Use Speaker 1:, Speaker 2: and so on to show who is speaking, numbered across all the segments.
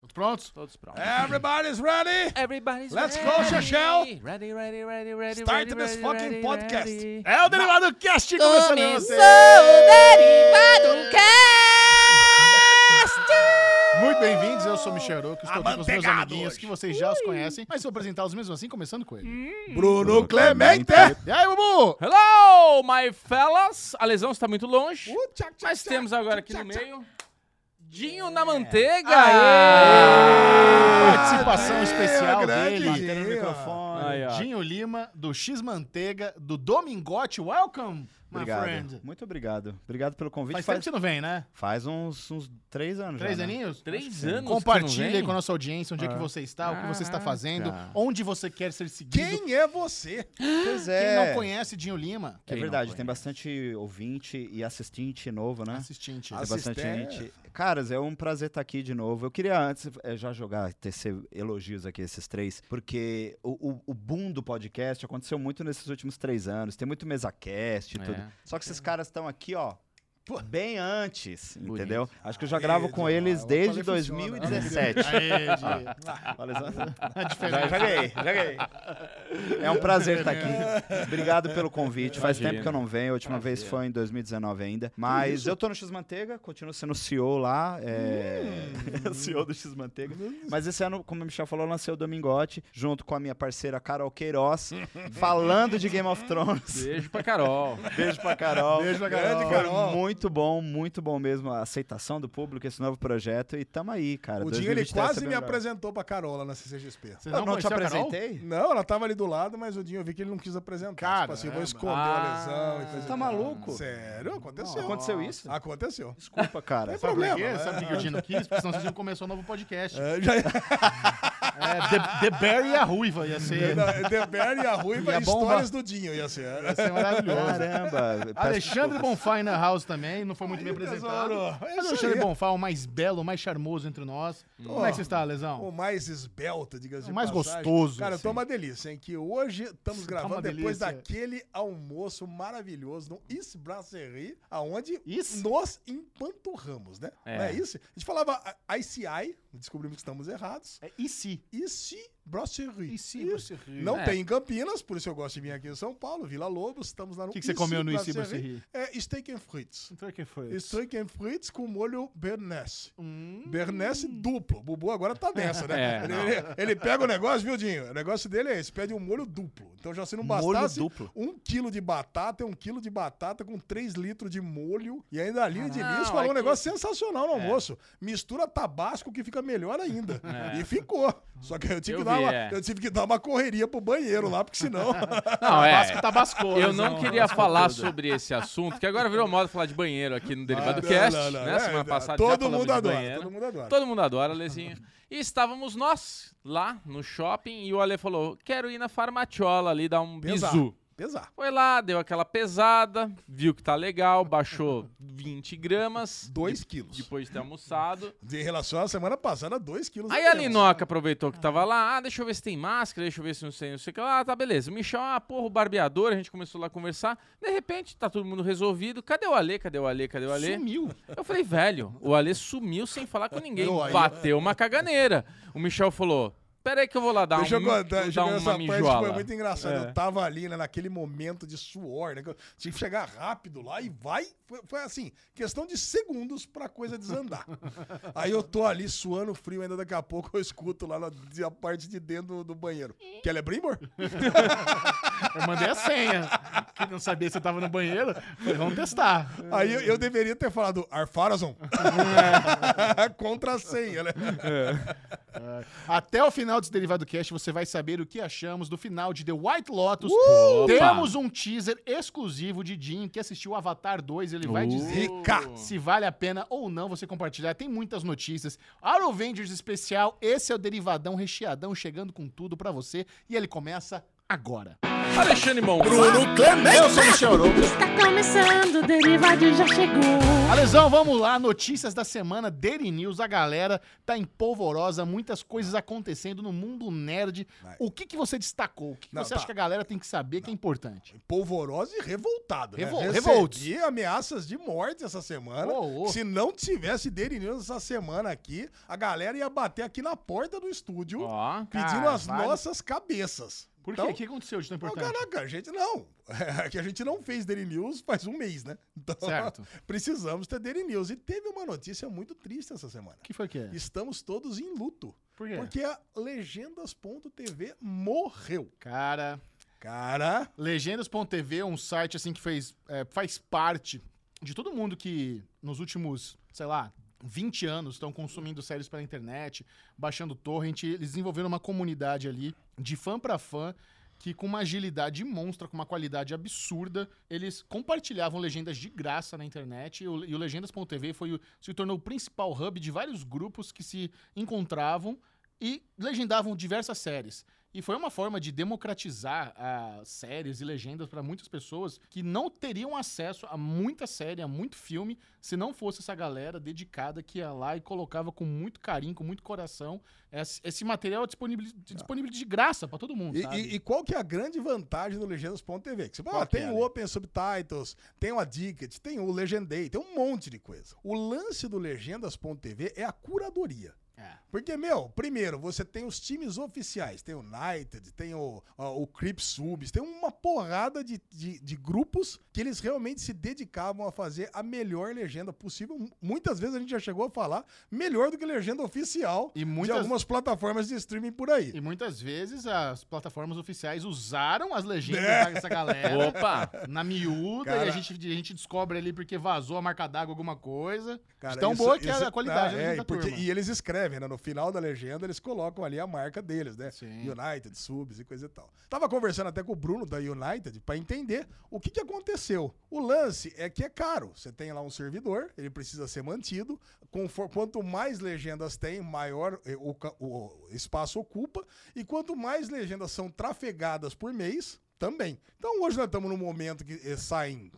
Speaker 1: Todos prontos?
Speaker 2: Todos prontos. É.
Speaker 1: Everybody's ready?
Speaker 2: Everybody's
Speaker 1: Let's
Speaker 2: ready.
Speaker 1: go, Chechel.
Speaker 2: Ready, ready, ready, ready,
Speaker 1: Start
Speaker 2: ready,
Speaker 1: this
Speaker 2: ready,
Speaker 1: fucking
Speaker 2: ready,
Speaker 1: podcast.
Speaker 2: ready.
Speaker 3: É o Derivado Cast começando!
Speaker 2: Começou né, É. o Derivado
Speaker 3: Derivado
Speaker 2: Cast!
Speaker 1: Muito bem-vindos, eu sou o Michel Aroco, estou aqui com os meus
Speaker 3: Amanteigado
Speaker 1: amiguinhos
Speaker 3: hoje.
Speaker 1: que vocês já os conhecem, mas vou apresentá-los mesmo assim, começando com ele.
Speaker 2: Hum.
Speaker 3: Bruno
Speaker 1: E aí, Bubu?
Speaker 2: Hello, my fellas. A lesão está muito longe,
Speaker 4: Uh,
Speaker 2: mas temos agora aqui no meio Dinho na manteiga.
Speaker 4: Ah,
Speaker 1: Participação
Speaker 4: é
Speaker 1: especial
Speaker 5: grande
Speaker 1: dele, batendo no
Speaker 5: dia.
Speaker 1: microfone.
Speaker 2: Aí, ó.
Speaker 1: Dinho Lima, do X Manteiga, do Domingote. Welcome, my
Speaker 5: Obrigado.
Speaker 1: friend.
Speaker 5: Muito obrigado. Obrigado pelo convite.
Speaker 1: Faz
Speaker 5: Faz,
Speaker 1: tempo que você não vem, né?
Speaker 5: faz uns, uns três anos.
Speaker 1: Três
Speaker 5: já, né?
Speaker 1: aninhos?
Speaker 2: Três anos. que não
Speaker 1: Compartilha
Speaker 2: vem. Ah.
Speaker 1: aí com a nossa audiência onde é que você está, o que você está fazendo,
Speaker 5: Caraca.
Speaker 1: onde você quer ser seguido.
Speaker 4: Quem é você?
Speaker 5: Pois
Speaker 1: Quem
Speaker 5: é.
Speaker 1: não conhece Dinho Lima,
Speaker 5: É
Speaker 2: Quem não
Speaker 5: verdade,
Speaker 2: conhece?
Speaker 5: tem bastante ouvinte e assistente novo, né?
Speaker 1: assistente.
Speaker 5: Tem bastante
Speaker 4: Assistente.
Speaker 5: gente. Caras, é um prazer estar aqui de novo. Eu queria antes eh, já jogar, tecer elogios aqui, esses três, porque o, o- o boom do podcast aconteceu muito nesses últimos três anos. Tem muito mesacast e
Speaker 2: É.
Speaker 5: tudo. Só que esses caras estão aqui, ó. Bem antes,
Speaker 2: Bonito.
Speaker 5: entendeu? Acho que eu já gravo com eles desde
Speaker 1: né?
Speaker 5: 2017.
Speaker 1: Aê, Dinho. é
Speaker 5: Olha só.
Speaker 1: A
Speaker 5: Já,
Speaker 1: diferença.
Speaker 5: já ganhei, já ganhei. É um prazer estar aqui. Obrigado pelo convite. Faz
Speaker 2: Imagina.
Speaker 5: tempo que eu não venho. A última vez foi em 2019 ainda. Mas eu tô no X Manteiga, continuo sendo CEO lá. É... CEO do X Manteiga. Mas esse ano, como o Michel falou, eu lancei o Domingote, junto com a minha parceira Carol Queiroz, falando de Game of Thrones.
Speaker 2: Beijo pra Carol.
Speaker 5: Beijo pra Carol.
Speaker 1: Beijo pra Carol.
Speaker 5: Foi
Speaker 4: Carol.
Speaker 5: Muito bom, muito bom mesmo a aceitação do público, esse novo projeto. E tamo aí, cara.
Speaker 4: O Dinho ele
Speaker 5: 2023
Speaker 4: quase
Speaker 5: é
Speaker 4: me
Speaker 5: melhor.
Speaker 4: apresentou pra Carola na CCXP.
Speaker 1: Você tá
Speaker 5: Eu não, te
Speaker 1: conheceu a Carol?
Speaker 5: apresentei?
Speaker 4: Não, ela tava ali do lado, mas o Dinho eu vi que ele não quis apresentar.
Speaker 1: Caramba.
Speaker 4: tipo assim, eu vou esconder
Speaker 2: Ah,
Speaker 4: a lesão e
Speaker 5: Você
Speaker 4: coisa.
Speaker 5: tá maluco?
Speaker 4: Sério? Aconteceu.
Speaker 5: Não, aconteceu isso?
Speaker 4: Aconteceu.
Speaker 5: Desculpa, cara.
Speaker 1: Sabe por
Speaker 4: problema,
Speaker 1: quê?
Speaker 4: né?
Speaker 1: Sabe por que o Dinho não quis? Porque senão vocês iam começar um novo podcast.
Speaker 4: É, já...
Speaker 1: É, The, The Bear e a Ruiva ia ser,
Speaker 4: Não, The Bear e a Ruiva
Speaker 1: E
Speaker 4: e
Speaker 1: a bomba?
Speaker 4: histórias do Dinho ia ser.
Speaker 1: ia ser maravilhoso.
Speaker 5: Caramba. peço
Speaker 1: Alexandre
Speaker 5: desculpas.
Speaker 1: Bonfá na house também, não foi muito bem apresentado.
Speaker 4: tesouro.
Speaker 1: Mas
Speaker 4: É
Speaker 1: o
Speaker 4: isso
Speaker 1: Alexandre
Speaker 4: aí.
Speaker 1: Bonfá, o mais belo, o mais charmoso entre nós. Como é que você está,
Speaker 4: O
Speaker 1: Lesão?
Speaker 4: mais esbelto, diga-se de
Speaker 1: O É mais
Speaker 4: passagem.
Speaker 1: gostoso,
Speaker 4: Cara,
Speaker 1: assim.
Speaker 4: tô uma delícia, hein? Que hoje estamos
Speaker 1: Tá
Speaker 4: gravando
Speaker 1: uma
Speaker 4: depois
Speaker 1: delícia.
Speaker 4: daquele almoço maravilhoso no Is Brasserie, aonde
Speaker 1: Isso.
Speaker 4: nós empanturramos, né?
Speaker 2: É.
Speaker 4: Não é isso? A gente falava a- ICI, descobrimos que estamos errados.
Speaker 1: É, e se?
Speaker 4: Is Brasserie.
Speaker 1: E se você rir?
Speaker 4: Não
Speaker 2: É.
Speaker 4: tem em Campinas, por isso eu gosto de vir aqui em São Paulo, Vila Lobos, estamos lá no
Speaker 1: O que, que você comeu no Iciba se
Speaker 4: Brasserie?
Speaker 1: rir?
Speaker 4: É steak and frites.
Speaker 1: Não Então é que foi.
Speaker 4: Steak and frites é com molho Bernese.
Speaker 1: Hum,
Speaker 4: Bernesse duplo. Bubu agora tá nessa, né?
Speaker 2: É,
Speaker 4: ele,
Speaker 2: não.
Speaker 4: ele- ele pega o negócio, viu, Dinho? O negócio dele é esse: pede um molho duplo. Então já se não
Speaker 5: Molho
Speaker 4: bastasse.
Speaker 5: duplo.
Speaker 4: Um quilo de batata, é um quilo de batata com três litros de molho. E ainda a Aline de
Speaker 2: Não,
Speaker 4: Diniz falou
Speaker 2: é
Speaker 4: um
Speaker 2: que-
Speaker 4: negócio sensacional no almoço. Mistura tabasco que fica melhor ainda.
Speaker 2: É.
Speaker 4: E ficou. Só que eu tive,
Speaker 2: Eu
Speaker 4: que dar
Speaker 2: vi,
Speaker 4: uma,
Speaker 2: é.
Speaker 4: eu tive que dar uma correria pro banheiro lá, porque senão.
Speaker 2: Não, é.
Speaker 4: tá
Speaker 1: Tabasco, tabascou.
Speaker 4: né?
Speaker 2: Eu
Speaker 1: Lesão.
Speaker 2: não queria falar sobre esse assunto, que agora virou moda falar de banheiro aqui no Derivado
Speaker 4: Ah, Não,
Speaker 2: Cast,
Speaker 4: não, não,
Speaker 2: né?
Speaker 4: é,
Speaker 2: Semana passada já
Speaker 4: Todo
Speaker 2: falamos
Speaker 4: mundo
Speaker 2: de
Speaker 4: adora.
Speaker 2: banheiro.
Speaker 4: Todo mundo adora.
Speaker 2: Todo mundo adora, Lezinho. E estávamos nós lá no shopping e o Ale falou: quero ir na farmaciola ali dar um
Speaker 4: Pesar.
Speaker 2: bizu.
Speaker 4: Pesar.
Speaker 2: Foi lá, deu aquela pesada, viu que tá legal, baixou 20 gramas.
Speaker 4: Dois
Speaker 2: de-
Speaker 4: quilos.
Speaker 2: Depois de ter almoçado.
Speaker 4: Em relação à semana passada, dois quilos.
Speaker 2: Aí
Speaker 4: a
Speaker 2: a
Speaker 4: menos.
Speaker 2: Linoca aproveitou que tava lá, ah, deixa eu ver se tem máscara, deixa eu ver se não sei, não sei o que lá, ah, tá, beleza. O Michel, ah, porra, o barbeador, a gente começou lá a conversar, de repente tá todo mundo resolvido, cadê o Ale, cadê o Ale, cadê o Ale?
Speaker 1: Sumiu.
Speaker 2: Eu falei, velho, o Ale sumiu sem falar com ninguém,
Speaker 4: Eu aí-
Speaker 2: bateu uma caganeira. O Michel falou, peraí que eu vou lá dar,
Speaker 4: Deixa
Speaker 2: um,
Speaker 4: eu contar,
Speaker 2: dar
Speaker 4: chegou
Speaker 2: uma
Speaker 4: essa parte que foi
Speaker 2: mijola.
Speaker 4: muito engraçado.
Speaker 2: É.
Speaker 4: Eu tava ali, né, naquele momento de suor, né? que eu tinha que chegar rápido lá e vai. Foi, foi assim, questão de segundos pra coisa desandar. Aí eu tô ali suando frio, ainda daqui a pouco eu escuto lá na de- a parte de dentro do, do banheiro. é Quer Brimbor?
Speaker 1: Eu mandei a senha. Que não sabia se eu tava no banheiro. Falei, vamos testar.
Speaker 4: Aí eu, eu deveria ter falado Arfarazon.
Speaker 2: É.
Speaker 4: Contra a senha, né?
Speaker 1: Até o final desse Derivado Cast, você vai saber o que achamos do final de The White Lotus.
Speaker 2: Uh!
Speaker 1: Temos um teaser exclusivo de Jim, que assistiu Avatar 2. Ele vai
Speaker 2: Uh!
Speaker 1: dizer
Speaker 4: Rica.
Speaker 1: se vale a pena ou não você compartilhar. Tem muitas notícias. Arrow Avengers especial. Esse é o Derivadão recheadão, chegando com tudo pra você. E ele começa agora.
Speaker 2: Alexandre Monfá.
Speaker 1: Bruno Clemente! Eu sou o Michel Arouca.
Speaker 6: Está começando, o Derivado já chegou.
Speaker 1: Alesão, vamos lá. Notícias da semana, Daily News. A galera tá em polvorosa, muitas coisas acontecendo no mundo nerd.
Speaker 4: Vai.
Speaker 1: O que, que você destacou? O que, que
Speaker 4: Não,
Speaker 1: você
Speaker 4: tá.
Speaker 1: acha que a galera tem que saber que é importante?
Speaker 4: Polvorosa e revoltado, né?
Speaker 1: Revol-
Speaker 4: Recebi
Speaker 1: revoltos.
Speaker 4: ameaças de morte essa semana.
Speaker 1: Ô, ô.
Speaker 4: Se não tivesse Daily News essa semana aqui, a galera ia bater aqui na porta do estúdio
Speaker 2: Ó.
Speaker 4: pedindo as
Speaker 1: caralho.
Speaker 4: nossas cabeças.
Speaker 1: Por quê?
Speaker 4: Então,
Speaker 1: o que aconteceu de tão
Speaker 4: Não,
Speaker 1: importante?
Speaker 4: caraca, a gente não. É que a gente não fez Daily News faz um mês, né? Então,
Speaker 1: Certo.
Speaker 4: precisamos ter Daily News. E teve uma notícia muito triste essa semana.
Speaker 1: O que foi que é?
Speaker 4: Estamos todos em luto.
Speaker 1: Por quê?
Speaker 4: Porque a Legendas.tv morreu.
Speaker 1: Cara,
Speaker 4: Cara,
Speaker 1: Legendas.tv é um site assim que fez, é, faz parte de todo mundo que nos últimos, sei lá, 20 anos estão consumindo séries pela internet, baixando torrent. Eles desenvolveram uma comunidade ali de fã pra fã que com uma agilidade monstra, com uma qualidade absurda, eles compartilhavam legendas de graça na internet e o, e o Legendas.tv foi o- se tornou o principal hub de vários grupos que se encontravam e legendavam diversas séries. E foi uma forma de democratizar ah, séries e legendas para muitas pessoas que não teriam acesso a muita série, a muito filme, se não fosse essa galera dedicada que ia lá e colocava com muito carinho, com muito coração, esse, esse material disponível, disponível de graça para todo mundo,
Speaker 4: Ah. E,
Speaker 1: sabe?
Speaker 4: e- e qual que é a grande vantagem do Legendas.tv? Que você fala,
Speaker 1: Qual
Speaker 4: ah,
Speaker 1: que
Speaker 4: tem
Speaker 1: é,
Speaker 4: o
Speaker 1: né?
Speaker 4: Open Subtitles, tem o Addicted, tem o Legendei, tem um monte de coisa. O lance do Legendas.tv é a curadoria.
Speaker 1: É.
Speaker 4: Porque, meu, primeiro, você tem os times oficiais. Tem o United, tem o, ó, o Crip Subs, tem uma porrada de, de, de grupos que eles realmente se dedicavam a fazer a melhor legenda possível. M- Muitas vezes a gente já chegou a falar melhor do que legenda oficial
Speaker 1: E muitas-
Speaker 4: de algumas plataformas de streaming por aí.
Speaker 1: E muitas vezes as plataformas oficiais usaram as legendas dessa galera
Speaker 2: Opa!
Speaker 1: na miúda
Speaker 4: É. Cara-
Speaker 1: e a gente, a gente descobre ali porque vazou a marca d'água alguma coisa.
Speaker 4: Cara,
Speaker 1: De tão
Speaker 4: isso-
Speaker 1: boa que é
Speaker 4: isso-
Speaker 1: a qualidade
Speaker 4: Ah,
Speaker 1: da
Speaker 4: é,
Speaker 1: gente da
Speaker 4: porque-
Speaker 1: turma.
Speaker 4: E eles escrevem, né? No final da legenda, eles colocam ali a marca deles, né?
Speaker 1: Sim.
Speaker 4: United, subs e coisa e tal. Tava conversando até com o Bruno da United pra entender o que, que aconteceu. O lance é que é caro. Você tem lá um servidor, ele precisa ser mantido. Confor- quanto mais legendas tem, maior eh, o, ca- o espaço ocupa. E quanto mais legendas são trafegadas por mês, também. Então hoje nós estamos num momento que eh, saem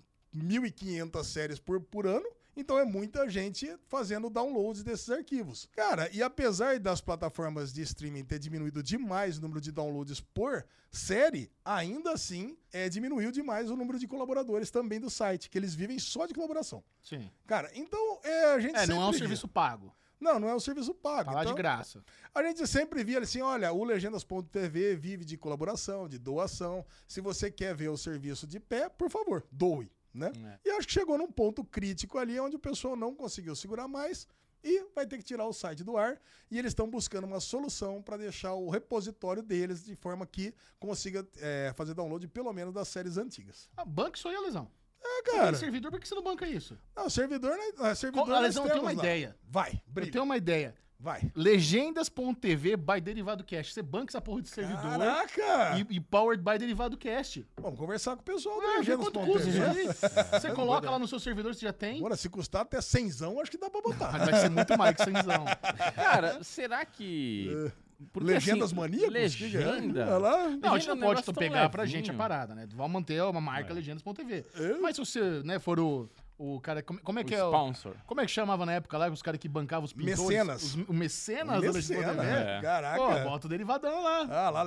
Speaker 4: 1.500 séries por, por ano. Então é muita gente fazendo downloads desses arquivos. Cara, e apesar das plataformas de streaming ter diminuído demais o número de downloads por série, ainda assim é, diminuiu demais o número de colaboradores também do site, que eles vivem só de colaboração.
Speaker 1: Sim.
Speaker 4: Cara, então é, a gente
Speaker 1: É, não é um
Speaker 4: sempre
Speaker 1: serviço pago.
Speaker 4: via- Não, não é um serviço pago.
Speaker 1: Tá lá de
Speaker 4: então-
Speaker 1: graça.
Speaker 4: a gente sempre via assim, olha, o Legendas.tv vive de colaboração, de doação. Se você quer ver o serviço de pé, por favor, doe, né?
Speaker 1: É.
Speaker 4: E acho que chegou num ponto crítico ali, onde o pessoal não conseguiu segurar mais e vai ter que tirar o site do ar. E eles estão buscando uma solução para deixar o repositório deles de forma que consiga eh, fazer download pelo menos das séries antigas.
Speaker 1: Ah, banca isso aí, Alesão.
Speaker 4: É,
Speaker 1: Você tem um
Speaker 4: cara.
Speaker 1: servidor, por que você não banca isso?
Speaker 4: Não, servidor, né? Ah, servidor
Speaker 1: Co-
Speaker 4: nós
Speaker 1: Alesão, eu tenho
Speaker 4: temos
Speaker 1: uma
Speaker 4: lá.
Speaker 1: ideia.
Speaker 4: Vai,
Speaker 1: Eu
Speaker 4: brilha,
Speaker 1: tenho um uma ideia.
Speaker 4: vai.
Speaker 1: Legendas.tv by Derivado Cast. Você banca essa porra de servidor
Speaker 4: Caraca!
Speaker 1: e, e powered by Derivado Cast.
Speaker 4: Vamos conversar com o pessoal do
Speaker 1: Ah, vê quanto custa
Speaker 4: Legendas.tv.
Speaker 1: isso aí? Você coloca lá no seu servidor, você já tem.
Speaker 4: Agora, se custar até 100, acho que dá pra
Speaker 1: Mas
Speaker 4: botar.
Speaker 1: vai ser muito mais que cenzão.
Speaker 2: Cara, será que. Porque,
Speaker 4: É.
Speaker 2: assim,
Speaker 4: Legendas
Speaker 1: assim,
Speaker 4: maníacas? é?
Speaker 2: Legenda.
Speaker 4: Olha lá.
Speaker 1: Não, a gente
Speaker 2: Legenda é
Speaker 1: não
Speaker 2: um
Speaker 1: pode
Speaker 2: negócio tão
Speaker 1: pegar pra
Speaker 2: levinho.
Speaker 1: gente a parada, né? Vamos manter uma marca legendas.tv. Mas se você, né, for o, o cara. Como, como é que é
Speaker 2: O
Speaker 1: o.
Speaker 2: sponsor.
Speaker 1: Como é que chamava na época lá os caras que bancavam os pintores?
Speaker 4: Mecenas.
Speaker 1: Os, o mecenas, da
Speaker 4: Mecena,
Speaker 1: Legendas.tv.
Speaker 4: né?
Speaker 2: É.
Speaker 1: Pô,
Speaker 4: Caraca.
Speaker 1: bota o derivadão lá.
Speaker 4: Ah, lá,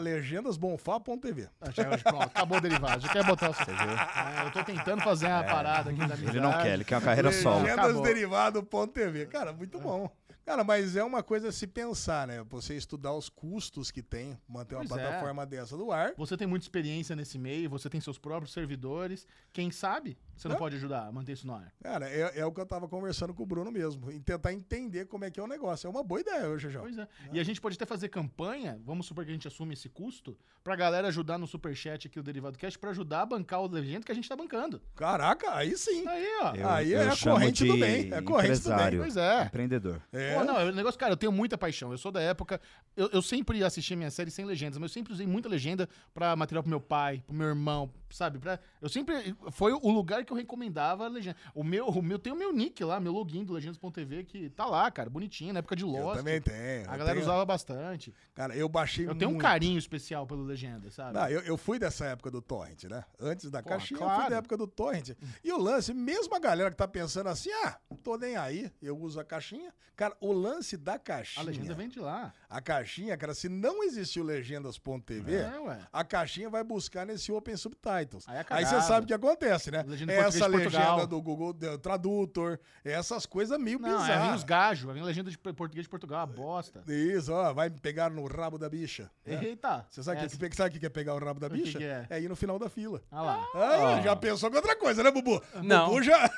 Speaker 4: legendasbonfá.tv.
Speaker 1: Ah, já- já- pronto, acabou o derivado. Já quer botar o seu. É, eu tô tentando fazer uma parada aqui da amizade.
Speaker 5: Ele não quer, ele quer uma carreira solo.
Speaker 1: Acabou.
Speaker 4: Legendasderivado.tv. Cara, muito bom. Cara, mas é uma coisa a se pensar, né? Você estudar os custos que tem manter uma
Speaker 2: Pois é.
Speaker 4: plataforma dessa no ar.
Speaker 1: Você tem muita experiência nesse meio, você tem seus próprios servidores. Quem sabe você não pode ajudar a manter isso no ar.
Speaker 4: Cara, é, é o que eu tava conversando com o Bruno mesmo. Em tentar entender como é que é o negócio. É uma boa ideia hoje, já.
Speaker 1: Pois é. E a gente pode até fazer campanha, vamos supor que a gente assume esse custo, pra galera ajudar no superchat aqui o Derivado Cash, pra ajudar a bancar o legenda que a gente tá bancando. Tá
Speaker 4: Caraca, aí sim.
Speaker 1: Aí, ó.
Speaker 5: Eu-
Speaker 4: aí
Speaker 5: eu
Speaker 4: é a
Speaker 5: chamo
Speaker 4: corrente
Speaker 5: de
Speaker 4: do bem. É a corrente do bem.
Speaker 5: empresário.
Speaker 1: Pois é.
Speaker 5: Empreendedor.
Speaker 4: É.
Speaker 1: Pô, não, é um negócio, cara, eu tenho muita paixão. Eu sou da época. Eu, eu sempre assisti minha série sem legendas, mas eu sempre usei muita legenda pra material pro meu pai, pro meu irmão, sabe? Pra, eu sempre. Foi o lugar que eu recomendava a Legenda. O meu, o meu, tem o meu nick lá, meu login do Legendas.tv, que tá lá, cara, bonitinho, na época de
Speaker 4: Eu
Speaker 1: Lost.
Speaker 4: também tenho.
Speaker 1: A
Speaker 4: eu
Speaker 1: galera
Speaker 4: tenho-
Speaker 1: usava bastante.
Speaker 4: Cara, eu baixei
Speaker 1: Eu tenho um
Speaker 4: muito.
Speaker 1: carinho especial pelo Legenda, sabe?
Speaker 4: Não, eu, eu fui dessa época do Torrent, né? Antes da
Speaker 1: Porra,
Speaker 4: caixinha, eu
Speaker 1: claro.
Speaker 4: fui da época do Torrent. E o lance, mesmo a galera que tá pensando assim, ah, não tô nem aí, eu uso a caixinha. Cara, o lance da
Speaker 1: a
Speaker 4: caixinha.
Speaker 1: Legenda vem de lá.
Speaker 4: A caixinha, cara, se não existiu legendas.tv,
Speaker 1: É, ué.
Speaker 4: a caixinha vai buscar nesse Open Subtitles.
Speaker 1: Aí é
Speaker 4: Aí você
Speaker 1: cagada.
Speaker 4: sabe o que acontece, né?
Speaker 1: Legenda em português
Speaker 4: Essa
Speaker 1: de Portugal.
Speaker 4: legenda do Google do Tradutor, essas coisas meio
Speaker 1: Não, aí vem
Speaker 4: bizarras.
Speaker 1: os gajos, aí vem Legenda de Português de Portugal, a bosta.
Speaker 4: Isso, ó, vai me pegar no rabo da bicha. né?
Speaker 1: Eita.
Speaker 4: Você sabe o que,
Speaker 1: essa-
Speaker 4: que, sabe o que é pegar o rabo da
Speaker 1: É. O que
Speaker 4: bicha?
Speaker 1: que é?
Speaker 4: ir no final da fila.
Speaker 1: Ah lá.
Speaker 4: Ah, já pensou que é outra coisa, né, Bubu?
Speaker 2: Não.
Speaker 4: Bubu já...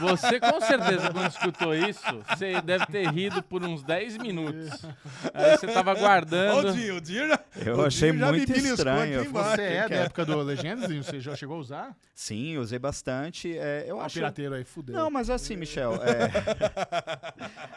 Speaker 2: Você com certeza, quando escutou isso, você deve ter rido por uns 10 minutos. Aí você tava
Speaker 4: Ó, o
Speaker 2: aguardando.
Speaker 4: Dinho, o Dinho já...
Speaker 5: Eu
Speaker 4: o Dinho
Speaker 5: achei
Speaker 4: já me
Speaker 5: muito
Speaker 4: beliscou
Speaker 5: estranho, eu
Speaker 4: Aqui
Speaker 5: falei,
Speaker 4: embaixo.
Speaker 1: Você é da época do Legendas e você já chegou a usar?
Speaker 5: Sim, usei bastante. é, eu
Speaker 1: Ó, O
Speaker 5: acho.
Speaker 1: pirateiro aí, fudeu.
Speaker 5: Não, mas assim, Michel, é,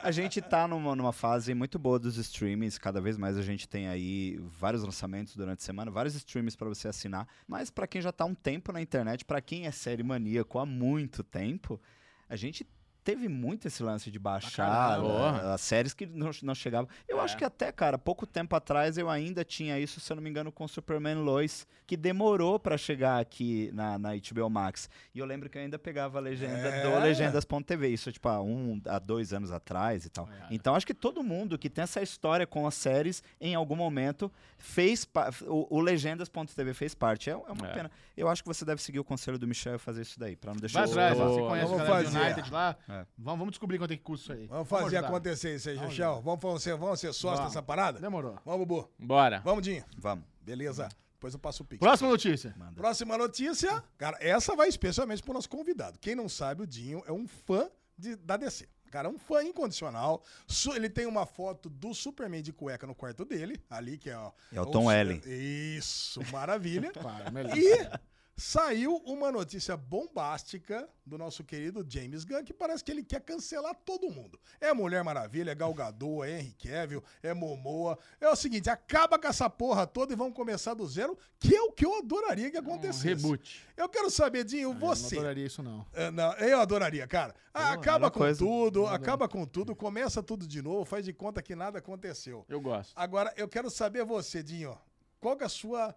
Speaker 5: a gente tá numa, numa fase muito boa dos streamings, cada vez mais a gente tem aí vários lançamentos durante a semana, vários streams pra você assinar, mas pra quem já tá há um tempo na internet, pra quem é série maníaco há muito tempo, a gente teve muito esse lance de baixar
Speaker 2: caralho.
Speaker 5: né,
Speaker 2: Porra.
Speaker 5: as séries que não, não chegavam. Eu
Speaker 2: É.
Speaker 5: acho que até, cara, pouco tempo atrás eu ainda tinha isso, se eu não me engano, com Superman Lois, que demorou pra chegar aqui na, na HBO Max. E eu lembro que eu ainda pegava a legenda
Speaker 4: É.
Speaker 5: do Legendas.tv, isso tipo há um, há dois anos atrás e tal.
Speaker 1: É.
Speaker 5: Então acho que todo mundo que tem essa história com as séries, em algum momento, fez pa- o, o Legendas.tv fez parte. É, é uma
Speaker 2: É.
Speaker 5: pena. Eu acho que você deve seguir o conselho do Michel e fazer isso daí, pra não deixar
Speaker 1: Vai
Speaker 5: o-
Speaker 1: atrás, lá, você
Speaker 2: Ô,
Speaker 1: conhece o
Speaker 4: vamos
Speaker 1: galera do
Speaker 4: fazer.
Speaker 1: United lá.
Speaker 5: É.
Speaker 1: Vamos, vamos descobrir quanto é que custa isso aí.
Speaker 4: Vamos fazer
Speaker 1: ajudar.
Speaker 4: acontecer isso aí,
Speaker 1: Vamos
Speaker 4: Michel. Vamos, fazer- vamos ser sócios
Speaker 1: Vamos.
Speaker 4: dessa parada?
Speaker 1: Demorou.
Speaker 4: Vamos, Bubu.
Speaker 2: Bora.
Speaker 4: Vamos, Dinho.
Speaker 5: Vamos.
Speaker 4: Beleza. Depois eu passo o pix.
Speaker 1: Próxima notícia.
Speaker 4: Próxima notícia. Cara, essa vai especialmente pro nosso convidado. Quem não sabe, o Dinho é um fã de- da DC. Cara, é um fã incondicional. Su- Ele tem uma foto do Superman de cueca no quarto dele, ali que é, ó,
Speaker 5: É o Tom Ellen.
Speaker 4: Isso, maravilha.
Speaker 1: Claro, é melhor.
Speaker 4: E saiu uma notícia bombástica do nosso querido James Gunn, que parece que ele quer cancelar todo mundo. É Mulher Maravilha, é Gal Gadot, é Henry Cavill, é Momoa. É o seguinte, acaba com essa porra toda e vamos começar do zero, que é o que eu adoraria que acontecesse.
Speaker 1: Um Reboot. Ah,
Speaker 4: Eu quero saber, Dinho,
Speaker 1: Eu não
Speaker 4: você...
Speaker 1: adoraria é isso, não.
Speaker 4: Ah, Não, eu adoraria, cara. Ah,
Speaker 5: Pô,
Speaker 4: acaba
Speaker 5: melhor
Speaker 4: com
Speaker 5: coisa.
Speaker 4: tudo, acaba com tudo, começa tudo de novo, faz de conta que nada aconteceu.
Speaker 2: Eu gosto.
Speaker 4: Agora, eu quero saber você, Dinho, qual que é a sua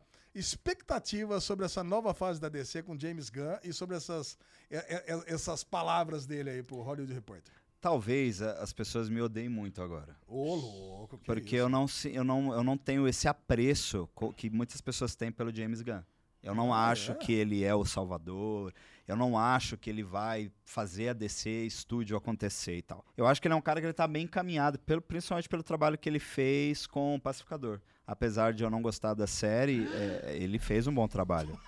Speaker 4: expectativa sobre essa nova fase da DC com James Gunn e sobre essas, e- e- essas palavras dele aí pro Hollywood Reporter?
Speaker 5: Talvez a- as pessoas me odeiem muito agora.
Speaker 4: Ô,
Speaker 1: é
Speaker 4: louco. que
Speaker 5: Porque
Speaker 4: isso.
Speaker 5: eu não, se- eu, não, eu não tenho esse apreço co- que muitas pessoas têm pelo James Gunn. Eu não
Speaker 1: Ah,
Speaker 5: acho que ele é o salvador, eu não acho que ele vai fazer a DC Studio acontecer e tal. Eu acho que ele é um cara que ele tá bem encaminhado, pelo, principalmente pelo trabalho que ele fez com o Pacificador. Apesar de eu não gostar da série, é, ele fez um bom trabalho.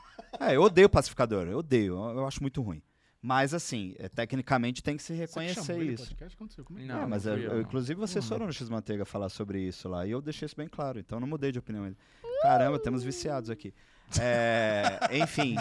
Speaker 5: É, eu odeio o Pacificador, eu odeio, eu, eu acho muito ruim. Mas assim, é, tecnicamente tem que se
Speaker 1: Você que chamou
Speaker 5: reconhecer
Speaker 1: ele no
Speaker 5: isso.
Speaker 1: podcast? O que aconteceu? Como é que-
Speaker 2: Não,
Speaker 5: É, mas
Speaker 2: não
Speaker 5: eu-
Speaker 2: fui eu,
Speaker 5: eu-
Speaker 2: não.
Speaker 5: inclusive vocês foram no X-Manteiga falar sobre isso lá, e eu deixei isso bem claro, então eu não mudei de opinião ainda. Caramba, temos viciados aqui. É, enfim,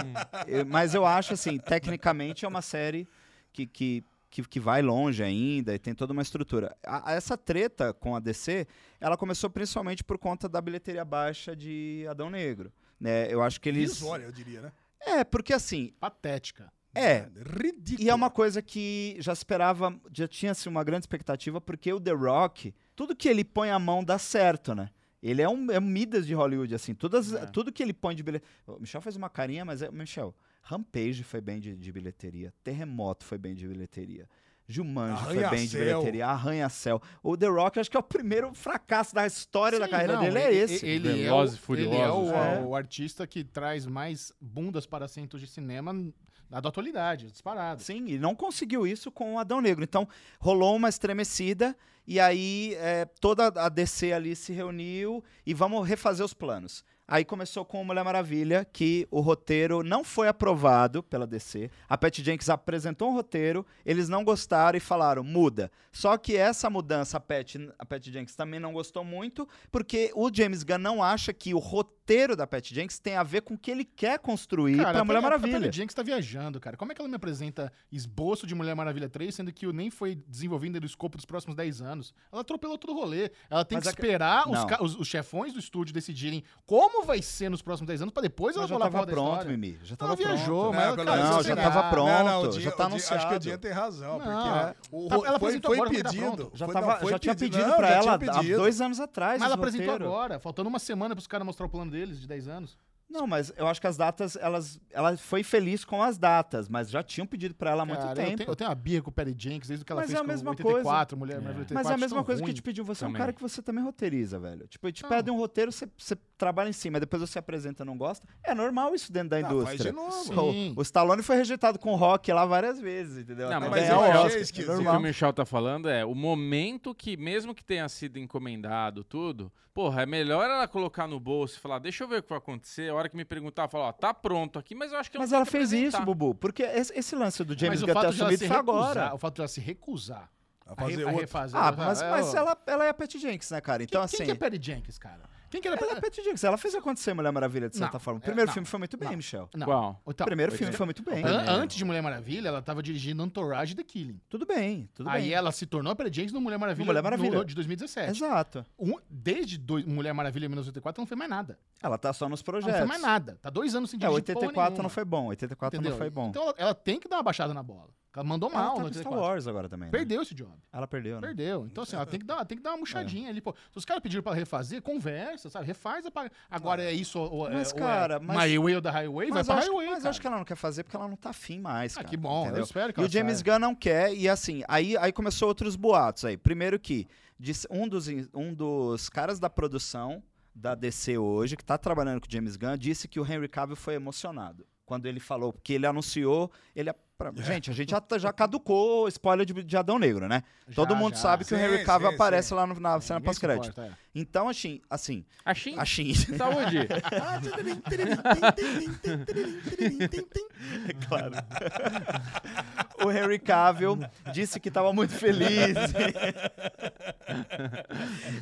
Speaker 5: eu- mas eu acho assim, tecnicamente é uma série que, que, que, que vai longe ainda e tem toda uma estrutura. A- a- essa treta com a DC, ela começou principalmente por conta da bilheteria baixa de Adão Negro. Né? Eu acho que eles.
Speaker 4: Risória, eu diria, né?
Speaker 5: É, porque assim,
Speaker 1: Patética.
Speaker 5: é,
Speaker 4: Ridículo.
Speaker 5: e é uma coisa que já esperava, já tinha-se uma grande expectativa, porque o The Rock, tudo que ele põe a mão dá certo, né? Ele é um, é um Midas de Hollywood, assim. Todas,
Speaker 2: É.
Speaker 5: Tudo que ele põe de bilheteria. O Michel fez uma carinha, mas é. Michel, Rampage foi bem de, de bilheteria. Terremoto foi bem de bilheteria. Jumanji foi bem de
Speaker 4: Arranha-Céu.
Speaker 5: bilheteria. Arranha-Céu. O The Rock, acho que é o primeiro fracasso da história da
Speaker 1: Sim,
Speaker 5: carreira
Speaker 1: não,
Speaker 5: dele. É
Speaker 1: e- e-
Speaker 5: esse.
Speaker 1: Ele, é, o,
Speaker 2: Velozes e
Speaker 1: ele é o,
Speaker 2: Furiosos,
Speaker 5: é.
Speaker 1: o artista que traz mais bundas para assentos de cinema na da atualidade, disparado.
Speaker 5: Sim, e não conseguiu isso com o Adão Negro. Então, rolou uma estremecida e aí é, toda a DC ali se reuniu e vamos refazer os planos. Aí começou com Mulher Maravilha, que o roteiro não foi aprovado pela DC. A Pat Jenkins apresentou um roteiro, eles não gostaram e falaram, muda. Só que essa mudança, a Pat, a Pat Jenkins também não gostou muito, porque o James Gunn não acha que o roteiro da Pat Jenkins tem a ver com o que ele quer construir
Speaker 1: Cara,
Speaker 5: para
Speaker 1: a
Speaker 5: Mulher
Speaker 1: Pe- A
Speaker 5: Maravilha.
Speaker 1: Patty Jenkins tá viajando, cara. Como é que ela me apresenta esboço de Mulher Maravilha 3, sendo que o nem foi desenvolvido no escopo dos próximos 10 anos? Ela atropelou todo o rolê. Ela tem
Speaker 5: Mas
Speaker 1: que
Speaker 5: a que-
Speaker 1: esperar os,
Speaker 5: Não.
Speaker 1: ca- os- os chefões do estúdio decidirem como como vai ser nos próximos 10 anos pra depois
Speaker 5: Mas
Speaker 1: ela
Speaker 5: já
Speaker 1: rolar pra
Speaker 5: tava
Speaker 1: outra
Speaker 5: pronto,
Speaker 1: história.
Speaker 5: Mimi.
Speaker 1: Ela
Speaker 5: Já tava
Speaker 1: viajou,
Speaker 5: pronto. né?
Speaker 1: mas
Speaker 4: pelo
Speaker 1: cara,
Speaker 4: menos
Speaker 1: isso
Speaker 5: Não,
Speaker 4: o
Speaker 1: é
Speaker 5: já
Speaker 4: Dinha-
Speaker 5: tava
Speaker 1: legal.
Speaker 5: pronto,
Speaker 4: o
Speaker 5: já
Speaker 4: Dinha-
Speaker 5: tá
Speaker 4: o Dinha- Acho que o
Speaker 5: anunciado.
Speaker 4: Dinha tem razão,
Speaker 1: Não, é.
Speaker 4: porque né, o,
Speaker 1: Tá,
Speaker 4: ro-
Speaker 1: ela
Speaker 4: foi,
Speaker 1: apresentou
Speaker 4: foi
Speaker 1: agora, porque tá
Speaker 4: pedido.
Speaker 1: pronto.
Speaker 5: Já,
Speaker 4: foi-
Speaker 5: tava,
Speaker 4: não, foi
Speaker 5: já tinha
Speaker 4: pedido,
Speaker 5: pedido
Speaker 4: não,
Speaker 5: pra
Speaker 4: já
Speaker 5: ela
Speaker 4: tinha
Speaker 5: há
Speaker 4: pedido.
Speaker 5: dois anos atrás.
Speaker 1: Mas ela
Speaker 5: esse
Speaker 1: apresentou
Speaker 5: roteiro.
Speaker 1: agora, faltando uma semana pros caras mostrar o plano deles de 10 anos.
Speaker 5: Não, mas eu acho que as datas, elas, ela foi feliz com as datas, mas já tinham pedido pra ela há muito
Speaker 1: Cara, Eu
Speaker 5: tempo.
Speaker 1: tenho, eu tenho uma birra com o Perry Jenkins desde que ela
Speaker 5: Mas
Speaker 1: fez
Speaker 5: é a
Speaker 1: com
Speaker 5: mesma
Speaker 1: 84, Mulher Maravilha 84.
Speaker 5: Mas é a mesma
Speaker 1: tão
Speaker 5: coisa
Speaker 1: ruim.
Speaker 5: que te pediu. Você é um
Speaker 2: Também.
Speaker 5: cara que você também roteiriza, velho. Tipo, ele te
Speaker 1: Não.
Speaker 5: pede um roteiro, você, você trabalha em cima, depois você apresenta não gosta. É normal isso dentro da
Speaker 4: Ah, faz de
Speaker 5: indústria.
Speaker 4: novo.
Speaker 1: Sim.
Speaker 5: O, o Stallone foi rejeitado com o rock lá várias vezes, entendeu?
Speaker 2: Não,
Speaker 5: Até
Speaker 2: mas
Speaker 5: ganhar
Speaker 2: eu
Speaker 5: o
Speaker 2: achei
Speaker 5: Oscar.
Speaker 4: esquisito.
Speaker 2: O
Speaker 5: normal.
Speaker 2: que o Michel tá falando é o momento que, mesmo que tenha sido encomendado tudo, porra, é melhor ela colocar no bolso e falar, deixa eu ver o que vai acontecer. A hora que me perguntar, falar, ó, tá pronto aqui, mas eu acho que eu
Speaker 5: Mas
Speaker 2: não
Speaker 5: ela
Speaker 2: tenho que
Speaker 5: fez isso,
Speaker 2: apresentar."
Speaker 5: Bubu, porque esse, esse lance do James
Speaker 1: Mas o
Speaker 5: Gunn ter
Speaker 1: fato de ela
Speaker 5: assumido
Speaker 1: se
Speaker 5: foi
Speaker 1: tá recusar,
Speaker 5: agora.
Speaker 1: o fato de ela se recusar
Speaker 4: A
Speaker 1: a, re-
Speaker 4: fazer
Speaker 1: a
Speaker 4: outro.
Speaker 1: refazer.
Speaker 5: Ah,
Speaker 1: ela-
Speaker 5: mas, mas
Speaker 1: ela-
Speaker 5: ela, ela é a Patty Jenkins, né, cara? Então,
Speaker 1: quem,
Speaker 5: assim...
Speaker 1: quem que é Perry Jenkins, cara? Quem que era
Speaker 5: Ela é a Patty Jenkins. Ela fez acontecer Mulher Maravilha, de certa
Speaker 1: Não,
Speaker 5: forma. O
Speaker 1: é,
Speaker 5: primeiro
Speaker 1: não,
Speaker 5: filme foi muito bem,
Speaker 1: não.
Speaker 5: Michel.
Speaker 1: Não.
Speaker 2: Qual?
Speaker 5: O
Speaker 1: Então,
Speaker 5: primeiro
Speaker 1: an-
Speaker 5: filme foi muito bem.
Speaker 1: Antes de Mulher Maravilha, ela tava dirigindo Entourage e The Killing.
Speaker 5: Tudo bem, tudo
Speaker 1: Aí
Speaker 5: bem.
Speaker 1: ela se tornou a Perry Jenkins no Mulher Maravilha,
Speaker 5: Mulher Maravilha.
Speaker 1: do- de 2017.
Speaker 5: Exato.
Speaker 1: Um- desde dois- Mulher Maravilha 1984, ela não fez mais nada.
Speaker 5: Ela tá só nos
Speaker 1: Ela
Speaker 5: projetos.
Speaker 1: não fez mais nada. Tá dois anos sem
Speaker 5: É,
Speaker 1: dirigir porra
Speaker 5: 84 não
Speaker 1: nenhuma,
Speaker 5: foi bom. 84
Speaker 1: entendeu?
Speaker 5: não foi bom.
Speaker 1: Então ela, ela tem que dar uma baixada na bola. Ela mandou
Speaker 5: ela
Speaker 1: mal
Speaker 5: tá
Speaker 1: no
Speaker 5: com Star
Speaker 1: 84.
Speaker 5: Wars agora também. né?
Speaker 1: Perdeu esse job.
Speaker 5: Ela perdeu, né? É.
Speaker 1: Perdeu. Então, assim, ela tem que dar, tem que dar uma murchadinha ali, pô. Se os caras pediram pra refazer, conversa, sabe? Refaz a pa- Agora é isso ou, ou é-
Speaker 5: Mas,
Speaker 1: ou é
Speaker 5: cara, mas-
Speaker 1: My Way ou da Highway, vai
Speaker 5: Mas,
Speaker 1: pra
Speaker 5: acho,
Speaker 1: Highway,
Speaker 5: mas
Speaker 1: cara.
Speaker 5: acho que ela não quer fazer porque ela não tá afim mais.
Speaker 1: Ah,
Speaker 5: cara,
Speaker 1: que bom,
Speaker 5: entendeu?
Speaker 1: eu espero que
Speaker 5: E
Speaker 1: ela
Speaker 5: o James
Speaker 1: saia.
Speaker 5: Gunn não quer, e assim, aí, aí começou outros boatos aí. Primeiro que disse- um, dos, in- um dos caras da produção da DC hoje, que tá trabalhando com o James Gunn, disse que o Henry Cavill foi emocionado. Quando ele falou, porque ele anunciou, ele... é pra- Gente, a gente já, tá- já caducou o spoiler de, de Adão Negro, né? Todo
Speaker 1: Já,
Speaker 5: mundo
Speaker 1: já.
Speaker 5: sabe que o
Speaker 4: Sim,
Speaker 5: Henry Cavill
Speaker 4: sim,
Speaker 5: aparece
Speaker 4: sim.
Speaker 5: lá no- na cena
Speaker 1: Ninguém se importa,
Speaker 5: pós-crédito.
Speaker 1: é.
Speaker 5: Então, assim, assim,
Speaker 2: Achei.
Speaker 5: Achim.
Speaker 2: Saúde.
Speaker 5: É claro. o Henry Cavill disse que estava muito feliz.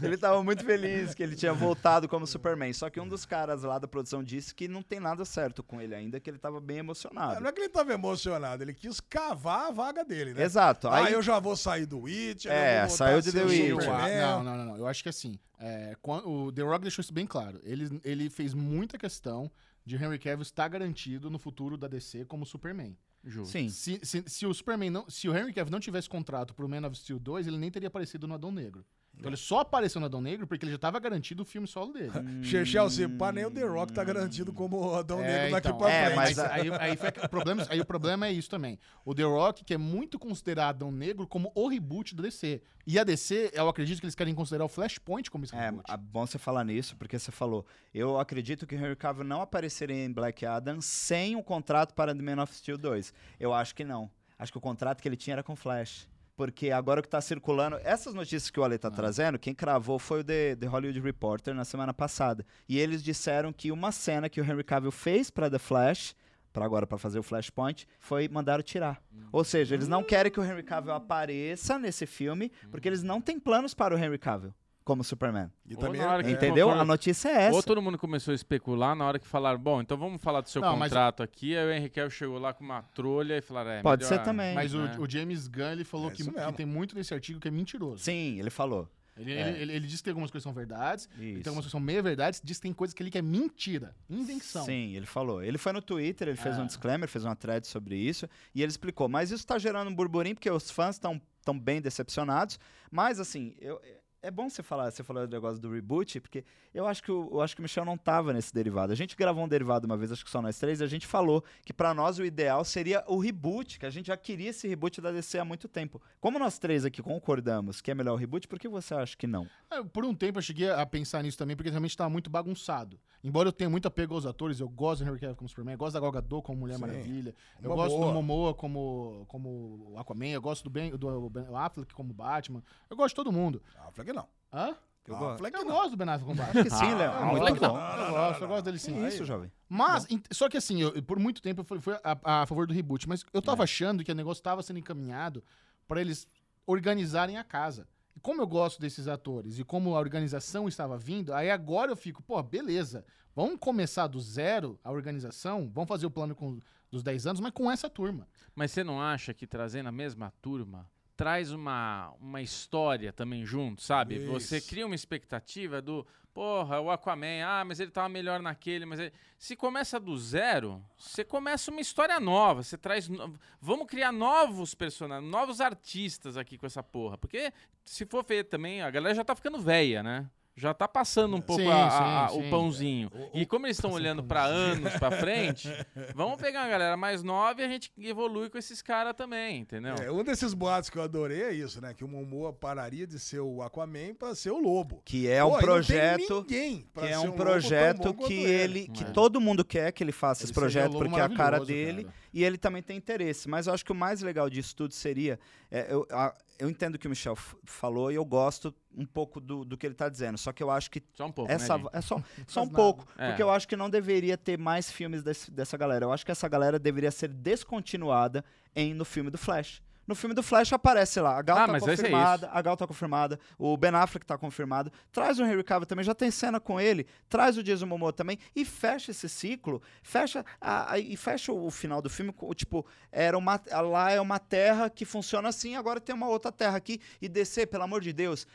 Speaker 5: ele estava muito feliz que ele tinha voltado como Superman. Só que um dos caras lá da produção disse que não tem nada certo com ele ainda, que ele estava bem
Speaker 4: Não
Speaker 5: emocionado.
Speaker 4: é que ele tava emocionado, ele quis cavar a vaga dele, né?
Speaker 5: Exato.
Speaker 4: Ah,
Speaker 5: Tá Aí,
Speaker 4: eu já vou sair do Witcher.
Speaker 5: É,
Speaker 4: eu vou voltar
Speaker 5: saiu
Speaker 4: a
Speaker 5: de
Speaker 4: ser
Speaker 5: The
Speaker 4: o
Speaker 5: Witcher.
Speaker 1: Eu
Speaker 4: Superman.
Speaker 1: a- É. Ah, não, não, não, não. Eu acho que assim, é, quan- o The Rock deixou isso bem claro. Ele, ele fez muita questão de Henry Cavill estar garantido no futuro da DC como Superman.
Speaker 2: Justo.
Speaker 5: sim.
Speaker 1: Se, se- se o Superman não, se o Henry Cavill não tivesse contrato pro Man of Steel 2, ele nem teria aparecido no Adão Negro. Então ele só apareceu no Adão Negro porque ele já tava garantido o filme solo dele.
Speaker 4: Che- Chelsea, pá, nem né? o The Rock tá garantido como Adão
Speaker 1: É,
Speaker 4: Negro daqui
Speaker 1: então,
Speaker 4: pra
Speaker 5: É,
Speaker 4: frente.
Speaker 1: mas
Speaker 5: mas
Speaker 1: aí, aí foi- o problema, aí o problema é isso também. O The Rock, que é muito considerado um negro como o reboot da DC. E a DC, eu acredito que eles querem considerar o Flashpoint como esse
Speaker 5: É,
Speaker 1: reboot.
Speaker 5: é bom você falar nisso, porque você falou. Eu acredito que o Henry Cavill não apareceria em Black Adam sem um contrato para The Man of Steel 2. Eu acho que não. Acho que o contrato que ele tinha era com Flash. Porque agora o que está circulando. Essas notícias que o Ale está trazendo, quem cravou foi o The, The Hollywood Reporter na semana passada. E eles disseram que uma cena que o Henry Cavill fez para The Flash. Pra agora, para fazer o Flashpoint, foi mandaram tirar. Ou seja, eles não querem que o Henry Cavill apareça nesse filme, porque eles não têm planos para o Henry Cavill como Superman.
Speaker 4: E
Speaker 2: Ou
Speaker 4: também
Speaker 2: na hora
Speaker 4: é-
Speaker 2: que
Speaker 5: Entendeu?
Speaker 2: for-
Speaker 5: A notícia é essa.
Speaker 2: Ou todo mundo começou a especular na hora que falaram, bom, então vamos falar do seu
Speaker 1: Não, mas-
Speaker 2: contrato aqui. Aí o Henrique Cavill chegou lá com uma trolha e falaram, é,
Speaker 5: Pode
Speaker 2: melhor-
Speaker 5: ser também.
Speaker 1: Mas
Speaker 2: né?
Speaker 1: o, o James Gunn, ele falou
Speaker 4: É
Speaker 1: que,
Speaker 4: isso
Speaker 1: que
Speaker 4: mesmo.
Speaker 1: tem muito nesse artigo que é mentiroso.
Speaker 5: Sim, ele falou.
Speaker 1: Ele, ele, ele- ele diz que tem algumas coisas que são verdades, ele tem
Speaker 5: Isso.
Speaker 1: algumas coisas que são meia-verdades, diz que tem coisas que ele que é mentira, invenção.
Speaker 5: Sim, ele falou. Ele foi no Twitter, ele fez
Speaker 1: Ah.
Speaker 5: um disclaimer, fez uma thread sobre isso, e ele explicou. Mas isso tá gerando um burburinho, porque os fãs estão tão bem decepcionados. Mas, assim, eu- é bom você falar, você falou do negócio do reboot, porque eu acho que o, eu acho que o Michel não tava nesse derivado. A gente gravou um derivado uma vez, acho que só nós três, e a gente falou que pra nós o ideal seria o reboot, que a gente já queria esse reboot da DC há muito tempo. Como nós três aqui concordamos que é melhor o reboot, por que você acha que não?
Speaker 1: É, Por um tempo eu cheguei a pensar nisso também, porque realmente estava muito bagunçado. Embora eu tenha muito apego aos atores, eu gosto do Henry Cavill como Superman, eu gosto da Gal Gadot como Mulher
Speaker 4: Sim.
Speaker 1: Maravilha, eu
Speaker 4: Uma
Speaker 1: gosto
Speaker 4: boa.
Speaker 1: do Momoa como, como Aquaman, eu gosto do Ben, do Ben Affleck como Batman, eu gosto de todo mundo.
Speaker 4: Ah, Affleck não.
Speaker 1: Hã?
Speaker 5: Eu
Speaker 4: Ah,
Speaker 5: gosto.
Speaker 4: Affleck
Speaker 1: eu
Speaker 4: não.
Speaker 1: gosto do Ben Affleck como Batman. Ah,
Speaker 5: Porque sim, Léo.
Speaker 1: Eu
Speaker 5: é muito
Speaker 1: gosto,
Speaker 5: bom.
Speaker 1: Eu gosto, eu gosto dele
Speaker 5: Que
Speaker 1: sim.
Speaker 5: isso, jovem?
Speaker 1: Mas, ent- só que assim, eu- por muito tempo eu fui, fui a, a favor do reboot, mas eu
Speaker 5: É.
Speaker 1: tava achando que o negócio tava sendo encaminhado pra eles organizarem a casa. E como eu gosto desses atores e como a organização estava vindo, aí agora eu fico, pô, beleza, vamos começar do zero a organização, vamos fazer o plano com, dos 10 anos, mas com essa turma.
Speaker 2: Mas você não acha que trazendo a mesma turma traz uma, uma história também junto, sabe? Você
Speaker 4: Isso.
Speaker 2: cria uma expectativa do, porra, o Aquaman, ah, mas ele tava melhor naquele, mas ele... Se começa do zero, você começa uma história nova, você traz... no- Vamos criar novos personagens, novos artistas aqui com essa porra, porque se for ver também, a galera já tá ficando velha, né? Já tá passando um pouco
Speaker 1: É. Sim,
Speaker 2: a- a-
Speaker 1: sim,
Speaker 2: o
Speaker 1: sim.
Speaker 2: pãozinho.
Speaker 4: O-
Speaker 2: E como eles estão olhando pra anos pra frente, vamos pegar uma galera mais nova e a gente evolui com esses caras também, entendeu?
Speaker 4: É, um desses boatos que eu adorei é isso, né? Que o Momoa pararia de ser o Aquaman pra ser o Lobo.
Speaker 5: Que é um
Speaker 4: Pô, e não tem
Speaker 5: projeto.
Speaker 4: ninguém pra
Speaker 5: Que é
Speaker 4: ser
Speaker 5: um
Speaker 4: lobo tão
Speaker 5: projeto
Speaker 4: bom quanto
Speaker 5: que ele. Que
Speaker 2: É.
Speaker 5: todo mundo quer que ele faça
Speaker 1: Ele
Speaker 5: esse
Speaker 1: seria um
Speaker 5: projeto,
Speaker 1: lobo
Speaker 5: porque é a cara
Speaker 1: maravilhoso,
Speaker 5: dele.
Speaker 1: cara.
Speaker 5: E ele também tem interesse. Mas eu acho que o mais legal disso tudo seria. é, eu, a- eu entendo o que o Michel f- falou e eu gosto um pouco do, do que ele tá dizendo. Só que eu acho que
Speaker 2: Só um pouco,
Speaker 5: essa,
Speaker 2: né, gente?
Speaker 5: é só, só um
Speaker 1: nada.
Speaker 5: pouco.
Speaker 2: É.
Speaker 5: Porque eu acho que não deveria ter mais filmes desse- dessa galera. Eu acho que essa galera deveria ser descontinuada em no filme do Flash. No filme do Flash aparece lá, a Gal
Speaker 2: Ah,
Speaker 5: tá
Speaker 2: mas vai ser
Speaker 5: confirmada, a Gal tá confirmada, o Ben Affleck tá confirmado, traz o Henry Cavill também, já tem cena com ele, traz o Jason Momoa também e fecha esse ciclo, fecha a- a- e fecha o, o final do filme, com, tipo, era uma lá é uma terra que funciona assim, agora tem uma outra terra aqui e descer, pelo amor de Deus,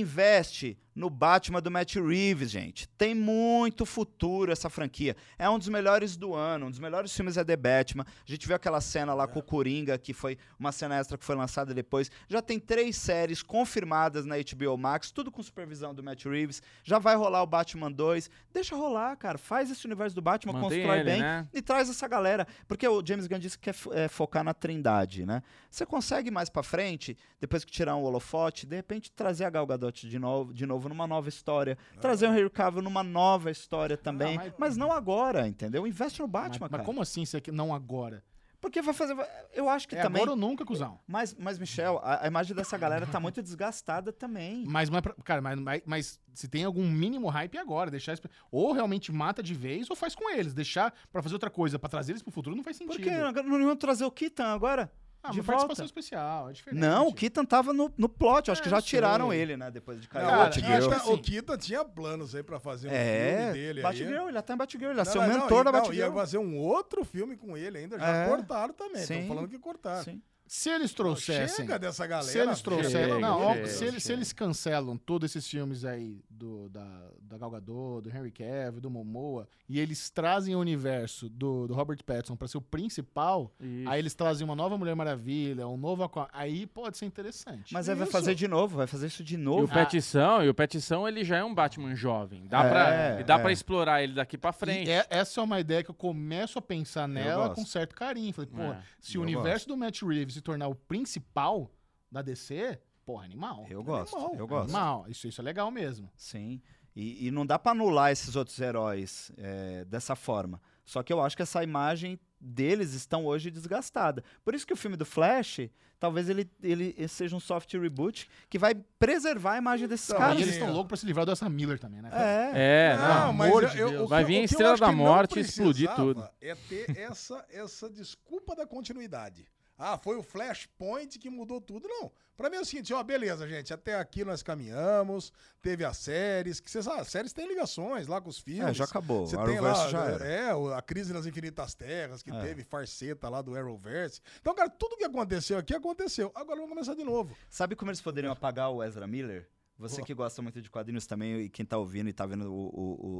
Speaker 5: Investe no Batman do Matt Reeves, gente. Tem muito futuro essa franquia. É um dos melhores do ano, um dos melhores filmes é The Batman. A gente viu aquela cena lá com o Coringa, que foi uma cena extra que foi lançada depois. Já tem três séries confirmadas na HBO Max, tudo com supervisão do Matt Reeves. Já vai rolar o Batman 2. Deixa rolar, cara. Faz esse universo do Batman,
Speaker 2: Mantém
Speaker 5: constrói
Speaker 2: ele,
Speaker 5: bem
Speaker 2: né?
Speaker 5: e traz essa galera. Porque o James Gunn disse que quer fo- é, focar na trindade, né? Você consegue mais pra frente, depois que tirar um holofote, de repente trazer a Gal Gadot de novo, de novo numa nova história, trazer o Henry Cavill numa nova história também,
Speaker 1: Ah, mas-
Speaker 5: mas... não agora, entendeu? Investe no Batman,
Speaker 1: Mas,
Speaker 5: cara.
Speaker 1: mas como assim você que- não agora?
Speaker 5: Porque vai fazer, vai- eu acho que
Speaker 1: É
Speaker 5: também.
Speaker 1: agora ou nunca, cuzão.
Speaker 5: Mas, mas Michel, a, a imagem dessa galera tá muito desgastada também.
Speaker 1: Mas, mas pra- cara, mas, mas, mas se tem algum mínimo hype é agora, deixar esse- ou realmente mata de vez ou faz com eles, deixar pra fazer outra coisa, pra trazer eles pro futuro não faz sentido.
Speaker 5: Por que não iam trazer o Keaton agora?
Speaker 1: Ah,
Speaker 5: de
Speaker 1: uma
Speaker 5: volta?
Speaker 1: participação especial, é diferente.
Speaker 5: Não, o Keaton tava no, no plot, eu acho
Speaker 1: É,
Speaker 5: que já
Speaker 1: eu sei.
Speaker 5: tiraram ele, né, depois de
Speaker 4: Não,
Speaker 5: Caio
Speaker 1: Cara,
Speaker 4: eu acho
Speaker 1: Batgirl.
Speaker 4: que
Speaker 1: Assim.
Speaker 4: o Kita tinha planos aí pra fazer um
Speaker 5: É,
Speaker 4: filme dele. aí.
Speaker 5: Batgirl, ele até em Batgirl, ele ia
Speaker 4: Não,
Speaker 5: ser o
Speaker 4: não, não,
Speaker 5: mentor da
Speaker 4: então, Ia
Speaker 5: Batgirl.
Speaker 4: fazer um outro filme com ele ainda. Já
Speaker 5: É.
Speaker 4: cortaram também. Estão
Speaker 5: Sim.
Speaker 4: falando que cortaram.
Speaker 5: Sim.
Speaker 1: Se eles trouxessem,
Speaker 4: Chega dessa galera.
Speaker 1: assim. se eles
Speaker 4: velho.
Speaker 1: trouxeram,
Speaker 2: Chega,
Speaker 1: não, ó,
Speaker 2: chega,
Speaker 1: se, eles, se
Speaker 5: chega.
Speaker 1: eles cancelam todos esses filmes aí do da, da Gal Gadot, do Henry Cavill, do Momoa, e eles trazem o universo do, do Robert Pattinson pra ser o principal,
Speaker 2: Isso.
Speaker 1: aí eles trazem uma nova Mulher Maravilha, um novo Aquaman, aí pode ser interessante.
Speaker 5: Mas aí vai
Speaker 4: Isso.
Speaker 5: fazer de novo, vai fazer isso de
Speaker 2: E o
Speaker 5: novo.
Speaker 2: Petição, e o Petição ele já é um Batman jovem. Dá
Speaker 5: ah. É,
Speaker 2: pra, e dá
Speaker 5: é.
Speaker 2: pra explorar ele daqui pra frente.
Speaker 1: E é- essa é uma ideia que eu começo a pensar nela
Speaker 5: gosto.
Speaker 1: com certo carinho. Falei, pô,
Speaker 2: É,
Speaker 1: se o
Speaker 5: eu
Speaker 1: universo do Matt Reeves se tornar o principal da DC, porra, animal.
Speaker 5: Eu gosto,
Speaker 4: Animal,
Speaker 5: eu gosto.
Speaker 1: Animal, isso, isso é legal mesmo.
Speaker 5: Sim. E, e não dá pra anular esses outros heróis é, dessa forma. Só que eu acho que essa imagem deles estão hoje desgastada. Por isso que o filme do Flash, talvez ele, ele ele seja um soft reboot que vai preservar a imagem desses
Speaker 4: Então,
Speaker 1: e
Speaker 5: caras.
Speaker 1: eles
Speaker 4: sim,
Speaker 1: estão
Speaker 4: ó.
Speaker 1: loucos pra se livrar dessa Miller também, né? cara?
Speaker 5: É.
Speaker 2: É,
Speaker 4: Não,
Speaker 2: não.
Speaker 4: mas
Speaker 1: amor
Speaker 4: eu-
Speaker 1: de
Speaker 4: eu-
Speaker 1: Deus.
Speaker 4: o
Speaker 2: Vai
Speaker 4: que-
Speaker 2: vir a
Speaker 4: o que eu
Speaker 2: Estrela
Speaker 4: acho
Speaker 2: da
Speaker 4: que não
Speaker 2: Morte e explodir
Speaker 4: precisava
Speaker 2: tudo.
Speaker 4: É ter essa, essa desculpa da continuidade. Ah, foi o Flashpoint que mudou tudo. Não. Pra mim é o seguinte, ó, beleza, gente. Até aqui nós caminhamos, teve as séries, que vocês, ah, as séries têm ligações lá com os filmes.
Speaker 5: É, já acabou.
Speaker 4: Você
Speaker 5: O
Speaker 4: tem lá,
Speaker 5: Arrowverse já era.
Speaker 4: é, o- a crise nas infinitas terras,
Speaker 2: É.
Speaker 4: que teve farceta lá do Arrowverse. Então, cara, tudo que aconteceu aqui aconteceu. Agora vamos começar de novo.
Speaker 5: Sabe como eles poderiam apagar o Ezra Miller? Você que gosta muito de quadrinhos também, e quem tá ouvindo e tá vendo o,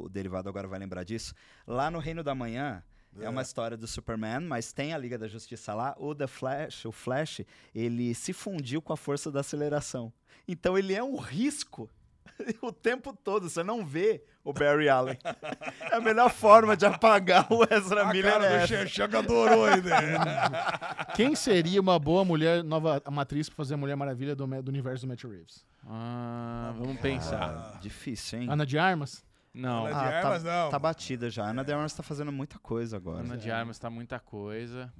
Speaker 5: o- o derivado agora vai lembrar disso. Lá no Reino da Manhã. É. uma história do Superman, mas tem a Liga da Justiça lá. O The Flash, o Flash, ele se fundiu com a força da aceleração. Então ele é um risco o tempo todo. Você não vê o Barry Allen. É a melhor forma de apagar o Ezra
Speaker 4: A
Speaker 5: Miller. é
Speaker 4: cara do
Speaker 5: essa.
Speaker 4: Xerxan que adorou a ideia.
Speaker 1: Quem seria uma boa mulher, nova matriz pra fazer a Mulher Maravilha do, Ma- do universo do Matt Reeves?
Speaker 2: Ah, vamos pensar.
Speaker 5: Ah, Difícil, hein?
Speaker 1: Ana de Armas?
Speaker 2: Não,
Speaker 4: Ana de Armas,
Speaker 5: tá,
Speaker 4: não.
Speaker 5: tá batida já. A Ana de Armas tá fazendo muita coisa agora.
Speaker 2: Ana de Armas tá muita coisa.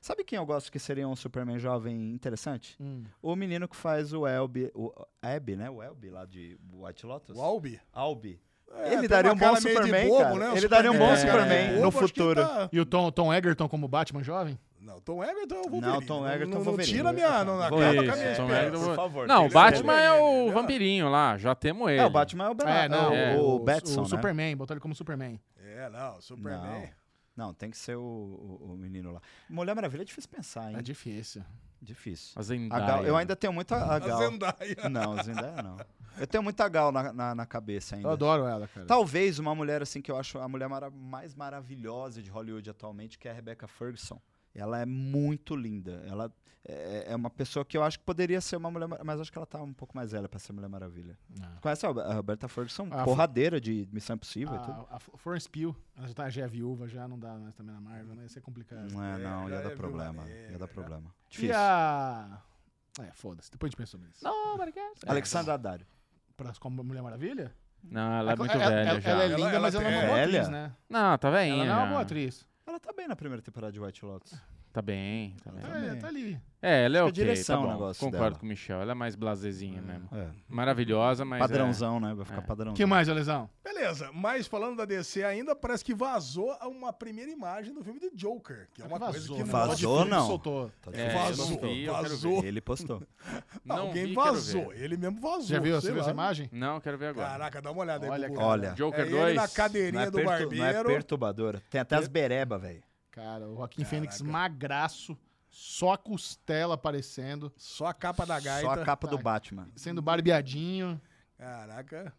Speaker 5: Sabe quem eu gosto que seria um Superman jovem interessante?
Speaker 1: Hum.
Speaker 5: O menino que faz o Elby, o Abby, né? O Elby lá de White Lotus.
Speaker 4: O Albi.
Speaker 5: Albi.
Speaker 4: É,
Speaker 5: ele
Speaker 4: tem
Speaker 5: daria um
Speaker 4: uma
Speaker 5: bom
Speaker 4: cara meio de
Speaker 5: Superman,
Speaker 4: bobo,
Speaker 5: cara.
Speaker 4: né? O
Speaker 5: Ele daria um bom
Speaker 4: cara
Speaker 5: Superman
Speaker 4: meio
Speaker 5: no
Speaker 4: bobo, acho que
Speaker 5: futuro.
Speaker 4: tá-
Speaker 1: E o Tom, Tom Egerton como Batman jovem?
Speaker 4: Não, Tom Egerton é o Wolverine.
Speaker 5: Não, Tom Egerton
Speaker 4: não,
Speaker 5: é o
Speaker 4: não
Speaker 5: Wolverine.
Speaker 4: tira minha, não, acaba com a minha
Speaker 2: Isso, Tom
Speaker 4: esperança.
Speaker 2: Egerton- é um
Speaker 5: Por favor.
Speaker 2: Não,
Speaker 5: tem
Speaker 2: o
Speaker 5: que ser
Speaker 2: Batman é o
Speaker 4: Wolverine, né?
Speaker 2: vampirinho lá, já temos ele.
Speaker 5: É, o Batman é o Ben
Speaker 1: É, não.
Speaker 5: é, o, o
Speaker 1: o
Speaker 5: Batson, né?
Speaker 1: Superman, botaram ele como Superman.
Speaker 4: É, não, Superman.
Speaker 5: Não, tem que ser o, o- o menino lá. Mulher Maravilha é difícil pensar, hein?
Speaker 1: É difícil.
Speaker 5: Difícil.
Speaker 2: A
Speaker 5: A
Speaker 2: Zendaya.
Speaker 5: Gal- eu ainda tenho muita a
Speaker 4: A
Speaker 5: Gal.
Speaker 4: Zendaya.
Speaker 5: Não, Zendaya não. Eu tenho muita Gal na, na, na cabeça ainda.
Speaker 1: Eu adoro ela, cara.
Speaker 5: Talvez uma mulher assim que eu acho a mulher mara- mais maravilhosa de Hollywood atualmente, que é a Rebecca Ferguson. Ela é muito linda. Ela é, é uma pessoa que eu acho que poderia ser uma mulher, ma- mas acho que ela tá um pouco mais velha pra ser Mulher Maravilha.
Speaker 1: Ah.
Speaker 5: Conhece a a Roberta Ferguson?
Speaker 1: Ah,
Speaker 5: porradeira de Missão Impossível e tudo.
Speaker 1: A, a Florence Pugh, ela já, tá, já é viúva, já não dá mais também na Marvel, né? Ia ser complicado.
Speaker 5: Não é,
Speaker 4: É,
Speaker 5: não,
Speaker 4: já
Speaker 5: ia
Speaker 4: é
Speaker 5: dar
Speaker 4: viúva
Speaker 5: problema.
Speaker 4: negra,
Speaker 5: Ia dar
Speaker 4: já.
Speaker 5: problema.
Speaker 1: E
Speaker 5: Difícil.
Speaker 1: a... É, foda-se. Depois a gente pensa sobre isso.
Speaker 2: Não, obrigado.
Speaker 1: É.
Speaker 5: Alexandra Daddario.
Speaker 1: Pra, como Mulher Maravilha?
Speaker 2: Não, ela é muito
Speaker 1: ela,
Speaker 2: velha
Speaker 1: ela-
Speaker 2: já.
Speaker 1: Ela é
Speaker 4: Ela-
Speaker 1: linda,
Speaker 4: ela
Speaker 1: mas ela não é uma
Speaker 5: tem-
Speaker 1: boa
Speaker 5: velha?
Speaker 1: atriz, né?
Speaker 2: Não, tá
Speaker 1: Ela
Speaker 2: veinha.
Speaker 1: não é uma
Speaker 2: já.
Speaker 1: boa atriz.
Speaker 5: Ela tá bem na primeira temporada de White Lotus.
Speaker 2: Tá bem, tá bem.
Speaker 1: É, tá ali.
Speaker 2: É, ela é
Speaker 5: Acho
Speaker 2: ok,
Speaker 5: que a direção é
Speaker 2: tá
Speaker 5: o
Speaker 2: bom.
Speaker 5: negócio
Speaker 2: Concordo
Speaker 5: dela.
Speaker 2: com o Michel, ela é mais blazezinha mesmo.
Speaker 5: É.
Speaker 2: Maravilhosa, mas
Speaker 5: Padrãozão, né? Vai
Speaker 2: É.
Speaker 5: ficar
Speaker 1: O
Speaker 5: padrãozão.
Speaker 1: que mais, Alesão?
Speaker 4: Beleza, mas falando da DC ainda, parece que vazou uma primeira imagem do filme do Joker, que é uma coisa que
Speaker 5: né?
Speaker 4: não
Speaker 5: Vazou,
Speaker 1: O Netflix
Speaker 5: não.
Speaker 1: Soltou.
Speaker 5: Tá
Speaker 2: É,
Speaker 5: difícil.
Speaker 2: eu não
Speaker 4: vazou,
Speaker 2: vi, eu quero
Speaker 4: vazou.
Speaker 5: Ele postou.
Speaker 2: Não
Speaker 4: Alguém
Speaker 2: vi, quero
Speaker 4: vazou,
Speaker 2: ver.
Speaker 4: ele mesmo vazou.
Speaker 1: Já viu? Você
Speaker 4: sei
Speaker 1: viu essa
Speaker 4: lá.
Speaker 1: imagem?
Speaker 2: Não, quero ver agora.
Speaker 4: Caraca, dá uma olhada
Speaker 1: Olha,
Speaker 4: aí. Gugu.
Speaker 1: cara.
Speaker 5: Olha.
Speaker 4: É
Speaker 2: Joker
Speaker 4: ele
Speaker 2: 2.
Speaker 4: na
Speaker 5: Não
Speaker 4: cadeirinha
Speaker 5: é,
Speaker 4: do
Speaker 5: pertu- não é
Speaker 4: barbeiro.
Speaker 5: perturbadora. Tem até as bereba, velho.
Speaker 1: Cara, o Joaquim Fênix
Speaker 4: Caraca.
Speaker 1: magraço, só a costela aparecendo,
Speaker 4: Só a capa da gaita.
Speaker 5: Só a capa do
Speaker 1: Tá.
Speaker 5: Batman.
Speaker 1: sendo barbeadinho.
Speaker 4: Caraca.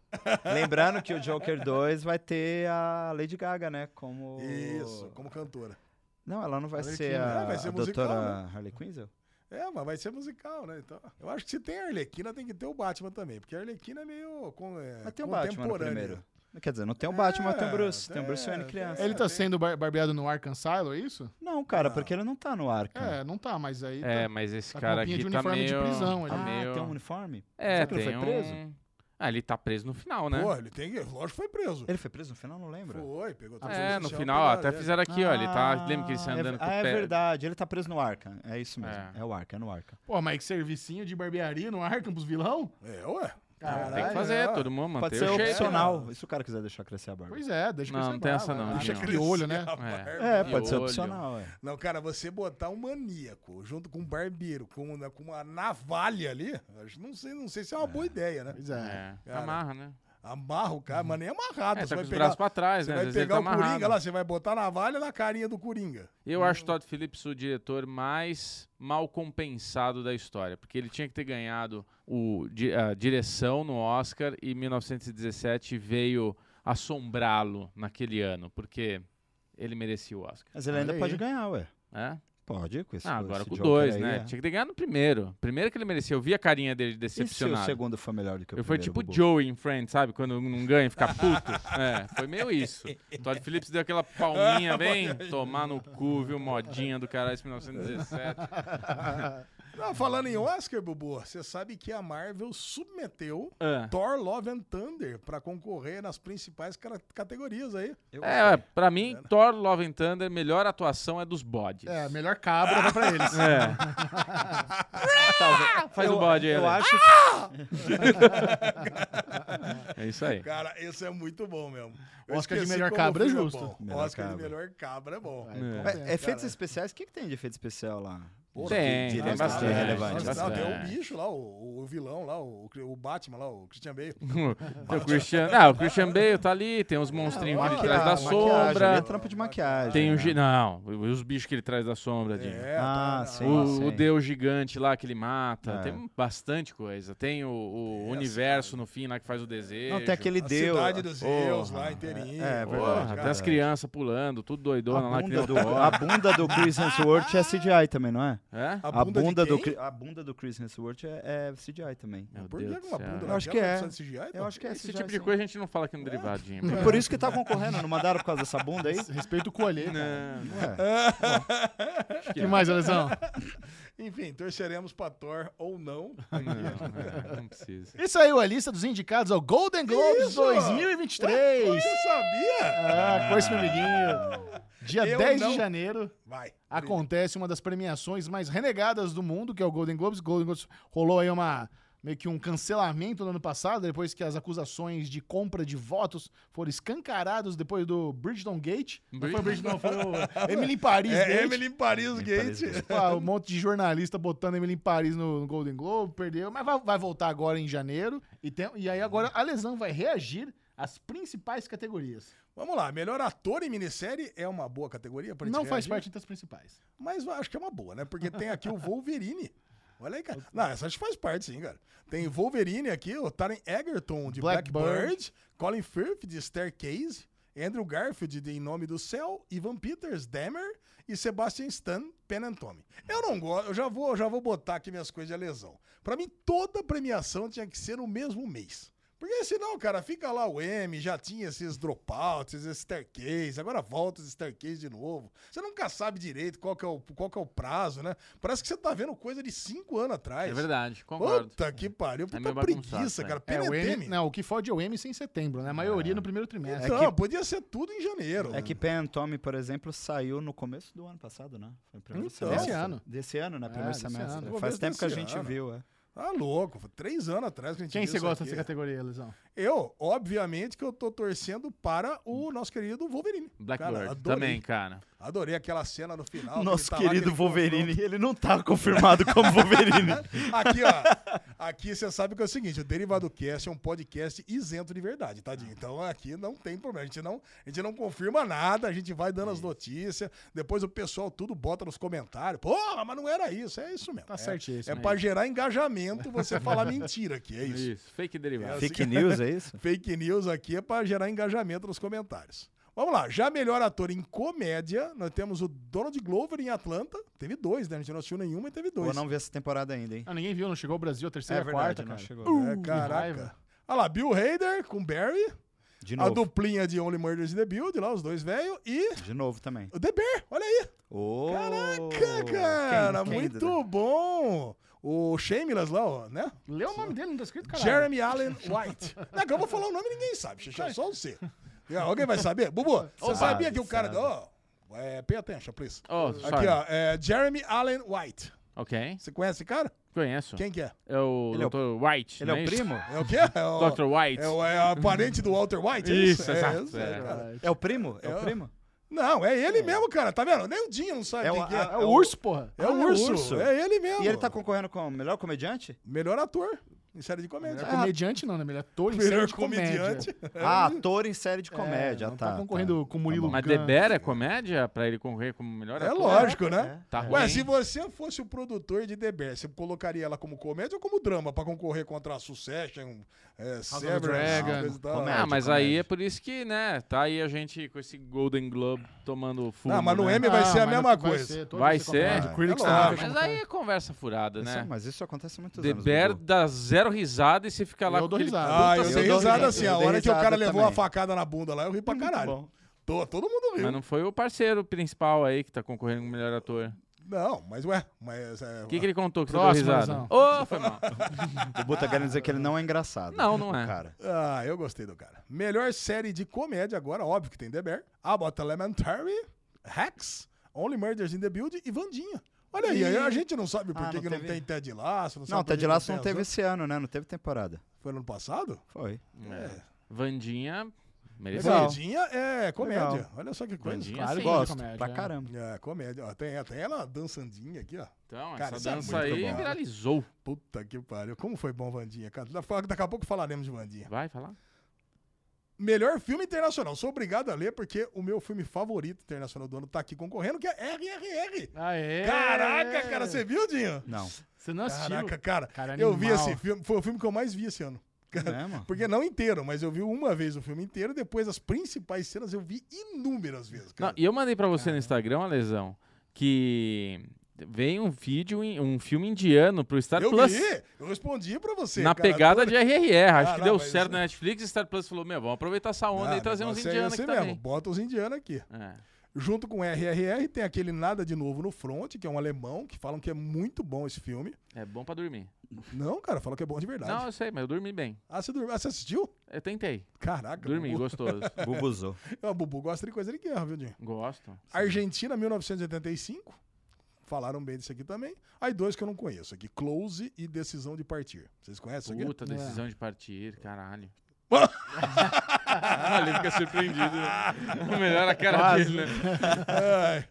Speaker 5: Lembrando que o Joker 2 vai ter a Lady Gaga, né? Como.
Speaker 4: Isso, como cantora.
Speaker 5: Não, ela não vai
Speaker 1: Harley
Speaker 5: ser
Speaker 1: Quinn.
Speaker 5: a,
Speaker 4: Ah, vai ser
Speaker 5: a
Speaker 4: musical, né?
Speaker 5: doutora Harley Quinn?
Speaker 4: É, mas vai ser musical, né? Então, eu acho que se tem a Arlequina, tem que ter o Batman também. Porque a Arlequina é meio con- é,
Speaker 5: Mas tem o Batman no
Speaker 4: contemporânea.
Speaker 5: primeiro. Quer dizer, não tem o Batman, tem o Bruce. Tem o Bruce
Speaker 4: é,
Speaker 5: Wayne criança.
Speaker 4: é.
Speaker 1: Ele tá sendo bar- barbeado no Arkham Silo, é isso?
Speaker 5: Não, cara,
Speaker 4: Não.
Speaker 5: porque ele não tá no ar, cara.
Speaker 1: É, não tá, mas aí.
Speaker 2: É,
Speaker 1: tá-
Speaker 2: mas esse
Speaker 1: tá com
Speaker 2: cara
Speaker 1: roupinha
Speaker 2: aqui
Speaker 1: de
Speaker 2: tá
Speaker 1: uniforme
Speaker 2: meio...
Speaker 1: de prisão, ele.
Speaker 2: tá
Speaker 5: Ah,
Speaker 2: meio...
Speaker 5: tem um uniforme?
Speaker 2: É,
Speaker 5: Será que ele
Speaker 2: tem
Speaker 5: foi preso?
Speaker 2: um- Ah, ele tá preso no final, né?
Speaker 4: Pô, ele tem que. Lógico que foi preso.
Speaker 5: Ele foi preso no final? Não lembro.
Speaker 4: Foi, pegou tudo
Speaker 2: É, no
Speaker 4: social,
Speaker 2: final, ó, até
Speaker 4: pegaram, é.
Speaker 2: fizeram aqui, ó. Ele tá. Lembra que ele
Speaker 5: Ah,
Speaker 2: sai
Speaker 5: é-
Speaker 2: andando com o
Speaker 5: Ah, é
Speaker 2: pé.
Speaker 5: verdade. Ele tá preso no Arca. É isso mesmo.
Speaker 2: É.
Speaker 5: É, o Arca, é no Arca.
Speaker 1: Pô, mas que servicinho de barbearia no Arkham pros vilão?
Speaker 4: É, ué.
Speaker 1: Caralho,
Speaker 2: Tem que fazer,
Speaker 4: ó.
Speaker 2: todo mundo manter
Speaker 5: Pode ser
Speaker 2: o jeito. né?
Speaker 5: opcional. E se o cara quiser deixar crescer a barba?
Speaker 1: Pois é, deixa
Speaker 2: Não,
Speaker 1: crescer
Speaker 2: não tem
Speaker 1: barba,
Speaker 2: essa não,
Speaker 1: Deixa
Speaker 2: Dinho.
Speaker 1: aquele olho, né?
Speaker 4: a
Speaker 2: É.
Speaker 4: barba.
Speaker 5: É,
Speaker 2: E
Speaker 5: pode ser
Speaker 2: olho.
Speaker 5: opcional, é.
Speaker 4: Não, cara, você botar um maníaco junto com um barbeiro, com, uma- com uma navalha ali, acho, não sei, não sei se é uma boa ideia, né?
Speaker 1: Pois é.
Speaker 2: É,
Speaker 4: Cara.
Speaker 2: amarra, né?
Speaker 4: Amarra o cara, mas nem amarrado.
Speaker 2: É,
Speaker 4: você
Speaker 2: tá com
Speaker 4: vai
Speaker 2: os
Speaker 4: pegar,
Speaker 2: braços pra trás,
Speaker 4: você
Speaker 2: né? Às
Speaker 4: vai
Speaker 2: vezes ele
Speaker 4: pegar
Speaker 2: tá
Speaker 4: o Coringa
Speaker 2: amarrado.
Speaker 4: lá, você vai botar a navalha na carinha do Coringa.
Speaker 5: Uhum.
Speaker 2: Eu acho Todd Phillips o diretor mais mal compensado da história, porque ele tinha que ter ganhado o, di- a direção no Oscar e 1917 veio assombrá-lo naquele ano, porque ele merecia o Oscar.
Speaker 5: Mas ele
Speaker 1: Olha
Speaker 5: ainda
Speaker 1: aí.
Speaker 5: pode ganhar, ué.
Speaker 2: Né?
Speaker 5: Pode, com esse
Speaker 2: Ah,
Speaker 5: com
Speaker 2: agora
Speaker 5: esse
Speaker 2: com
Speaker 5: Joker
Speaker 2: dois,
Speaker 5: aí,
Speaker 2: né?
Speaker 5: é.
Speaker 2: Tinha que ter ganhado no primeiro. Primeiro que ele merecia. Eu vi a carinha dele
Speaker 5: E se o
Speaker 2: decepcionado.
Speaker 5: segundo foi melhor do que o
Speaker 2: Eu fui
Speaker 5: primeiro?
Speaker 2: tipo
Speaker 5: Bubu?
Speaker 2: Joey em Friends, sabe? Quando não ganha, fica puto. é, foi meio isso. Todd Phillips deu aquela palminha, vem tomar no cu, viu? Modinha do caralho, esse 1917.
Speaker 4: Não, falando em Oscar, Bubu, você sabe que a Marvel submeteu
Speaker 5: É.
Speaker 2: Ah.
Speaker 4: Thor Love and Thunder pra concorrer nas principais cara- categorias aí.
Speaker 5: Eu
Speaker 2: É,
Speaker 5: gostei.
Speaker 2: pra mim, Thor Love and Thunder, melhor atuação é dos bodes.
Speaker 1: É, a melhor cabra vai pra eles.
Speaker 2: É.
Speaker 5: Talvez-
Speaker 2: Faz
Speaker 5: eu,
Speaker 2: o bode aí, né? Ah!
Speaker 5: Eu
Speaker 2: Ale.
Speaker 5: acho
Speaker 2: É isso aí.
Speaker 4: Cara, esse é muito bom mesmo. Eu
Speaker 1: Oscar de
Speaker 4: esqueci
Speaker 1: melhor
Speaker 4: como o
Speaker 1: cabra é
Speaker 4: filme
Speaker 1: justo.
Speaker 4: bom.
Speaker 5: Melhor
Speaker 4: Oscar de
Speaker 5: cabra.
Speaker 4: melhor cabra é bom.
Speaker 1: Vai, então
Speaker 2: É.
Speaker 5: Mas
Speaker 1: tem.
Speaker 5: efeitos
Speaker 4: cara.
Speaker 5: especiais, o que, que tem de efeito especial lá?
Speaker 4: Pô,
Speaker 2: Tem,
Speaker 5: de-
Speaker 2: tem
Speaker 5: de-
Speaker 4: Ah,
Speaker 2: bastante.
Speaker 5: de é relevante, é.
Speaker 4: Não,
Speaker 2: bastante.
Speaker 4: tem é, o bicho lá, o, o vilão lá, o, o Batman lá, o Christian Bale.
Speaker 2: Tem o Christian... Ah, o Christian Bale tá ali, tem os monstrinhos que ele traz da
Speaker 5: Maquiagem, maquiagem, ali é
Speaker 2: sombra.
Speaker 5: trampo de maquiagem.
Speaker 2: Tem um o...
Speaker 5: né?
Speaker 2: gi- Não, os bichos que ele traz da sombra, Dinho.
Speaker 4: É,
Speaker 5: Ah,
Speaker 4: tá,
Speaker 5: sim.
Speaker 2: O, o
Speaker 5: sei.
Speaker 2: Deus gigante lá que ele mata.
Speaker 5: É. assim,
Speaker 2: Tem bastante coisa. Tem o, o
Speaker 4: Essa,
Speaker 2: universo no fim lá que faz o desejo.
Speaker 5: Não, tem aquele
Speaker 4: A
Speaker 5: Deus.
Speaker 4: cidade dos Zeus lá
Speaker 5: Porra,
Speaker 4: inteirinho.
Speaker 5: É, é
Speaker 2: Porra,
Speaker 5: verdade.
Speaker 2: até as
Speaker 5: verdade.
Speaker 2: crianças pulando, tudo doidona
Speaker 5: A
Speaker 2: lá que nem
Speaker 5: bunda,
Speaker 2: o
Speaker 5: do,
Speaker 2: Thor.
Speaker 5: a bunda do Chris Hemsworth é CGI também, não é?
Speaker 2: É?
Speaker 4: A
Speaker 5: A
Speaker 4: bunda,
Speaker 5: bunda,
Speaker 4: de
Speaker 5: do,
Speaker 4: quem?
Speaker 5: Chris- a bunda do Chris Hemsworth é, é CGI também.
Speaker 2: Meu
Speaker 4: Por que
Speaker 2: Deus do
Speaker 4: uma
Speaker 2: céu.
Speaker 4: bunda
Speaker 5: Eu acho que
Speaker 4: daquela
Speaker 5: é.
Speaker 4: precisa de CGI,
Speaker 5: Eu acho que é
Speaker 2: Esse
Speaker 5: CGI,
Speaker 2: tipo de
Speaker 5: sim.
Speaker 2: coisa a gente não fala aqui no derivadinho.
Speaker 5: E Por isso que tá concorrendo, não mandaram por causa dessa bunda aí?
Speaker 1: Respeita o coelho.
Speaker 2: Não, é.
Speaker 5: Ué,
Speaker 1: O que mais, Alesão?
Speaker 5: é.
Speaker 4: Enfim, torceremos pra Thor ou não.
Speaker 2: não, é, não precisa.
Speaker 1: E saiu a lista dos indicados ao Golden Globes
Speaker 4: Isso!
Speaker 1: 2023.
Speaker 4: Você sabia?
Speaker 1: Ah, com esse meu amiguinho. Dia
Speaker 4: Eu
Speaker 1: 10
Speaker 4: não-
Speaker 1: de janeiro
Speaker 4: Vai.
Speaker 1: acontece uma das premiações mais renegadas do mundo, que é o Golden Globes. Golden Globes rolou aí uma meio que um cancelamento no ano passado, depois que as acusações de compra de votos foram escancarados depois do Bridgeton Gate. Não foi o Bridgeton, foi o Emily in Paris
Speaker 4: É
Speaker 1: Gate.
Speaker 4: Emily em Paris
Speaker 5: Paris
Speaker 4: Gate.
Speaker 1: Pá, um monte de jornalista botando Emily em Paris no, no Golden Globe, perdeu, mas vai, vai voltar agora em janeiro. E, tem- e aí agora a lesão vai reagir as principais categorias.
Speaker 4: Vamos lá, melhor ator em minissérie é uma boa categoria pra gente
Speaker 1: Não faz
Speaker 4: reagir,
Speaker 1: parte das principais.
Speaker 4: Mas eu acho que é uma boa, né? Porque tem aqui o Wolverine. Olha aí, cara. Não, essa acho que faz parte, sim, cara. Tem Wolverine aqui, o Taron Egerton de
Speaker 1: Blackbird.
Speaker 4: Blackbird, Colin Firth de Staircase, Andrew Garfield de Em Nome do Céu, Ivan Peters, Dahmer e Sebastian Stan, Pen and Tommy. Eu não gosto, eu já vou, eu já vou botar aqui minhas coisas de lesão. Pra mim, toda premiação tinha que ser no mesmo mês. Porque senão, cara, fica lá o M, já tinha esses dropouts, esses staircase, agora volta os staircase de novo. Você nunca sabe direito qual que é o, qual que é o prazo, né? Parece que você tá vendo coisa de cinco anos atrás.
Speaker 2: É verdade, concordo.
Speaker 4: Puta que pariu, puta
Speaker 2: meio bagunçado,
Speaker 4: preguiça,
Speaker 2: né?
Speaker 4: cara.
Speaker 1: É, o M,
Speaker 4: PNTM.
Speaker 1: não, o que fode é o M sem setembro, né? A
Speaker 4: É.
Speaker 1: maioria no primeiro trimestre.
Speaker 2: Então,
Speaker 4: Não, podia ser tudo em janeiro.
Speaker 5: É que Pen and Tommy, por exemplo, saiu no começo do ano passado, né? Foi o primeiro
Speaker 1: Então.
Speaker 5: semestre.
Speaker 1: Desse ano.
Speaker 5: Desse ano, né? Primeiro
Speaker 1: desse
Speaker 5: semestre.
Speaker 1: ano.
Speaker 5: Faz
Speaker 4: Começo
Speaker 5: tempo que a
Speaker 4: desse
Speaker 5: gente
Speaker 4: ano.
Speaker 5: viu, é.
Speaker 4: Tá louco, foi três anos atrás que a gente
Speaker 1: Quem
Speaker 4: viu
Speaker 1: você
Speaker 4: isso
Speaker 1: gosta
Speaker 4: aqui.
Speaker 1: dessa
Speaker 2: é.
Speaker 1: categoria, Lesão?
Speaker 4: Eu, obviamente, que eu tô torcendo para o nosso querido Wolverine. Cara,
Speaker 2: Blackbird
Speaker 4: adorei.
Speaker 2: também, cara.
Speaker 4: Adorei aquela cena no final. que ele
Speaker 5: Nosso
Speaker 4: tá lá,
Speaker 5: querido
Speaker 4: aquele
Speaker 5: Wolverine, ele não tá confirmado como Wolverine.
Speaker 4: Aqui, ó. Aqui você sabe que é o seguinte: o Derivado Cast é um podcast isento de verdade,
Speaker 1: Ah.
Speaker 4: tadinho. Então aqui não tem problema. A gente não, a gente não confirma nada, a gente vai dando as notícias. Depois o pessoal tudo bota nos comentários. Porra, mas não era isso. É isso mesmo.
Speaker 1: Tá
Speaker 4: é,
Speaker 1: certíssimo,
Speaker 4: É
Speaker 1: é
Speaker 4: pra gerar engajamento você falar mentira aqui. É isso.
Speaker 2: Isso, fake derivado.
Speaker 5: Fake news, é isso?
Speaker 4: Fake news aqui é pra gerar engajamento nos comentários. Vamos lá, já melhor ator em comédia, nós temos o Donald Glover em Atlanta. Teve dois, né? A gente não assistiu nenhuma e teve dois.
Speaker 5: Vou não ver essa temporada ainda, hein? É
Speaker 1: Ah, ninguém viu, não chegou ao Brasil, a terceira, a quarta, cara.
Speaker 5: chegou.
Speaker 4: É,
Speaker 1: raiva.
Speaker 4: caraca. Olha lá, Bill Hader com Barry,
Speaker 5: De
Speaker 4: a
Speaker 5: novo.
Speaker 4: duplinha de Only Murders in the Build, lá, os dois velhos, e
Speaker 5: De novo também.
Speaker 4: o The Bear, olha aí.
Speaker 5: Ô, é
Speaker 4: Caraca, cara,
Speaker 5: quem- quem
Speaker 4: muito
Speaker 5: ainda?
Speaker 4: bom. O Shameless lá, ó, né?
Speaker 1: Lê o nome dele, não tá escrito, caralho.
Speaker 4: Jeremy Allen White. Não, é que eu vou falar o nome e ninguém sabe, xixi, é só o C. E, ó, Alguém vai saber? Bubu, você sabia que o cara... ó, é, pay attention, please.
Speaker 2: Oh,
Speaker 4: Aqui,
Speaker 2: sorry.
Speaker 4: ó, é Jeremy Allen White.
Speaker 2: Ok,
Speaker 4: Você conhece esse cara?
Speaker 2: conheço.
Speaker 4: Quem que é?
Speaker 2: É o
Speaker 5: Ele é o-
Speaker 2: Dr. White.
Speaker 5: Ele é
Speaker 2: não
Speaker 5: o
Speaker 2: isso?
Speaker 5: primo?
Speaker 4: É o quê? É o,
Speaker 2: Dr. White.
Speaker 4: É, o, é o parente do Walter White? é
Speaker 2: Isso, exato, é.
Speaker 4: cara.
Speaker 5: É o primo? É
Speaker 4: É
Speaker 5: o
Speaker 4: o-
Speaker 5: primo?
Speaker 4: Não, é ele mesmo, cara. Tá vendo? Nem o Dinho não sabe
Speaker 5: É
Speaker 4: quem
Speaker 5: o-
Speaker 4: que é.
Speaker 5: a-
Speaker 1: É o urso, porra.
Speaker 4: É o
Speaker 5: Ah, é o
Speaker 4: urso.
Speaker 5: urso.
Speaker 4: É ele mesmo.
Speaker 5: E ele tá concorrendo com o melhor comediante?
Speaker 4: Melhor ator em série de comédia.
Speaker 1: É comediante não, né? Melhor ator em série
Speaker 4: Melhor
Speaker 1: de comédia.
Speaker 4: comediante. É,
Speaker 5: Ah, ator em série de
Speaker 1: É,
Speaker 5: comédia,
Speaker 2: ah,
Speaker 1: não
Speaker 5: tá.
Speaker 1: tá concorrendo com o Murilo
Speaker 2: Mas The
Speaker 1: Gun.
Speaker 2: Bear é comédia pra ele concorrer como melhor
Speaker 4: É
Speaker 2: ator?
Speaker 4: lógico, né?
Speaker 5: É.
Speaker 2: Tá
Speaker 4: Ué,
Speaker 2: ruim.
Speaker 4: se você fosse o produtor de The Bear, você colocaria ela como comédia ou como drama pra concorrer contra a Succession, é, Severance,
Speaker 1: Dragon,
Speaker 4: coisa e tal?
Speaker 5: comédia.
Speaker 2: Ah, mas
Speaker 5: comédia.
Speaker 2: aí é por isso que, né, tá aí a gente com esse Golden Globe tomando fumo.
Speaker 4: Não, mas no
Speaker 2: né?
Speaker 4: M vai ser a
Speaker 1: Ah, mas
Speaker 4: mesma
Speaker 1: vai
Speaker 4: coisa.
Speaker 1: ser, todos
Speaker 2: Vai
Speaker 1: ser
Speaker 2: ser?
Speaker 1: comédia.
Speaker 5: Ah,
Speaker 1: Critics
Speaker 4: é
Speaker 1: também
Speaker 4: lógico.
Speaker 1: vai
Speaker 2: Mas
Speaker 1: chamar.
Speaker 2: aí é conversa furada,
Speaker 5: Isso-
Speaker 2: né?
Speaker 5: mas isso acontece há muitos
Speaker 2: The
Speaker 5: anos.
Speaker 2: Bear
Speaker 5: Gugu.
Speaker 2: dá zero risada e você fica lá
Speaker 1: Eu
Speaker 2: com
Speaker 1: dou
Speaker 2: aquele
Speaker 1: risada.
Speaker 4: Ah,
Speaker 2: puta
Speaker 4: eu
Speaker 5: Eu
Speaker 4: dei
Speaker 5: dou
Speaker 4: risada
Speaker 5: risada,
Speaker 4: assim.
Speaker 5: eu
Speaker 4: A
Speaker 5: dei
Speaker 4: hora que o cara
Speaker 5: risada
Speaker 4: levou
Speaker 5: também.
Speaker 4: uma facada na bunda lá, eu ri pra caralho.
Speaker 5: bom.
Speaker 4: Tô, todo mundo riu.
Speaker 2: Mas não foi o parceiro principal aí que tá concorrendo com o melhor ator.
Speaker 4: Não, mas ué. Mas, é,
Speaker 2: O que, que ele contou que você
Speaker 1: Próximo,
Speaker 2: deu risada? Ô, foi mal.
Speaker 5: O Buta querendo dizer que ele não é engraçado.
Speaker 2: Não, não é.
Speaker 5: Cara.
Speaker 4: Ah, eu gostei do cara. Melhor série de comédia agora, óbvio que tem The Bear. Ah, bota Elementary, Hacks, Only Murders in the Build e Vandinha. Olha aí,
Speaker 5: Ih.
Speaker 4: a gente não sabe por
Speaker 5: Ah,
Speaker 4: que
Speaker 5: não
Speaker 4: que não
Speaker 5: teve.
Speaker 4: tem Ted Lasso. Não,
Speaker 5: Não,
Speaker 4: sabe por que
Speaker 5: Ted
Speaker 4: que
Speaker 5: Lasso não
Speaker 4: tem
Speaker 5: teve
Speaker 4: as
Speaker 5: esse ano, né? Não teve temporada.
Speaker 4: outras. Foi no ano passado? É.
Speaker 5: Foi.
Speaker 2: Vandinha mereceu.
Speaker 5: É. Legal.
Speaker 4: Vandinha é comédia.
Speaker 5: Legal.
Speaker 4: Olha só que coisa.
Speaker 2: Vandinha,
Speaker 1: Claro,
Speaker 2: sim.
Speaker 1: gosto.
Speaker 5: Gosto.
Speaker 1: comédia,
Speaker 5: pra
Speaker 1: é.
Speaker 5: caramba.
Speaker 4: É, comédia. Ó, tem, tem ela dançandinha aqui, ó.
Speaker 2: Então,
Speaker 4: Cara, isso
Speaker 2: essa
Speaker 4: é
Speaker 2: dança
Speaker 4: muito
Speaker 2: aí
Speaker 4: bom.
Speaker 2: viralizou.
Speaker 4: Puta que pariu. Como foi bom Vandinha, cara. Da- Daqui a pouco falaremos de Vandinha.
Speaker 2: Vai falar?
Speaker 4: Melhor filme internacional. Sou obrigado a ler porque o meu filme favorito internacional do ano tá aqui concorrendo, que é RRR.
Speaker 1: Aê!
Speaker 4: Caraca, cara, você viu, Dinho?
Speaker 5: Não.
Speaker 1: Você não assistiu?
Speaker 4: Caraca, cara,
Speaker 1: Cara,
Speaker 4: eu vi assim,
Speaker 1: animal.
Speaker 4: esse filme, foi o filme que eu mais vi esse ano. Cara,
Speaker 5: Né, mano?
Speaker 4: Porque não inteiro, mas eu vi uma vez o filme inteiro, depois as principais cenas eu vi inúmeras vezes,
Speaker 2: Não,
Speaker 4: cara.
Speaker 2: e eu mandei pra você no Instagram, a lesão, que vem um vídeo, em- um filme indiano pro Star
Speaker 4: eu
Speaker 2: Plus.
Speaker 4: vi, eu respondi pra você,
Speaker 2: Na
Speaker 4: cara.
Speaker 2: pegada de RRR, acho
Speaker 4: Ah,
Speaker 2: que
Speaker 4: não,
Speaker 2: deu
Speaker 4: mas
Speaker 2: certo
Speaker 4: isso-
Speaker 2: na Netflix e Star Plus falou: Meu, vamos aproveitar essa onda
Speaker 4: Ah,
Speaker 2: e trazer uns
Speaker 4: negócio é
Speaker 2: indianos
Speaker 4: esse
Speaker 2: aqui
Speaker 4: mesmo,
Speaker 2: também.
Speaker 4: Bota os indianos aqui.
Speaker 2: É.
Speaker 4: Junto com RRR tem aquele Nada de Novo no Front, que é um alemão, que falam que é muito bom esse filme.
Speaker 2: É bom pra dormir.
Speaker 4: Não, cara, falam que é bom de verdade.
Speaker 2: Não, eu sei, mas eu dormi bem.
Speaker 4: Ah, você, dormiu? Ah, você assistiu?
Speaker 2: Eu tentei.
Speaker 4: Caraca,
Speaker 2: Dormi,
Speaker 4: Bubu.
Speaker 2: gostoso.
Speaker 5: Bubuzou.
Speaker 4: Ó, Bubu gosta de coisa de guerra, viu, Dinho?
Speaker 2: Gosto.
Speaker 4: Argentina, 1985. Falaram bem disso aqui também. Aí dois que eu não conheço aqui: Close e Decisão de Partir. Vocês conhecem isso aqui?
Speaker 2: Puta, decisão
Speaker 4: É.
Speaker 2: de partir, caralho. é né? Ele fica surpreendido. Melhor a cara dele, né?
Speaker 4: Ai. É.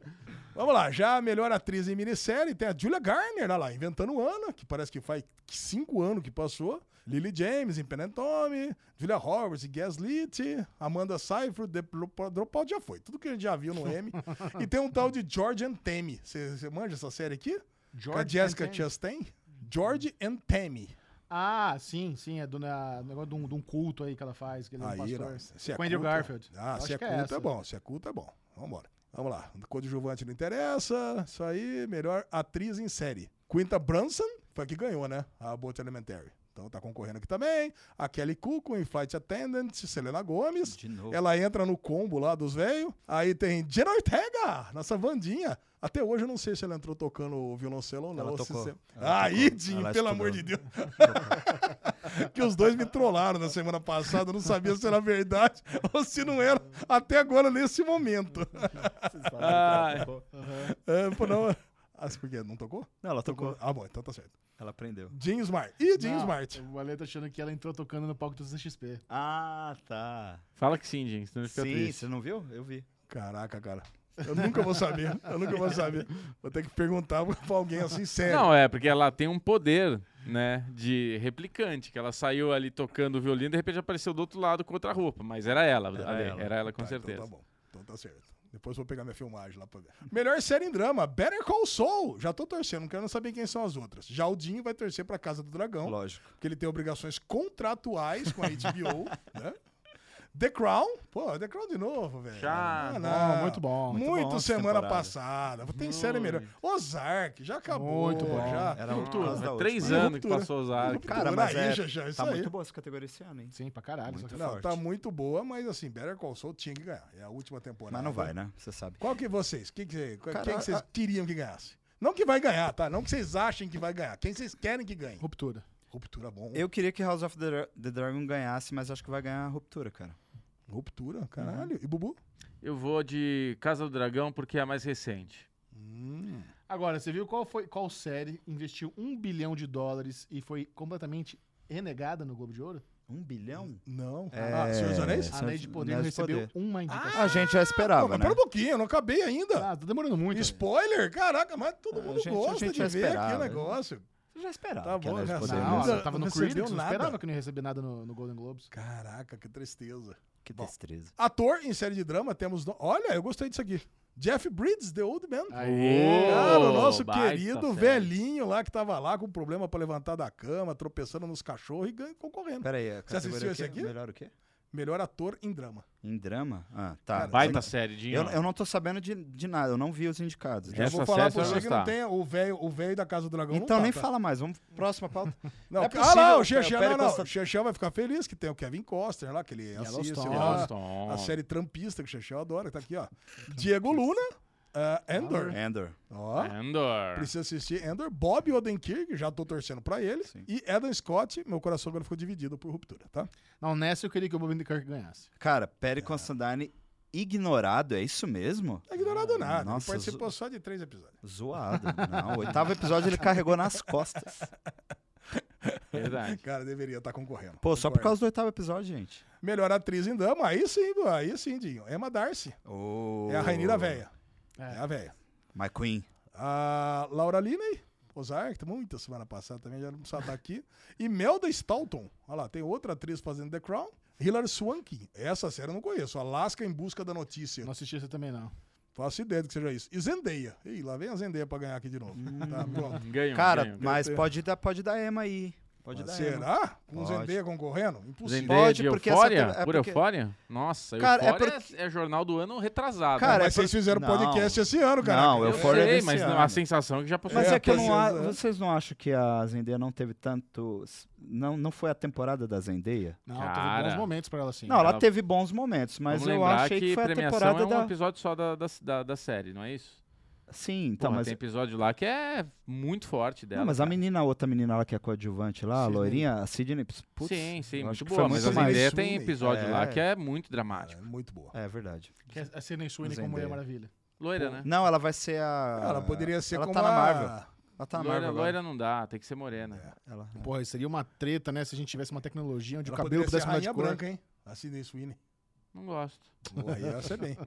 Speaker 4: Vamos lá, já a melhor atriz em minissérie tem a Julia Garner, olha lá, inventando Ana, que parece que faz cinco anos que passou. Lily James em Penn and Tommy, Julia Roberts em Gaslit, Amanda Seyfried, The Dro- Dropout já foi, tudo que a gente já viu no M. e tem um tal de George and Tammy, você manja essa série aqui? Com a
Speaker 1: George
Speaker 4: Jessica
Speaker 1: and Tammy.
Speaker 4: Chastain? George and Tammy.
Speaker 1: Ah, sim, sim. É do na- negócio de um, de um culto aí que ela faz, que ele é um
Speaker 4: Aí,
Speaker 1: pastor.
Speaker 4: não. Se
Speaker 1: Com Andrew
Speaker 4: culto-
Speaker 1: Garfield. Eu
Speaker 4: Ah,
Speaker 1: acho
Speaker 4: se é
Speaker 1: que
Speaker 4: culto é,
Speaker 1: essa.
Speaker 4: bom, se é culto é bom. Vambora. Vamos lá. Coadjuvante não interessa. Isso aí, melhor atriz em série. Quinta Brunson foi a que ganhou, né? A Bot Elementary. Então tá concorrendo aqui também. A Kelly Cuco em Flight Attendant, Selena Gomes.
Speaker 5: De novo.
Speaker 4: Ela entra no combo lá dos velhos. Aí tem Jenna Ortega, nossa Vandinha. Até hoje eu não sei se ela entrou tocando o violoncelo ou não.
Speaker 5: Ela
Speaker 4: ou se
Speaker 5: tocou.
Speaker 4: se- Ah,
Speaker 5: Ela
Speaker 4: aí,
Speaker 5: tocou.
Speaker 4: Dinho,
Speaker 5: Ela
Speaker 4: pelo
Speaker 5: estudou.
Speaker 4: amor de Deus. que os dois me trollaram na semana passada. Eu não sabia se era verdade ou se não era. Até agora, nesse momento.
Speaker 2: Ah,
Speaker 4: É, pô, não. Ah, por quê? Não tocou?
Speaker 5: Não, ela tocou.
Speaker 4: Ah, bom, então tá certo.
Speaker 5: Ela aprendeu.
Speaker 4: Jean Smart. Ih, Jean
Speaker 1: Não,
Speaker 4: Smart.
Speaker 1: O Ale tá achando que ela entrou tocando no palco do CXP.
Speaker 5: Ah, tá.
Speaker 2: Fala que sim, gente. Senão ele fica
Speaker 5: Sim,
Speaker 2: triste.
Speaker 5: você não viu? Eu vi.
Speaker 4: Caraca, cara. Eu nunca vou saber. Eu nunca vou saber. Vou ter que perguntar pra alguém assim, sério.
Speaker 2: Não, é, porque ela tem um poder, né, de replicante, que ela saiu ali tocando o violino e de repente apareceu do outro lado com outra roupa, mas era ela, Ale, era ela,
Speaker 5: ela.
Speaker 2: com
Speaker 4: Tá,
Speaker 2: certeza.
Speaker 4: Então tá bom. Então tá certo. Depois vou pegar minha filmagem lá pra ver. Melhor série em drama, Better Call Saul. Já tô torcendo, não quero saber quem são as outras. Já o Dinho vai torcer pra Casa do Dragão,
Speaker 5: Lógico.
Speaker 4: porque ele tem obrigações contratuais com a HBO, né? The Crown, pô, The Crown de novo, velho.
Speaker 2: Já,
Speaker 4: Ah,
Speaker 1: Bom, muito bom.
Speaker 4: Muito,
Speaker 5: Muito bom essa
Speaker 4: semana
Speaker 5: temporada.
Speaker 4: passada. Tem série melhor. Ozark, já acabou.
Speaker 1: Muito bom.
Speaker 4: Já.
Speaker 5: Era
Speaker 2: Não,
Speaker 5: por causa
Speaker 4: tá
Speaker 2: faz
Speaker 5: da
Speaker 2: três
Speaker 5: última.
Speaker 2: anos que
Speaker 4: é Ruptura.
Speaker 2: passou os ares.
Speaker 4: Ruptura.
Speaker 5: É, Cara,
Speaker 4: Aí,
Speaker 5: mas Então, é,
Speaker 4: já, já, isso
Speaker 5: tá
Speaker 4: aí.
Speaker 5: muito boa essa categoria esse ano, hein?
Speaker 1: Sim, pra caralho. só que-
Speaker 4: Não,
Speaker 5: forte.
Speaker 4: tá muito boa, mas assim, Better Call Saul tinha que ganhar. É a última temporada.
Speaker 5: Mas não vai, né? Você sabe.
Speaker 4: Qual que vocês? Quem que, cê-
Speaker 5: Cara,
Speaker 4: quem que vocês
Speaker 5: a-
Speaker 4: queriam que ganhasse? Não que vai ganhar, tá? Não que vocês achem que vai ganhar. Quem vocês querem que ganhe?
Speaker 1: Ruptura.
Speaker 4: Ruptura bom.
Speaker 5: Eu queria que House of the, Dra- the Dragon ganhasse, mas acho que vai ganhar a ruptura, cara.
Speaker 4: Ruptura, caralho.
Speaker 5: Hum.
Speaker 4: E Bubu?
Speaker 2: Eu vou de Casa do Dragão porque é a mais recente.
Speaker 5: Hum.
Speaker 1: Agora, você viu qual foi qual série investiu um bilhão de dólares e foi completamente renegada no Globo de Ouro?
Speaker 5: Um bilhão?
Speaker 4: Não.
Speaker 5: É,
Speaker 4: Ah, Senhor dos Anéis?
Speaker 1: A Lei de Poder não
Speaker 5: Anéis de
Speaker 1: recebeu
Speaker 5: Poder.
Speaker 1: uma indicação.
Speaker 5: a gente já
Speaker 4: Não,
Speaker 5: esperava,
Speaker 4: mas
Speaker 5: né?
Speaker 4: pera um pouquinho, eu não acabei ainda.
Speaker 1: Ah, tá demorando muito. velho.
Speaker 4: Spoiler, caraca, mas todo
Speaker 5: Ah,
Speaker 4: mundo
Speaker 5: gente, a
Speaker 4: gosta
Speaker 5: gente né?
Speaker 4: de
Speaker 5: já
Speaker 4: ver aqui o
Speaker 5: esperava.
Speaker 4: negócio.
Speaker 5: Você já esperava.
Speaker 4: Tá
Speaker 5: que
Speaker 4: bom,
Speaker 5: Anéis de
Speaker 4: já
Speaker 5: Poder
Speaker 4: sei.
Speaker 5: ganhasse.
Speaker 1: Não,
Speaker 4: Ainda
Speaker 1: ela
Speaker 4: não
Speaker 1: tava no
Speaker 4: recebeu
Speaker 1: Critics, não
Speaker 4: nada.
Speaker 1: esperava que não ia receber nada no, no Golden Globes.
Speaker 4: Caraca, que tristeza.
Speaker 5: Que
Speaker 4: Bom.
Speaker 5: destreza.
Speaker 4: Ator em série de drama temos. no- Olha, eu gostei disso aqui. Jeff Bridges, The Old Man.
Speaker 2: Aê!
Speaker 4: Cara, o nosso
Speaker 2: Baita
Speaker 4: querido
Speaker 2: série.
Speaker 4: velhinho lá que tava lá com problema pra levantar da cama, tropeçando nos cachorros e ganha- concorrendo.
Speaker 5: Pera aí, a
Speaker 4: Você assistiu
Speaker 5: categoria
Speaker 4: esse
Speaker 5: aqui? é
Speaker 4: aqui?
Speaker 5: Melhor o quê?
Speaker 4: Melhor ator em drama.
Speaker 5: Em drama? Ah, tá.
Speaker 4: Cara,
Speaker 2: Baita série, Dinho.
Speaker 5: Eu, eu não tô sabendo de, de nada, eu não vi os indicados.
Speaker 2: É,
Speaker 4: Eu
Speaker 2: Essa
Speaker 4: vou falar
Speaker 2: série
Speaker 4: pra
Speaker 2: você
Speaker 4: você
Speaker 2: vai
Speaker 4: que não
Speaker 2: gostar.
Speaker 4: tem o velho o véio da Casa do Dragão. não
Speaker 5: Então
Speaker 4: tá,
Speaker 5: nem
Speaker 4: tá?
Speaker 5: fala mais, vamos próxima pauta.
Speaker 4: Não,
Speaker 5: Não é
Speaker 4: ah lá,
Speaker 5: possível,
Speaker 4: o Xexé,
Speaker 5: cara, o
Speaker 4: não, não.
Speaker 5: Pérez
Speaker 4: O Xexé vai ficar feliz que tem o Kevin Costner lá, que ele assiste
Speaker 1: Yellowstone.
Speaker 4: lá,
Speaker 2: Yellowstone.
Speaker 4: a série Trampista, que o Xexé adora, que tá aqui, ó. Diego Luna, ah, Endor.
Speaker 5: Andor.
Speaker 4: Ó,
Speaker 2: Ah, é. Andor.
Speaker 4: precisa assistir Endor. Bob Odenkirk, já tô torcendo pra ele.
Speaker 5: Sim.
Speaker 4: E Adam Scott, meu coração agora ficou dividido por ruptura, tá?
Speaker 1: Não, nessa eu queria que o Bob Kirk ganhasse.
Speaker 5: Cara, Perry
Speaker 4: É.
Speaker 5: Constantine ignorado, é isso mesmo?
Speaker 4: Não é ignorado nada. ele
Speaker 5: Nossa,
Speaker 4: participou só de três episódios.
Speaker 5: Zoado. Não, o oitavo episódio ele carregou nas costas.
Speaker 2: Verdade.
Speaker 4: Cara, deveria estar concorrendo.
Speaker 5: Pô, só por
Speaker 4: Concordo.
Speaker 5: causa do oitavo episódio, gente.
Speaker 4: Melhor atriz em drama, aí sim, Gu, aí sim, Dinho. Emma Darcy.
Speaker 5: Ô,
Speaker 4: É a Rainira Véia.
Speaker 1: É.
Speaker 4: É. a Véia.
Speaker 5: McQueen.
Speaker 4: A Laura Linney, Ozark, muita semana passada também, já não precisa estar aqui. E Melda Stalton. Olha lá, tem outra atriz fazendo The Crown. Hilary Swank. Essa série eu não conheço. Alaska em Busca da Notícia.
Speaker 1: Não assisti essa também, não.
Speaker 4: Faço ideia do que seja isso. E Zendaya. Ih, lá vem a Zendaya pra ganhar aqui de novo. Tá, pronto.
Speaker 2: Ganhou,
Speaker 5: Cara,
Speaker 2: ganhou.
Speaker 5: mas pode dar, pode dar Emma aí. Pode dar Emma.
Speaker 4: Será? Com
Speaker 5: Pode.
Speaker 4: Zendaya concorrendo? Impossível.
Speaker 2: Zendaya
Speaker 5: pode,
Speaker 2: de
Speaker 5: porque essa
Speaker 2: Eufória?
Speaker 5: teve- é
Speaker 2: Por
Speaker 5: porque-
Speaker 2: Eufória? Nossa,
Speaker 5: Cara, é
Speaker 2: Eufória é, é jornal do ano retrasado. né?
Speaker 5: Cara,
Speaker 4: Mas
Speaker 5: é
Speaker 4: vocês
Speaker 5: por-
Speaker 4: fizeram
Speaker 5: Não.
Speaker 4: podcast esse ano, cara.
Speaker 5: Não,
Speaker 2: eu
Speaker 5: Euphoria
Speaker 2: sei,
Speaker 5: desse
Speaker 2: mas não,
Speaker 5: ano.
Speaker 2: a sensação é que já passou.
Speaker 5: Mas
Speaker 4: É,
Speaker 5: é, que eu não a-
Speaker 4: pois é.
Speaker 5: vocês não acham que a Zendaya não teve tanto. Não, não foi a temporada da Zendaya?
Speaker 1: Não,
Speaker 2: Cara.
Speaker 1: teve bons momentos pra ela, sim.
Speaker 5: Não, ela,
Speaker 2: ela-
Speaker 5: teve bons momentos, mas
Speaker 2: Vamos
Speaker 5: eu
Speaker 2: lembrar
Speaker 5: achei que, foi a
Speaker 2: premiação
Speaker 5: temporada
Speaker 2: é um
Speaker 5: da.
Speaker 2: episódio só da, da, da, da série, não é isso?
Speaker 5: Sim,
Speaker 2: Pô,
Speaker 5: então,
Speaker 2: mas
Speaker 5: mas.
Speaker 2: tem episódio lá que é muito forte dela.
Speaker 5: Não, mas a
Speaker 2: cara.
Speaker 5: menina, a outra menina lá que é coadjuvante lá, a
Speaker 4: Sidney.
Speaker 5: loirinha, a Sidney. Putz,
Speaker 2: sim, sim,
Speaker 5: eu
Speaker 2: muito
Speaker 5: acho que
Speaker 2: boa.
Speaker 5: foi
Speaker 2: Mas a
Speaker 5: muito
Speaker 4: mais-
Speaker 2: Zendaya tem
Speaker 4: Sidney.
Speaker 2: episódio
Speaker 5: É.
Speaker 2: lá que é muito
Speaker 4: Cara,
Speaker 2: dramático.
Speaker 4: é muito boa.
Speaker 5: É verdade.
Speaker 1: Que é a Sidney Sweeney como
Speaker 5: Zendaya.
Speaker 1: Mulher Maravilha.
Speaker 2: Loira, né?
Speaker 5: É, Não, ela vai ser a.
Speaker 4: Ela poderia ser
Speaker 5: ela
Speaker 4: como
Speaker 5: tá na
Speaker 4: a-
Speaker 5: Marvel. Ela tá É. na
Speaker 2: loira,
Speaker 5: Marvel. agora.
Speaker 2: loira não dá, tem que ser morena.
Speaker 5: Ela-
Speaker 1: Porra, seria uma treta, né, se a gente tivesse uma tecnologia onde
Speaker 4: Ela
Speaker 1: o cabelo
Speaker 4: poderia
Speaker 1: pudesse
Speaker 4: ser a
Speaker 1: mudar de
Speaker 4: rainha
Speaker 1: cor.
Speaker 4: branca, hein? A Sidney Sweeney.
Speaker 2: Não gosto.
Speaker 4: Aí essa é bem.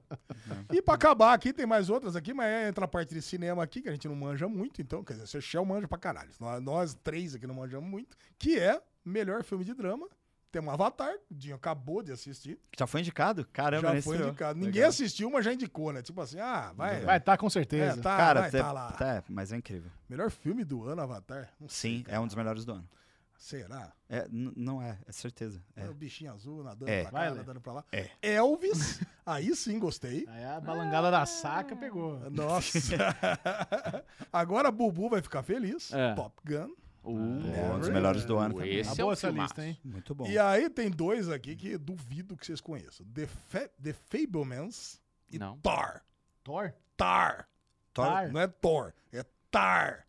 Speaker 4: E pra acabar aqui, tem mais outras aqui, mas entra a parte de cinema aqui, que a gente não manja muito, então, quer dizer, seu Shell manja pra caralho. Nós, nós três aqui não manjamos muito, que é melhor filme de drama. Tem um Avatar, o Dinho acabou de assistir.
Speaker 5: Já foi indicado? Caramba,
Speaker 4: já
Speaker 5: nem
Speaker 4: foi
Speaker 5: estreou.
Speaker 4: indicado.
Speaker 5: é Legal.
Speaker 4: Ninguém assistiu, mas já indicou, né? Tipo assim, ah, vai.
Speaker 1: Vai estar com
Speaker 4: é,
Speaker 1: certeza.
Speaker 4: tá,
Speaker 5: Cara,
Speaker 4: vai,
Speaker 5: até-
Speaker 4: tá lá.
Speaker 5: tá, é, mas é incrível.
Speaker 4: Melhor filme do ano, Avatar. Não sei,
Speaker 5: Sim, é um dos melhores do ano.
Speaker 4: Será?
Speaker 5: É, n- não é, é certeza. É.
Speaker 4: É o bichinho azul nadando
Speaker 5: É.
Speaker 4: pra
Speaker 1: Vai,
Speaker 4: cá,
Speaker 1: Lê.
Speaker 4: nadando pra lá.
Speaker 5: É.
Speaker 4: Elvis, aí sim gostei.
Speaker 1: Aí a balangada da saca pegou.
Speaker 4: Nossa. Agora Bubu vai ficar feliz.
Speaker 2: É.
Speaker 4: Top Gun.
Speaker 5: um dos melhores do ano também.
Speaker 2: Esse é o
Speaker 4: um
Speaker 1: Acabou Tá essa
Speaker 2: filmaço.
Speaker 1: lista, hein?
Speaker 5: Muito bom.
Speaker 4: E aí tem dois aqui que duvido que vocês conheçam. The, Fa The Fablemans e
Speaker 2: Não.
Speaker 4: Tar.
Speaker 1: Thor?
Speaker 4: Tar.
Speaker 1: Tar.
Speaker 4: Não é Thor, é Tar.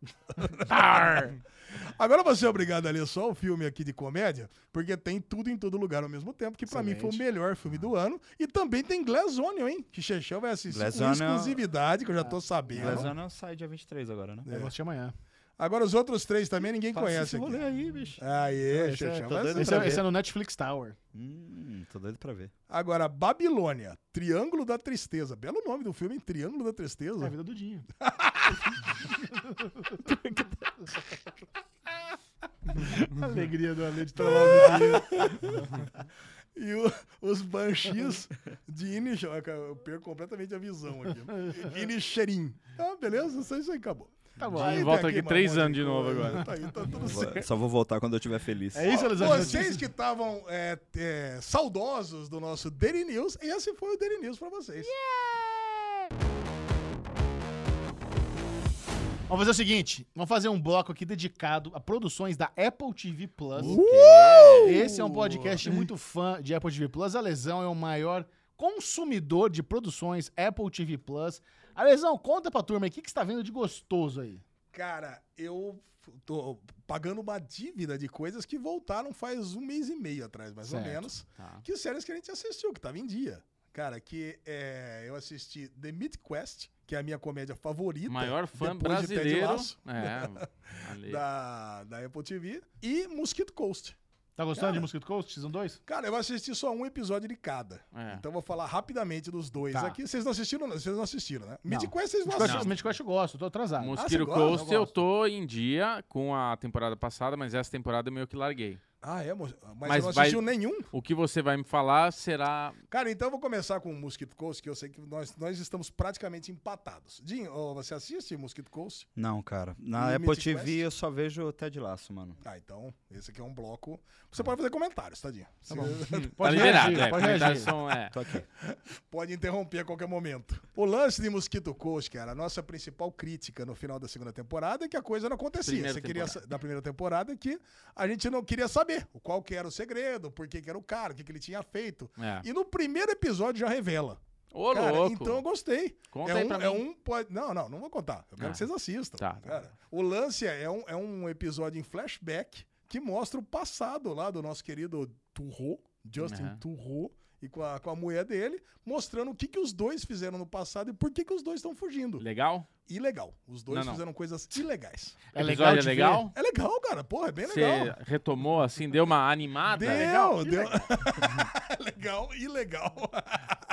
Speaker 4: Tar. Agora você é obrigado a ler só o filme aqui de comédia, porque tem tudo em todo lugar ao mesmo tempo, que pra mim foi o melhor filme do ano. E também tem Glass Onion, hein? Que Chechel vai assistir
Speaker 5: Glass
Speaker 4: com
Speaker 5: Onion-
Speaker 4: exclusividade, que eu já
Speaker 1: Ah,
Speaker 4: tô sabendo.
Speaker 5: Lesana sai dia 23 agora, né?
Speaker 1: Eu vou assistir amanhã.
Speaker 4: Agora os outros três também ninguém É. conhece aqui.
Speaker 5: aí, bicho.
Speaker 4: Aê,
Speaker 1: Esse é-
Speaker 4: Chechel.
Speaker 5: tô
Speaker 4: vai
Speaker 5: doido
Speaker 4: assistir.
Speaker 1: Esse
Speaker 5: pra
Speaker 1: é,
Speaker 5: ver.
Speaker 1: esse é no Netflix Tower.
Speaker 5: Hum, tô doido pra ver.
Speaker 4: Agora, Babilônia, Triângulo da Tristeza. Belo nome do filme, hein? Triângulo da
Speaker 1: É a
Speaker 4: Tristeza.
Speaker 1: vida do Dinho. Alegria do Ale de estar lá.
Speaker 4: E o- os Banshees de Inisherin. Eu perco completamente a visão aqui. Inisherin. Tá, beleza? Só isso aí, acabou.
Speaker 1: Tá bom.
Speaker 4: Aí tem
Speaker 2: volta aqui
Speaker 4: uma
Speaker 2: três
Speaker 4: monte
Speaker 2: anos de novo
Speaker 4: coisa,
Speaker 2: agora.
Speaker 4: Tá aí, tá tudo certo.
Speaker 5: Só vou voltar quando eu estiver feliz.
Speaker 1: É isso, Alessandro?
Speaker 4: Vocês que estavam é, é, saudosos do nosso Daily News, esse foi o Daily News pra vocês.
Speaker 1: Vamos fazer o seguinte: vamos fazer um bloco aqui dedicado a produções da Apple TV Plus. Esse é um podcast muito fã de Apple TV Plus. A Lesão é o maior consumidor de produções Apple TV Plus. A Lesão, conta pra turma aí o que, que você tá vendo de gostoso aí.
Speaker 4: Cara, eu tô pagando uma dívida de coisas que voltaram faz um mês e meio atrás, mais
Speaker 1: Certo.
Speaker 4: ou menos.
Speaker 5: É.
Speaker 2: Tá.
Speaker 4: Que séries que a gente assistiu, que tava em dia. Cara, que é, eu assisti The Mid Quest, que é a minha comédia favorita.
Speaker 2: Maior fã
Speaker 4: depois de Ted
Speaker 2: brasileiro.
Speaker 4: Lasso,
Speaker 2: É, ali.
Speaker 4: da, da Apple TV. E Mosquito Coast.
Speaker 1: Tá gostando
Speaker 4: Cara.
Speaker 1: de Mosquito Coast Season 2?
Speaker 4: Cara, eu assisti só um episódio de cada.
Speaker 2: É.
Speaker 4: Então eu vou falar rapidamente dos dois
Speaker 1: Tá.
Speaker 4: aqui. Vocês não assistiram, não? Vocês não assistiram, né? Mid
Speaker 1: Não.
Speaker 4: Quest vocês não
Speaker 1: Mosquito
Speaker 4: assistiram.
Speaker 1: Coast- Mosquito Coast eu gosto, tô atrasado.
Speaker 2: Mosquito
Speaker 4: Ah, você gosta?
Speaker 2: Coast
Speaker 1: Eu
Speaker 2: eu,
Speaker 1: gosto.
Speaker 2: tô em dia com a temporada passada, mas essa temporada eu meio que larguei.
Speaker 4: Ah, é? Mas, mas
Speaker 2: Mas
Speaker 4: você não
Speaker 2: vai-
Speaker 4: assistiu nenhum?
Speaker 2: O que você vai me falar será.
Speaker 4: Cara, então eu vou começar com o Mosquito Coast, que eu sei que nós, nós estamos praticamente empatados. Dinho, ô, você assiste Mosquito Coast?
Speaker 5: Não, cara. Na
Speaker 4: E
Speaker 5: Apple
Speaker 4: Mythic
Speaker 5: TV
Speaker 4: Quest?
Speaker 5: eu só vejo o Ted Laço, mano.
Speaker 4: Ah, então, esse aqui é um bloco. Você pode fazer comentários, tadinho. Você
Speaker 2: Tá
Speaker 1: Pode
Speaker 2: liberado,
Speaker 1: reagir,
Speaker 2: é.
Speaker 1: pode
Speaker 2: comentários
Speaker 1: reagir.
Speaker 2: são, é.
Speaker 5: Tô aqui.
Speaker 4: pode interromper a qualquer momento. O lance de Mosquito Coast, cara, a nossa principal crítica no final da segunda temporada é que a coisa não acontecia.
Speaker 2: Primeira
Speaker 4: você queria
Speaker 2: temporada.
Speaker 4: sa- da primeira temporada que a gente não queria saber o qual que era o segredo, por que que era o cara, o que, que ele tinha feito.
Speaker 2: é.
Speaker 4: E no primeiro episódio já revela.
Speaker 2: Ô,
Speaker 4: Cara,
Speaker 2: louco.
Speaker 4: então eu gostei.
Speaker 2: Conta
Speaker 4: é
Speaker 2: aí
Speaker 4: um,
Speaker 2: pra
Speaker 4: é
Speaker 2: mim.
Speaker 4: um pod- Não, não, não vou contar. Eu quero
Speaker 2: Ah.
Speaker 4: que vocês assistam.
Speaker 2: Tá.
Speaker 4: Cara, o lance é é um, é um episódio em flashback que mostra o passado lá do nosso querido Turro, Justin
Speaker 2: Aham.
Speaker 4: Turro, e com a, com a mulher dele, mostrando o que, que os dois fizeram no passado e por que, que os dois estão fugindo.
Speaker 2: Legal?
Speaker 4: Ilegal. Os dois
Speaker 2: Não, não.
Speaker 4: fizeram coisas ilegais.
Speaker 1: É legal
Speaker 2: Episódio
Speaker 1: de
Speaker 2: é legal?
Speaker 4: É legal, cara. Porra, é bem legal.
Speaker 2: Você retomou assim, deu uma animada?
Speaker 4: Deu,
Speaker 1: legal,
Speaker 4: deu. legal, ilegal.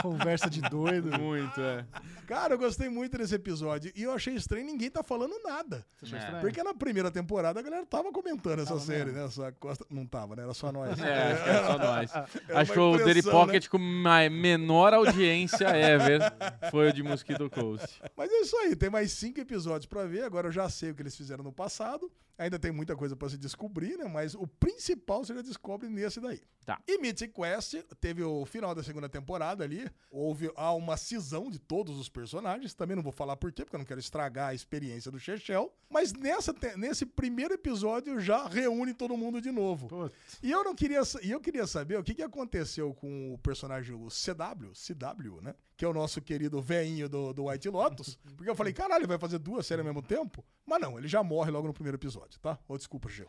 Speaker 1: Conversa de doido.
Speaker 2: Muito, é.
Speaker 4: Cara, eu gostei muito desse episódio. E eu achei estranho ninguém tá falando nada.
Speaker 1: Achei
Speaker 2: É.
Speaker 1: estranho.
Speaker 4: Porque na primeira temporada a galera tava comentando essa série, né? Só a Costa... Não tava, né? Era só nós.
Speaker 2: É, acho que é só nós.
Speaker 4: uma
Speaker 2: Achou o Daily
Speaker 4: impressão, né?
Speaker 2: Pocket com a menor audiência ever. Foi o de Mosquito Coast.
Speaker 4: Mas é isso aí, tem mais cinco episódios pra ver. Agora eu já sei o que eles fizeram no passado. Ainda tem muita coisa pra se descobrir, né? Mas o principal você já descobre nesse daí.
Speaker 2: Tá.
Speaker 4: E Mythic Quest teve o final da segunda temporada ali. Houve há uma cisão de todos os personagens. Também não vou falar por quê, porque eu não quero estragar a experiência do Chechel. Mas nessa, te- nesse primeiro episódio já reúne todo mundo de novo.
Speaker 1: Putz.
Speaker 4: E eu não queria, sa- e eu queria saber o que, que aconteceu com o personagem o CW, CW, né? Que é o nosso querido veinho do, do White Lotus. Porque eu falei, caralho, vai fazer duas séries ao mesmo tempo? Mas não, ele já morre logo no primeiro episódio, tá? Ô, desculpa, Gil.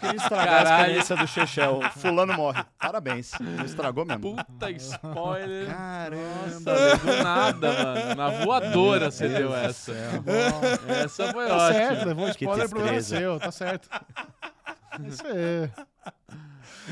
Speaker 5: Queria estragar a
Speaker 2: Caralho.
Speaker 5: experiência do Chechel. Fulano morre. Parabéns. Não estragou mesmo.
Speaker 2: Puta spoiler.
Speaker 5: Caramba.
Speaker 2: Nossa, do nada, mano. Na voadora você deu essa. Essa foi
Speaker 1: Tá
Speaker 2: ótima.
Speaker 1: é certo, levou
Speaker 5: Que
Speaker 1: spoiler pro
Speaker 5: tristeza.
Speaker 1: seu, tá certo. Isso aí.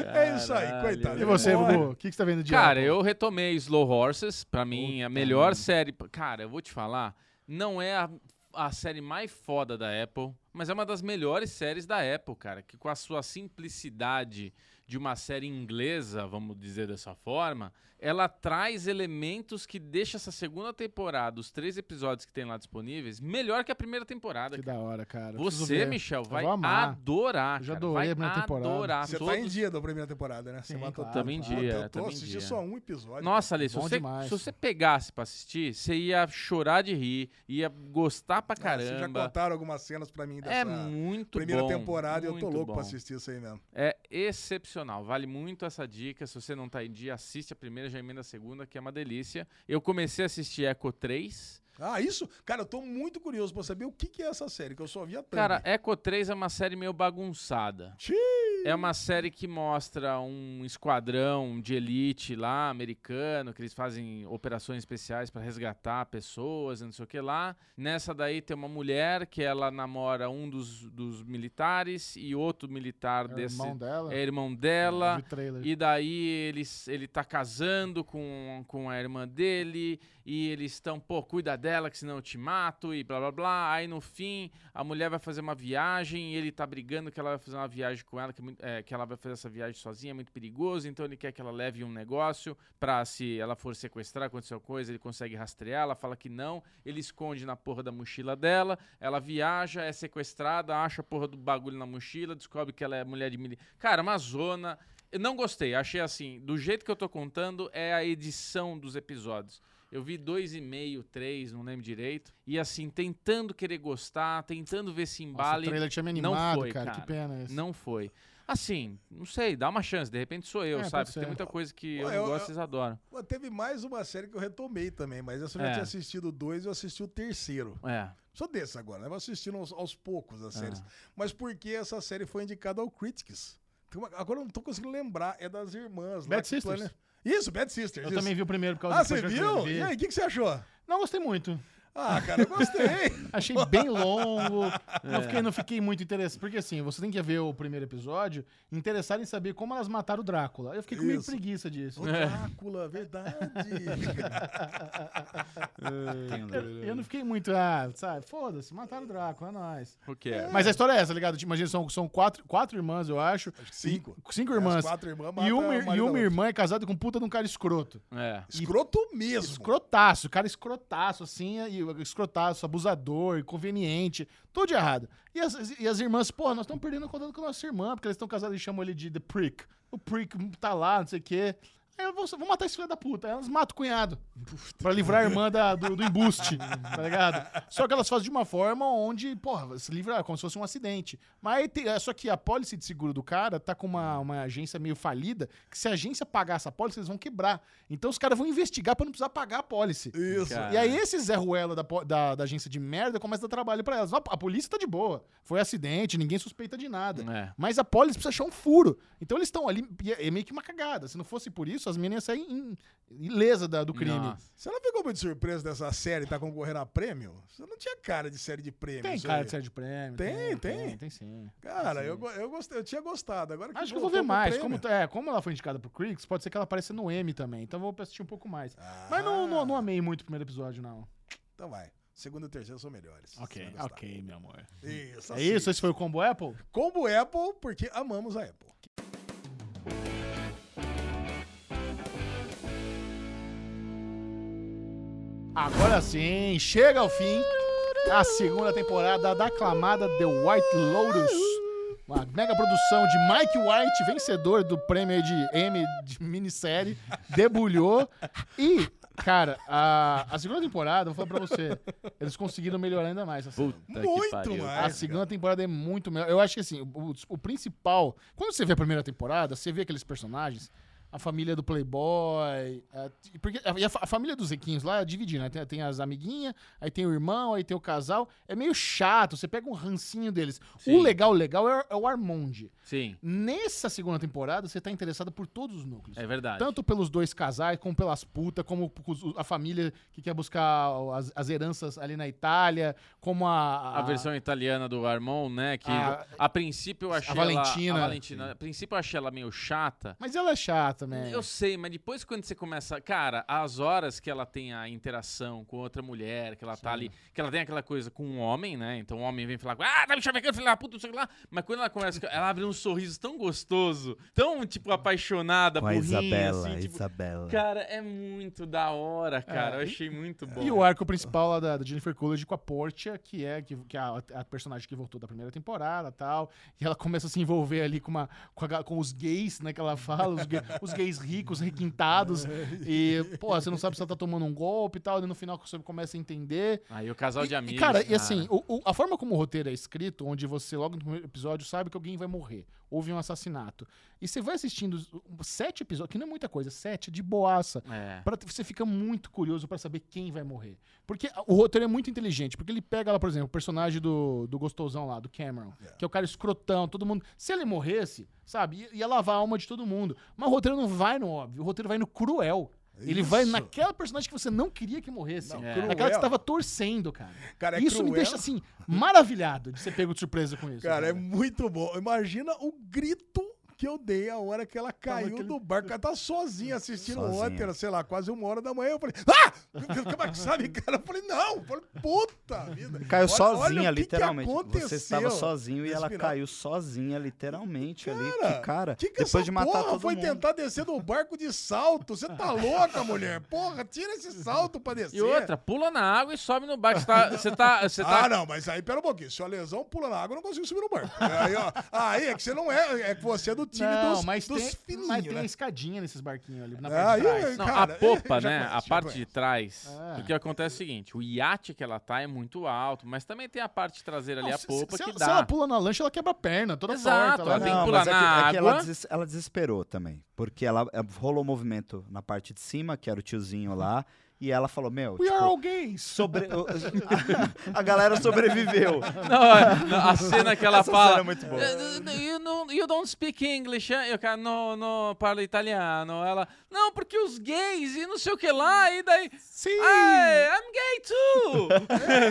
Speaker 4: É isso aí,
Speaker 2: Caralho.
Speaker 4: coitado.
Speaker 1: E você,
Speaker 4: Bora.
Speaker 1: Bubu? O que, que você tá vendo de
Speaker 2: Cara,
Speaker 1: Apple?
Speaker 2: eu retomei Slow Horses, pra mim, a melhor série. Cara, eu vou te falar, não é a, a série mais foda da Apple, mas é uma das melhores séries da Apple, cara, que com a sua simplicidade de uma série inglesa, vamos dizer dessa forma, ela traz elementos que deixa essa segunda temporada, os três episódios que tem lá disponíveis, melhor que a primeira temporada.
Speaker 1: Que
Speaker 2: cara.
Speaker 1: da hora, cara. Preciso
Speaker 2: Você,
Speaker 1: ver.
Speaker 2: Michel,
Speaker 1: Eu
Speaker 2: vai
Speaker 1: vou amar.
Speaker 2: adorar.
Speaker 1: Eu já
Speaker 2: cara,
Speaker 1: adorei
Speaker 2: vai
Speaker 1: a primeira temporada.
Speaker 2: Adorar.
Speaker 4: Você
Speaker 2: Ah, Todos-
Speaker 4: tá em dia da primeira temporada, né? Você
Speaker 1: Sim,
Speaker 4: matou
Speaker 1: claro,
Speaker 4: tudo.
Speaker 2: tamo em
Speaker 4: Puta,
Speaker 2: dia,
Speaker 4: Eu tô
Speaker 2: tamo em
Speaker 4: assistindo
Speaker 2: dia.
Speaker 4: só um episódio.
Speaker 2: Nossa, Alê, se
Speaker 1: Bom
Speaker 2: você,
Speaker 1: demais.
Speaker 2: se você pegasse pra assistir, você ia chorar de rir, ia gostar pra
Speaker 4: Ah, Vocês já
Speaker 2: caramba.
Speaker 4: contaram algumas cenas pra mim dessa
Speaker 2: é muito
Speaker 4: primeira
Speaker 2: bom.
Speaker 4: temporada e eu tô
Speaker 2: muito
Speaker 4: louco
Speaker 2: bom.
Speaker 4: pra assistir isso aí mesmo.
Speaker 2: É excepcional, vale muito essa dica. Se você não tá em dia, assiste a primeira, já emenda a segunda, que é uma delícia. Eu comecei a assistir Echo 3.
Speaker 4: Ah, isso? Cara, eu tô muito curioso pra saber o que, que é essa série, que eu só vi a thumb.
Speaker 2: Cara, Echo 3 é uma série meio bagunçada.
Speaker 4: Xiii.
Speaker 2: É uma série que mostra um esquadrão de elite lá, americano, que eles fazem operações especiais pra resgatar pessoas, e não sei o que lá. Nessa daí tem uma mulher que ela namora um dos, dos militares e outro militar
Speaker 1: É o
Speaker 2: desse.
Speaker 1: irmão dela.
Speaker 2: É irmão dela.
Speaker 1: Eu vi o trailer.
Speaker 2: E daí eles, ele tá casando com, com a irmã dele, e eles estão, pô, cuida dela, que senão eu te mato, e blá blá blá. Aí no fim, a mulher vai fazer uma viagem, e ele tá brigando que ela vai fazer uma viagem com ela, que, é muito- é, que ela vai fazer essa viagem sozinha, é muito perigoso, então ele quer que ela leve um negócio pra se ela for sequestrar, acontecer alguma coisa, ele consegue rastrear, ela fala que não, ele esconde na porra da mochila dela, ela viaja, é sequestrada, acha a porra do bagulho na mochila, descobre que ela é mulher de militar. Cara, uma zona. Eu não gostei, achei assim, do jeito que eu tô contando, é a edição dos episódios. Eu vi dois e meio, três, não lembro direito. E assim, tentando querer gostar, tentando ver se
Speaker 1: Nossa, o
Speaker 2: embale.
Speaker 1: trailer tinha me
Speaker 2: não
Speaker 1: animado,
Speaker 2: foi,
Speaker 1: cara.
Speaker 2: cara.
Speaker 1: Que pena esse.
Speaker 2: não foi. Assim, não sei, dá uma chance, de repente sou eu,
Speaker 1: É, pode
Speaker 2: sabe?
Speaker 1: ser.
Speaker 2: Tem muita coisa que eu
Speaker 4: Ué,
Speaker 2: não
Speaker 4: eu-
Speaker 2: gosto,
Speaker 4: eu-
Speaker 2: vocês adoram.
Speaker 4: Pô, Teve mais uma série que eu retomei também, mas essa eu já
Speaker 2: É.
Speaker 4: tinha assistido dois, eu assisti o terceiro.
Speaker 2: É.
Speaker 4: Só desse agora, né? Vou assistindo aos, aos poucos
Speaker 1: Ah.
Speaker 4: as séries. Mas por que essa série foi indicada ao Critics? Tem uma- Agora eu não tô conseguindo lembrar, é das irmãs. lá
Speaker 1: Bad
Speaker 4: que
Speaker 1: Sisters.
Speaker 4: plane- Isso, Bad Sisters.
Speaker 1: Eu
Speaker 4: isso.
Speaker 1: também vi o primeiro por causa
Speaker 4: Ah,
Speaker 1: do
Speaker 4: você
Speaker 1: podcast que eu
Speaker 4: viu?
Speaker 1: vi.
Speaker 4: E aí, o que, que você achou?
Speaker 1: Não gostei muito.
Speaker 4: Ah, cara, eu gostei.
Speaker 1: Achei bem longo. Não,
Speaker 4: É.
Speaker 1: fiquei, não fiquei muito interessado. Porque assim, você tem que ver o primeiro episódio interessado em saber como elas mataram o Drácula. Eu fiquei com meio
Speaker 4: Isso.
Speaker 1: preguiça disso.
Speaker 4: o Drácula, verdade.
Speaker 1: Eu, eu não fiquei muito, ah, sabe, foda-se, mataram o Drácula, é nóis.
Speaker 2: O que é?
Speaker 1: Mas a história é essa, ligado? Tipo, Imagina, são, são quatro, quatro irmãs, eu acho.
Speaker 4: que cinco.
Speaker 1: E- cinco
Speaker 4: É, As
Speaker 1: irmãs.
Speaker 4: quatro irmãs
Speaker 1: E
Speaker 4: matam o
Speaker 1: uma,
Speaker 4: marido
Speaker 1: e
Speaker 4: da
Speaker 1: uma
Speaker 4: outra.
Speaker 1: irmã é casada com um puta de um cara escroto.
Speaker 2: É.
Speaker 4: Escroto mesmo.
Speaker 1: Escrotaço, cara escrotaço, assim, e escrotaço, abusador, inconveniente, tudo de errado. E as, e as irmãs, porra, nós estamos perdendo contato com a nossa irmã, porque eles estão casadas e chamam ele de The Prick. O Prick tá lá, não sei o quê. Aí eu vou, vou matar esse filho da puta. Aí elas matam o cunhado. Pra livrar a irmã da- do, do embuste, tá ligado? Só que elas fazem de uma forma onde, porra, se livra como se fosse um acidente. Mas aí tem- é só que a pólice de seguro do cara tá com uma, uma agência meio falida, que se a agência pagar essa pólice, eles vão quebrar. Então os caras vão investigar pra não precisar pagar a pólice.
Speaker 4: Isso.
Speaker 2: Cara.
Speaker 1: E aí esse Zé Ruela da, po- da- da agência de merda começa a dar trabalho pra elas. A, a polícia tá de boa. Foi acidente, ninguém suspeita de nada.
Speaker 2: É.
Speaker 1: Mas a Polis precisa achar um furo. Então eles estão ali, e é é meio que uma cagada. Se não fosse por isso, as meninas saem in- ilesa da- do crime.
Speaker 2: Nossa.
Speaker 4: Você não ficou muito surpreso dessa série tá concorrendo a prêmio? Você não tinha cara de série de prêmio.
Speaker 1: Tem
Speaker 4: isso
Speaker 1: cara
Speaker 4: aí.
Speaker 1: de série de prêmio.
Speaker 4: Tem, tem.
Speaker 1: Tem, sim.
Speaker 4: Cara, eu, go- eu, gostei, eu tinha gostado. Agora
Speaker 1: Acho que eu
Speaker 4: voltou
Speaker 1: vou ver
Speaker 4: pro
Speaker 1: mais.
Speaker 4: prêmio.
Speaker 1: Como, é, como ela foi indicada pro Critics, pode ser que ela apareça no M também. Então eu vou assistir um pouco mais. Mas não, não, é- não amei muito o primeiro episódio, não.
Speaker 4: Ah, Então vai. Segundo e terceiro são melhores. Você vai gostar.
Speaker 1: ok, meu amor.
Speaker 4: Isso,
Speaker 1: É
Speaker 4: assim.
Speaker 1: isso? Esse foi o Combo Apple?
Speaker 4: Combo Apple, porque amamos a Apple.
Speaker 1: Agora sim, chega ao fim a segunda temporada da aclamada The White Lotus. Uma mega produção de Mike White, vencedor do prêmio de M de minissérie, debulhou. E, cara, a, a segunda temporada, vou falar pra você, eles conseguiram melhorar ainda mais. assim. a série.
Speaker 2: Puta que
Speaker 4: Muito
Speaker 2: pariu.
Speaker 1: A
Speaker 4: mais.
Speaker 1: segunda temporada é muito melhor. Eu acho que assim, o, o- o principal. Quando você vê a primeira temporada, você vê aqueles personagens. a família do Playboy. é, e porque, e a, fa- a família dos riquinhos lá é dividida, né? Tem, tem as amiguinhas, aí tem o irmão, aí tem o casal. É meio chato, você pega um rancinho deles. O
Speaker 2: Sim.
Speaker 1: legal, legal é, o- é o Armonde.
Speaker 2: Sim,
Speaker 1: Nessa segunda temporada, você tá interessado por todos os núcleos.
Speaker 2: é verdade.
Speaker 1: Tanto pelos dois casais, como pelas putas, como com os- a família que quer buscar as, as heranças ali na Itália, como a.
Speaker 2: a versão italiana do Armon, né? Que
Speaker 1: a-
Speaker 2: a, princípio eu achei
Speaker 1: Valentina.
Speaker 2: Ela, a Valentina. A princípio eu achei ela meio chata.
Speaker 1: Mas ela é chata, né?
Speaker 2: Eu sei, mas depois quando você começa. Cara, as horas que ela tem a interação com outra mulher, que ela tá ali. Que ela tem aquela coisa com um homem, né? Então o homem vem falar, ah, tá me chavecando, filha da puta, não sei o que lá. Mas quando ela conversa, com- ela abre um sorriso tão gostoso, tão, tipo, apaixonada
Speaker 5: Com a
Speaker 2: por
Speaker 5: Isabela,
Speaker 2: assim, tipo,
Speaker 5: Isabela.
Speaker 2: Cara, é muito da hora, cara. eu achei muito bom.
Speaker 1: E o arco principal lá da, da Jennifer Coolidge com a Portia, que é, que, que é a, a personagem que voltou da primeira temporada e tal. E ela começa a se envolver ali com, uma, com, a ga- com os gays, né? Que ela fala, os, ga- os gays ricos, requintados. e, pô, você não sabe se ela tá tomando um golpe e tal. E no final você começa a entender.
Speaker 2: Aí o casal
Speaker 1: E-
Speaker 2: de amigos.
Speaker 1: E, cara, e assim, o- o- a forma como o roteiro é escrito, onde você logo no primeiro episódio sabe que alguém vai morrer, houve um assassinato. E você vai assistindo os- os sete episódios, que não é muita coisa, sete de boaça.
Speaker 2: É.
Speaker 1: Pra, você fica muito curioso pra saber quem vai morrer. Porque a- o roteiro é muito inteligente. Porque ele pega lá, por exemplo, o personagem do, do gostosão lá, do Cameron, que é o cara escrotão, todo mundo. Se ele morresse, sabe, ia, ia lavar a alma de todo mundo. Mas o roteiro não vai no óbvio, o roteiro vai no cruel. Ele vai
Speaker 4: Isso.
Speaker 1: naquela personagem que você não queria que morresse.
Speaker 4: Não,
Speaker 1: Aquela que
Speaker 4: cruel.
Speaker 1: você tava torcendo, cara.
Speaker 4: Cara, é
Speaker 1: isso me
Speaker 4: cruel.
Speaker 1: deixa assim, maravilhado de ser pego de surpresa com isso.
Speaker 4: Cara, é muito bom. Imagina o grito que eu dei a hora que ela caiu
Speaker 1: aquele-
Speaker 4: do barco. Ela tá sozinha assistindo
Speaker 5: Sozinha.
Speaker 4: ópera, sei lá, quase uma hora da manhã. Eu falei, ah! Como é que sabe, cara? Eu falei, não! Eu falei, puta vida!
Speaker 5: Caiu
Speaker 4: Olha-
Speaker 5: sozinha,
Speaker 4: olha o que
Speaker 5: literalmente.
Speaker 4: Que
Speaker 5: Você estava
Speaker 4: aconteceu.
Speaker 5: sozinho e ela
Speaker 4: Respirar.
Speaker 5: caiu sozinha, literalmente, ali.
Speaker 4: Cara,
Speaker 5: Que cara,
Speaker 4: que que essa
Speaker 5: depois de matar
Speaker 4: porra
Speaker 5: todo
Speaker 4: foi
Speaker 5: mundo.
Speaker 4: tentar descer do barco de salto? Você tá louca, mulher? Porra, tira esse salto pra descer.
Speaker 2: E outra, pula na água e sobe no barco. Você tá. Você tá, você tá-
Speaker 4: Ah, não, mas aí pera um pouquinho. Se o lesão pula na água, eu não consigo subir no barco. Aí, ó, aí é que você não é, é que você é do time
Speaker 1: Não,
Speaker 4: dos,
Speaker 1: mas,
Speaker 4: dos
Speaker 1: tem,
Speaker 4: fininhos,
Speaker 1: mas tem a
Speaker 4: né?
Speaker 1: escadinha nesses barquinhos ali na
Speaker 4: Ah,
Speaker 1: parte de
Speaker 4: aí-
Speaker 1: trás.
Speaker 2: Não,
Speaker 4: cara,
Speaker 2: a popa,
Speaker 4: já
Speaker 2: né?
Speaker 4: conheço,
Speaker 2: a
Speaker 4: já
Speaker 2: parte
Speaker 4: conheço.
Speaker 2: de trás.
Speaker 1: Ah.
Speaker 2: Porque acontece é o seguinte: o iate que ela tá é muito alto, mas também tem a parte traseira ali,
Speaker 1: Não,
Speaker 2: a
Speaker 1: se-
Speaker 2: popa
Speaker 1: se,
Speaker 2: que
Speaker 1: se
Speaker 2: dá.
Speaker 1: ela pula na lancha, ela quebra a perna, toda
Speaker 2: Exato,
Speaker 1: torta. lá,
Speaker 2: ela tem
Speaker 1: né?
Speaker 2: que
Speaker 5: Não,
Speaker 2: pular
Speaker 5: mas é
Speaker 2: na
Speaker 5: é que ela,
Speaker 2: água.
Speaker 5: deses- ela desesperou também. Porque ela eh, rolou movimento na parte de cima, que era o tiozinho lá, e ela falou: Meu,
Speaker 1: We are
Speaker 5: tipo,
Speaker 1: all gays.
Speaker 5: sobre... a galera sobreviveu.
Speaker 2: Não, é, não, a cena que ela
Speaker 5: Essa
Speaker 2: fala.
Speaker 5: cena é muito boa.
Speaker 2: "Eh, You, don't- you don't speak English, eh?" eu cara, não, não falo italiano. Ela, não, porque os gays e não sei o que lá, e daí.
Speaker 1: Sim!
Speaker 2: Ai, I'm gay too!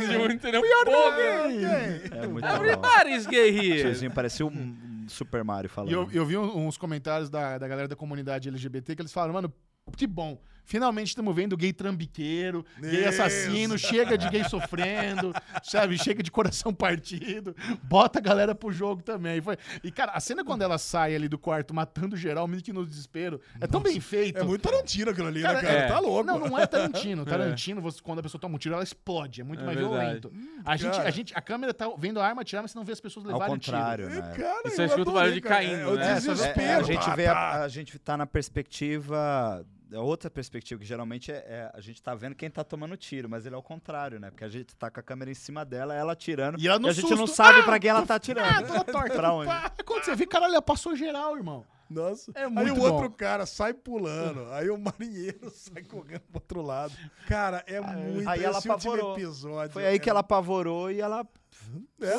Speaker 2: Tipo, entendeu? Porra,
Speaker 5: É muito bom.
Speaker 2: Everybody's gay
Speaker 5: O
Speaker 2: here!
Speaker 5: tiozinho parecia um um Super Mario falando.
Speaker 1: E eu, eu vi um- uns comentários da, da galera da comunidade LGBT que eles falaram, mano, que bom. Finalmente estamos vendo gay trambiqueiro, gay
Speaker 4: Isso.
Speaker 1: assassino, chega de gay sofrendo, sabe? Chega de coração partido, bota a galera pro jogo também. Foi- E, cara, a cena quando ela sai ali do quarto matando geral, meio que no desespero, é tão bem feito.
Speaker 4: É muito Tarantino aquilo ali, né,
Speaker 1: Cara,
Speaker 4: cara?
Speaker 2: é.
Speaker 4: Tá louco.
Speaker 1: Não, não é Tarantino. Tarantino, você- quando a pessoa toma um tiro, ela explode. É muito
Speaker 2: É
Speaker 1: mais
Speaker 2: verdade.
Speaker 1: violento. A gente, a,
Speaker 4: cara.
Speaker 1: gente, a câmera tá vendo a arma atirar, mas você não vê as pessoas
Speaker 5: Ao
Speaker 1: levarem o tiro.
Speaker 5: contrário, né?
Speaker 4: Cara,
Speaker 2: E você
Speaker 4: eu
Speaker 2: escuta o
Speaker 4: adorei,
Speaker 2: barulho de
Speaker 4: cara.
Speaker 2: caindo,
Speaker 4: É o
Speaker 2: né?
Speaker 4: desespero.
Speaker 5: É, a gente
Speaker 4: Ah,
Speaker 5: vê a,
Speaker 4: tá.
Speaker 5: a gente tá na perspectiva é outra perspectiva que geralmente é, é a gente tá vendo quem tá tomando tiro, mas ele é o contrário, né? Porque a gente tá com a câmera em cima dela, ela atirando
Speaker 1: E ela no
Speaker 5: a gente não
Speaker 1: susto,
Speaker 5: sabe pra quem ela tá atirando.
Speaker 1: Ah, tô torta.
Speaker 5: pra onde?
Speaker 1: Pá, é Quando você vê, caralho, ela passou geral, irmão.
Speaker 4: Nossa.
Speaker 1: É
Speaker 4: aí
Speaker 1: muito
Speaker 4: o
Speaker 1: bom.
Speaker 4: outro cara sai pulando, aí o marinheiro sai correndo pro outro lado. Cara, é muito
Speaker 5: Aí ela
Speaker 4: esse último
Speaker 5: apavorou.
Speaker 4: episódio.
Speaker 5: Foi aí que
Speaker 4: é-
Speaker 5: ela apavorou e ela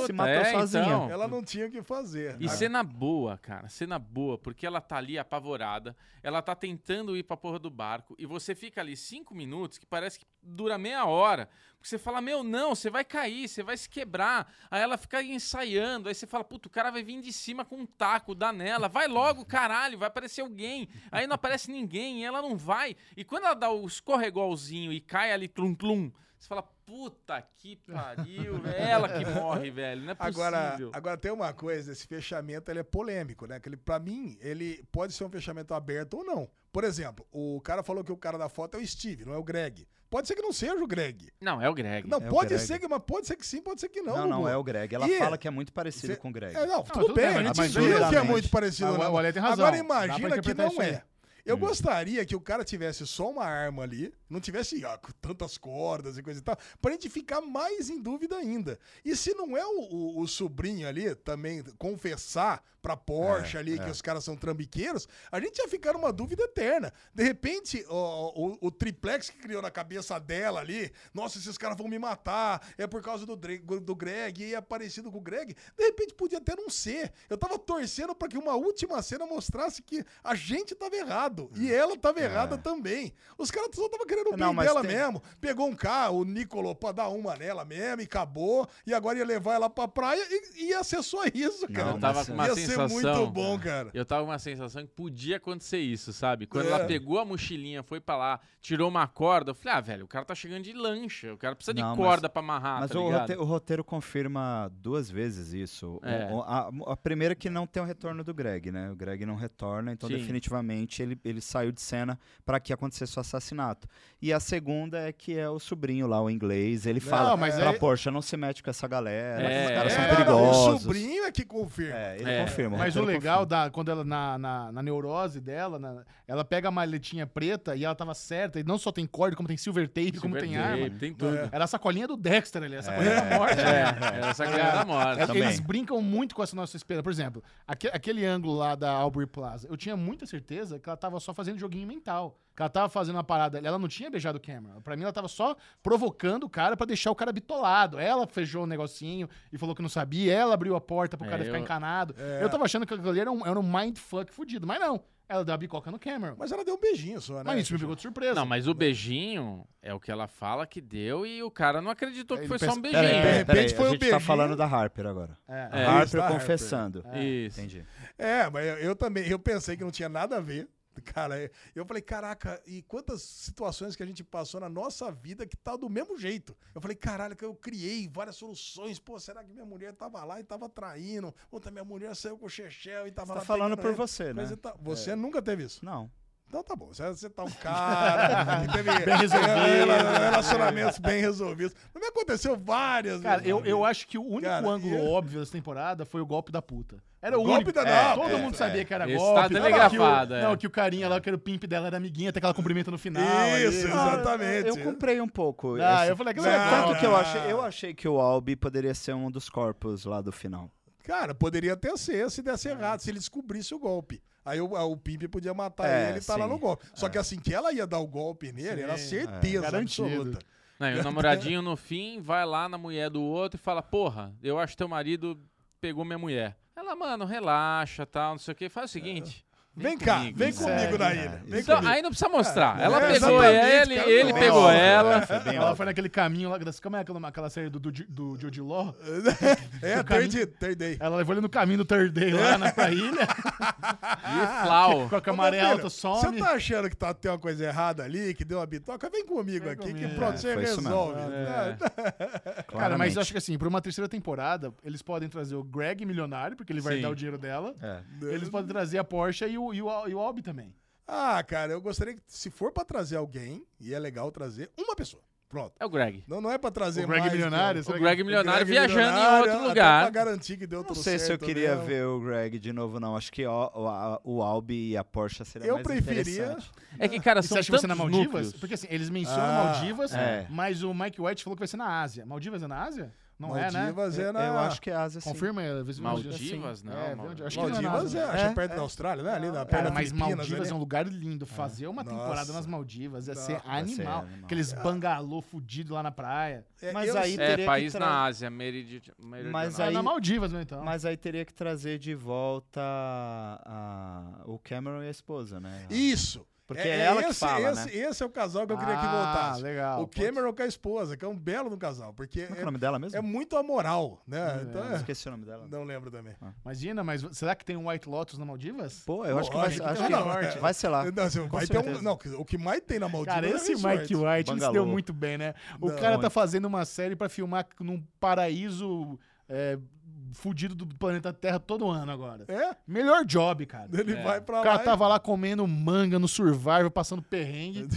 Speaker 5: se
Speaker 4: É,
Speaker 5: matou
Speaker 2: é,
Speaker 5: sozinha.
Speaker 2: então.
Speaker 4: ela não tinha o que fazer.
Speaker 2: E
Speaker 4: Ah,
Speaker 2: cena boa, cara, cena boa, porque ela tá ali apavorada, ela tá tentando ir pra porra do barco, e você fica ali cinco minutos, que parece que dura meia hora, porque você fala, meu, não, você vai cair, você vai se quebrar, aí ela fica ensaiando, aí você fala, puta, o cara vai vir de cima com um taco, dá nela, vai logo, caralho, vai aparecer alguém, aí não aparece ninguém, e ela não vai, e quando ela dá o escorregolzinho e cai ali, tlum-tlum, você fala, puta que pariu, é ela que morre, velho, não é possível.
Speaker 4: Agora, agora tem uma coisa, esse fechamento ele é polêmico, né? Que ele, pra mim, ele pode ser um fechamento aberto ou não. Por exemplo, o cara falou que o cara da foto é o Steve, não é o Greg. Pode ser que não seja o Greg.
Speaker 2: Não, é o Greg.
Speaker 4: Não,
Speaker 5: É o
Speaker 4: pode
Speaker 5: Greg.
Speaker 4: ser que, mas pode ser que sim, pode ser que não.
Speaker 5: Não, não,
Speaker 4: Bubu.
Speaker 5: é o Greg. Ela
Speaker 4: E-
Speaker 5: fala que é muito parecido
Speaker 4: Cê-
Speaker 5: com o Greg.
Speaker 4: É, não, tudo,
Speaker 1: tudo
Speaker 4: bem,
Speaker 1: bem,
Speaker 4: a
Speaker 1: mas
Speaker 4: gente viu que é
Speaker 5: geralmente-
Speaker 4: muito parecido.
Speaker 1: Ah, o-
Speaker 4: né?
Speaker 1: o Ale tem razão.
Speaker 4: Agora
Speaker 1: Dá pra
Speaker 4: imagina que
Speaker 1: interpretar
Speaker 4: não
Speaker 1: isso aí. Hum.
Speaker 4: é. Eu gostaria que o cara tivesse só uma arma ali, não tivesse ah, com tantas cordas e coisa e tal, pra gente ficar mais em dúvida ainda. E se não é o, o- o sobrinho ali também confessar pra Porsche ali que os caras são trambiqueiros, a gente ia ficar numa dúvida eterna. De repente, o, o- o triplex que criou na cabeça dela ali, nossa, esses caras vão me matar, é por causa do, Dre- do Greg, e é parecido com o Greg. De repente podia até não ser. Eu tava torcendo pra que uma última cena mostrasse que a gente tava errado. E ela tava errada também. Os caras só tava querendo o
Speaker 5: É, Não,
Speaker 4: bem
Speaker 5: mas
Speaker 4: dela
Speaker 5: tem-
Speaker 4: mesmo. Pegou um carro, o Nicolo, pra dar uma nela mesmo, e acabou. E agora ia levar ela pra praia e ia ser só isso, cara.
Speaker 2: Eu tava
Speaker 5: assim.
Speaker 2: com uma
Speaker 4: ia
Speaker 2: sensação.
Speaker 4: ser muito bom, cara.
Speaker 2: Eu tava com uma sensação que podia acontecer isso, sabe? Quando
Speaker 4: É.
Speaker 2: ela pegou a mochilinha, foi pra lá, tirou uma corda, eu falei, ah, velho, o cara tá chegando de lancha, o cara precisa de
Speaker 5: Não, mas-
Speaker 2: corda pra amarrar,
Speaker 5: Mas
Speaker 2: tá
Speaker 5: o,
Speaker 2: ligado?
Speaker 5: rote- o roteiro confirma duas vezes isso. O-
Speaker 2: É.
Speaker 5: o- a, a primeira é que não tem o retorno do Greg, né? O Greg não retorna, então
Speaker 2: Sim.
Speaker 5: definitivamente ele, ele saiu de cena para que acontecesse o assassinato. E a segunda é que é o sobrinho lá, o inglês, ele fala
Speaker 1: mas
Speaker 5: pra
Speaker 1: aí-
Speaker 5: Porsche, não se mete com essa galera,
Speaker 2: É,
Speaker 5: os caras
Speaker 2: é,
Speaker 5: são
Speaker 4: é- não, o
Speaker 5: perigosos.
Speaker 4: sobrinho é que confirma.
Speaker 5: É, ele
Speaker 2: É.
Speaker 5: confirma.
Speaker 1: Mas o
Speaker 5: roteiro
Speaker 1: legal
Speaker 5: confirma.
Speaker 1: da quando ela na, na, na neurose dela, na- ela pega a maletinha preta e ela tava certa, e não só tem corda, como tem silver tape, como tem
Speaker 2: Silver
Speaker 1: arma.
Speaker 2: Tape, Tem tudo. É.
Speaker 1: Era a sacolinha do Dexter ali, a sacolinha da morte.
Speaker 2: É, essa galera da morte.
Speaker 1: É,
Speaker 5: Também.
Speaker 1: Eles brincam muito com essa nossa esperança. Por exemplo, aque- aquele ângulo lá da Aubrey Plaza, eu tinha muita certeza que ela tava só fazendo joguinho mental. Que ela tava fazendo uma parada. Ela não tinha beijado o Cameron. Pra mim, ela tava só provocando o cara pra deixar o cara bitolado. Ela fechou o negocinho e falou que não sabia. Ela abriu a porta pro
Speaker 2: É,
Speaker 1: cara ficar
Speaker 2: eu-
Speaker 1: encanado. Eu tava achando que aquilo ali era um, era um mindfuck fudido. Mas não. Ela deu a bicoca no Cameron. Mas,
Speaker 4: Mas ela deu um beijinho só, né?
Speaker 1: isso me pegou de surpresa.
Speaker 2: Não, mas o beijinho é o que ela fala que deu e o cara não acreditou que
Speaker 1: Ele
Speaker 2: foi só
Speaker 1: pensa-
Speaker 2: um beijinho.
Speaker 5: Peraí, peraí,
Speaker 4: De repente
Speaker 5: peraí,
Speaker 4: foi
Speaker 5: a
Speaker 4: o
Speaker 5: gente tá
Speaker 4: beijinho.
Speaker 5: falando da Harper agora.
Speaker 1: É.
Speaker 2: É.
Speaker 5: A
Speaker 4: Isso, da
Speaker 5: Harper
Speaker 4: Harper.
Speaker 5: confessando.
Speaker 2: Isso.
Speaker 5: Entendi.
Speaker 4: É, mas eu, eu também, eu pensei que não tinha nada a ver. Cara, eu- eu falei, caraca, e quantas situações que a gente passou na nossa vida que tá do mesmo jeito. Eu falei, caralho, que eu criei várias soluções. Pô, será que minha mulher tava lá e tava traindo? Outra, minha mulher saiu com o Chechel e tava
Speaker 5: Você
Speaker 4: lá.
Speaker 5: tá falando
Speaker 4: pegando
Speaker 5: por
Speaker 4: ele.
Speaker 5: você, né?
Speaker 4: Coisa e tal. Você nunca teve isso.
Speaker 5: Não.
Speaker 4: Então tá bom, você, você tá um cara que teve
Speaker 1: Bem resolvido.
Speaker 4: rela- relacionamentos bem resolvidos. Mas me aconteceu várias
Speaker 1: Cara,
Speaker 4: vezes.
Speaker 1: eu, eu acho que o único
Speaker 4: Cara,
Speaker 1: ângulo
Speaker 4: eu-
Speaker 1: óbvio dessa temporada foi o golpe da puta. Era o
Speaker 4: Golpe
Speaker 1: único.
Speaker 4: da-
Speaker 1: É,
Speaker 4: não,
Speaker 1: todo
Speaker 4: é,
Speaker 1: mundo
Speaker 4: é.
Speaker 1: sabia que era
Speaker 2: Esse
Speaker 1: golpe.
Speaker 2: tá
Speaker 1: Não,
Speaker 2: telegrafado,
Speaker 1: que o,
Speaker 2: é.
Speaker 1: Não, que o carinha lá, que era o pimp dela, era amiguinha, até aquela cumprimenta no final.
Speaker 4: Isso,
Speaker 1: aí.
Speaker 4: exatamente.
Speaker 5: Eu comprei um pouco.
Speaker 1: Ah,
Speaker 5: essa-
Speaker 1: eu falei que
Speaker 4: Não,
Speaker 1: legal.
Speaker 5: Tanto que eu achei, eu achei que o Albi poderia ser um dos corpos lá do final.
Speaker 4: Cara, poderia até ser se desse errado, se ele descobrisse o golpe. Aí o, o Pimp podia matar
Speaker 5: É,
Speaker 4: ele e tá lá
Speaker 5: sim. É.
Speaker 4: no golpe. Só que assim que ela ia dar o golpe nele, era certeza
Speaker 1: Garantido.
Speaker 4: absoluta.
Speaker 2: Não, Né, e o namoradinho no fim vai lá na mulher do outro e fala: Porra, eu acho que teu marido pegou minha mulher. Ela, mano, relaxa, tal, não sei o que. Faz o seguinte.
Speaker 4: É. Vem, cá,
Speaker 2: comigo,
Speaker 4: vem
Speaker 2: cara."
Speaker 4: comigo na
Speaker 5: É,
Speaker 4: ilha. Vem
Speaker 2: Então,
Speaker 4: comigo.
Speaker 2: aí não precisa mostrar.
Speaker 4: É,
Speaker 2: ela
Speaker 4: é,
Speaker 2: pegou
Speaker 4: exatamente,
Speaker 2: ele,
Speaker 4: cara,
Speaker 2: ele
Speaker 4: não
Speaker 5: Bem
Speaker 2: pegou
Speaker 5: óbvio,
Speaker 2: ela.
Speaker 5: é, foi bem
Speaker 1: Ela
Speaker 5: óbvio.
Speaker 1: foi naquele caminho lá. das- Como é aquela, aquela série do, do, Di- do Jude Law?
Speaker 4: é,
Speaker 1: caminho- Ah,
Speaker 4: third, third day.
Speaker 1: Ela levou ele no caminho do Third Day lá na pra ilha,
Speaker 2: E flau.
Speaker 1: com a camaré
Speaker 4: Ah, Ô, meu filho,
Speaker 1: alta some.
Speaker 4: Você tá achando que tá, tem uma coisa errada ali, que deu uma bitoca? Vem comigo aqui, que pronto, você
Speaker 5: foi isso mesmo.
Speaker 4: resolve. Né?
Speaker 2: É.
Speaker 1: Cara, mas
Speaker 5: Claramente.
Speaker 1: eu acho que assim, pra uma terceira temporada, eles podem trazer o Greg milionário, porque ele vai
Speaker 2: Sim.
Speaker 1: dar o dinheiro dela.
Speaker 5: É.
Speaker 1: Eles podem trazer a Porsche e o, e o, e o Albi também.
Speaker 4: Ah, cara, eu gostaria que, se for pra trazer alguém, e é legal trazer uma pessoa. Pronto.
Speaker 2: É o Greg.
Speaker 4: Não, não é pra trazer
Speaker 1: O Greg
Speaker 4: mais, um.
Speaker 1: milionário,
Speaker 4: cara.
Speaker 2: O
Speaker 1: Será que-
Speaker 2: Greg milionário
Speaker 4: Greg
Speaker 2: viajando em
Speaker 4: milionário,
Speaker 2: outro
Speaker 4: até
Speaker 2: lugar.
Speaker 4: pra garantir que deu
Speaker 5: Não
Speaker 4: tudo
Speaker 5: sei se eu
Speaker 4: certo né?
Speaker 5: queria
Speaker 4: mesmo.
Speaker 5: ver o Greg de novo, não. Acho que ó, o, a- o Albi e a Porsche seria
Speaker 4: Eu
Speaker 5: mais
Speaker 4: preferia.
Speaker 5: interessante.
Speaker 2: É que, cara,
Speaker 1: E você
Speaker 2: são
Speaker 1: acha que vai ser na
Speaker 2: tantos
Speaker 1: Maldivas?
Speaker 2: núcleos.
Speaker 1: Porque assim, eles mencionam
Speaker 4: Ah,
Speaker 1: Maldivas,
Speaker 5: é.
Speaker 1: mas o Mike White falou que vai ser na Ásia. Maldivas é na Ásia? Não é, né?
Speaker 4: Maldivas é, na.
Speaker 5: Eu acho que assim. a Ásia sim.
Speaker 1: Confirma. é, vez-
Speaker 2: Maldivas,
Speaker 1: assim.
Speaker 2: não,
Speaker 1: É,
Speaker 2: Maldivas.
Speaker 1: vez- acho que não é na
Speaker 4: Maldivas
Speaker 1: Ásia,
Speaker 4: é,
Speaker 1: né?
Speaker 4: acho que é perto da Austrália, né? Ali na perto
Speaker 1: Cara,
Speaker 4: da
Speaker 1: mas
Speaker 4: Filipinas,
Speaker 1: Maldivas
Speaker 4: ali.
Speaker 1: é um lugar lindo. Fazer uma
Speaker 4: Nossa.
Speaker 1: temporada nas Maldivas ia ser
Speaker 5: Vai ser
Speaker 1: animal.
Speaker 5: animal.
Speaker 1: Aqueles bangalô fudido lá na praia.
Speaker 4: É,
Speaker 5: Mas
Speaker 4: eu-
Speaker 5: aí
Speaker 2: É,
Speaker 5: teria
Speaker 2: país
Speaker 5: que tra-
Speaker 2: na Ásia, meridi- meridional.
Speaker 5: Mas
Speaker 1: É
Speaker 4: Tá
Speaker 5: aí-
Speaker 1: na Maldivas, né, então.
Speaker 5: Mas aí teria que trazer de volta a- o Cameron e a esposa, né?
Speaker 4: Isso!
Speaker 5: Porque é ela que
Speaker 4: esse,
Speaker 5: fala,
Speaker 4: esse,
Speaker 5: né?
Speaker 4: esse é o casal que eu queria que
Speaker 1: Ah,
Speaker 4: voltasse.
Speaker 1: legal.
Speaker 4: o Cameron com a esposa, que é um belo no casal, porque
Speaker 5: Como é que é
Speaker 4: é,
Speaker 5: o nome dela mesmo?
Speaker 4: é muito amoral, né? Então, é-
Speaker 5: Esqueci o nome dela.
Speaker 4: Não lembro também.
Speaker 1: Imagina, mas será que tem um White Lotus na Maldivas?
Speaker 5: Pô, eu acho que vai,
Speaker 4: Lógico,
Speaker 5: acho
Speaker 4: não,
Speaker 5: que
Speaker 4: não,
Speaker 5: vai,
Speaker 4: é.
Speaker 5: ser lá.
Speaker 4: Não, assim, vai ter um-
Speaker 5: certeza.
Speaker 4: não, o que mais tem na Maldivas
Speaker 1: Ah, Cara,
Speaker 4: é
Speaker 1: esse
Speaker 4: resort.
Speaker 1: Mike White ele se deu
Speaker 5: Bangalô.
Speaker 1: muito bem, né? O
Speaker 4: Não,
Speaker 1: cara tá
Speaker 5: muito.
Speaker 1: fazendo uma série pra filmar num paraíso é, fudido do planeta Terra todo ano agora.
Speaker 4: É?
Speaker 1: Melhor job, cara.
Speaker 4: Ele
Speaker 5: É.
Speaker 4: vai pra
Speaker 1: O
Speaker 4: lá.
Speaker 1: cara tava lá comendo manga no Survivor, passando perrengue,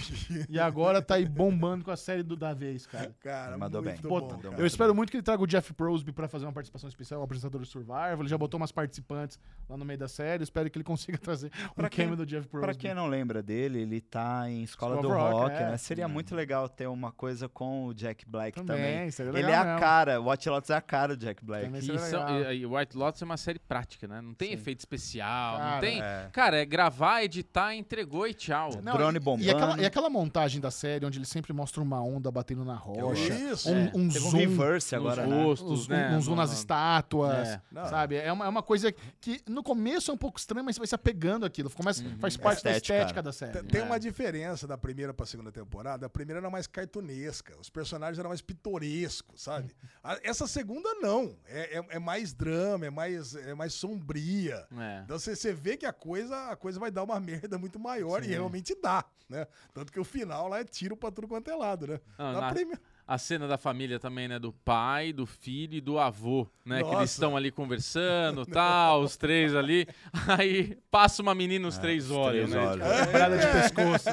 Speaker 1: e agora tá aí bombando com a série do, da vez, cara.
Speaker 4: e... Cara,
Speaker 5: Mandou
Speaker 4: muito
Speaker 5: bem.
Speaker 4: bom,
Speaker 1: Puta,
Speaker 4: cara.
Speaker 1: eu
Speaker 5: né?
Speaker 1: espero muito que ele traga o Jeff Prosby pra fazer uma participação especial, o apresentador do Survivor. Ele já botou umas participantes lá no meio da série. Espero que ele consiga trazer um
Speaker 5: Pra quem-
Speaker 1: cameo do Jeff Prosby.
Speaker 5: Pra quem não lembra dele, ele tá em Escola, do
Speaker 1: Escola do
Speaker 5: Rock,
Speaker 1: Rock, é.
Speaker 5: né? Seria muito legal ter uma coisa com o Jack Black
Speaker 1: Também,
Speaker 5: também.
Speaker 1: seria
Speaker 5: Ele
Speaker 1: legal
Speaker 5: é a
Speaker 1: mesmo.
Speaker 5: cara, o Watch Lots é a cara do Jack Black.
Speaker 1: Também
Speaker 2: E,
Speaker 1: seria
Speaker 2: é são-
Speaker 1: é legal.
Speaker 2: e- e White Lotus é uma série prática, né? Não tem efeito especial, não
Speaker 1: Cara, É,
Speaker 2: tem...
Speaker 5: é.
Speaker 2: Cara, é gravar, editar, entregou e tchau.
Speaker 1: Não,
Speaker 5: Drone
Speaker 1: e-
Speaker 5: bombando.
Speaker 1: E aquela, e aquela montagem da série onde ele sempre mostra uma onda batendo na rocha.
Speaker 4: Isso.
Speaker 1: Um, um
Speaker 5: Teve um
Speaker 1: zoom.
Speaker 5: reverse
Speaker 2: Nos
Speaker 5: agora, né?
Speaker 2: rostos,
Speaker 1: uns,
Speaker 2: né?
Speaker 1: um zoom
Speaker 2: No-
Speaker 1: nas
Speaker 2: no-
Speaker 1: estátuas,
Speaker 2: É.
Speaker 4: Não.
Speaker 1: sabe? É uma, é uma coisa que no começo é um pouco estranha, mas você vai se apegando aquilo. Começa, Faz parte
Speaker 5: Estética.
Speaker 1: da estética da
Speaker 4: Te-
Speaker 1: série.
Speaker 4: Tem uma diferença da primeira pra segunda temporada. A primeira era mais cartunesca, os personagens eram mais pitorescos, sabe? A- Essa segunda não. É, é- é mais drama, é mais, é mais sombria.
Speaker 2: É.
Speaker 4: Então você- você vê que a coisa, a coisa vai dar uma merda muito maior e realmente dá, né? Tanto que o final lá é tiro pra tudo quanto é lado, né?
Speaker 2: Não,
Speaker 4: Na
Speaker 2: Ah, na-
Speaker 4: primeira-
Speaker 2: A cena da família também, né? Do pai, do filho e do avô, né? Que
Speaker 4: Nossa.
Speaker 2: eles estão ali conversando, tal, os três ali. Aí passa uma menina, os três olham,
Speaker 5: Três
Speaker 2: né?
Speaker 5: olhos.
Speaker 1: Quebrada
Speaker 5: É.
Speaker 1: de pescoço.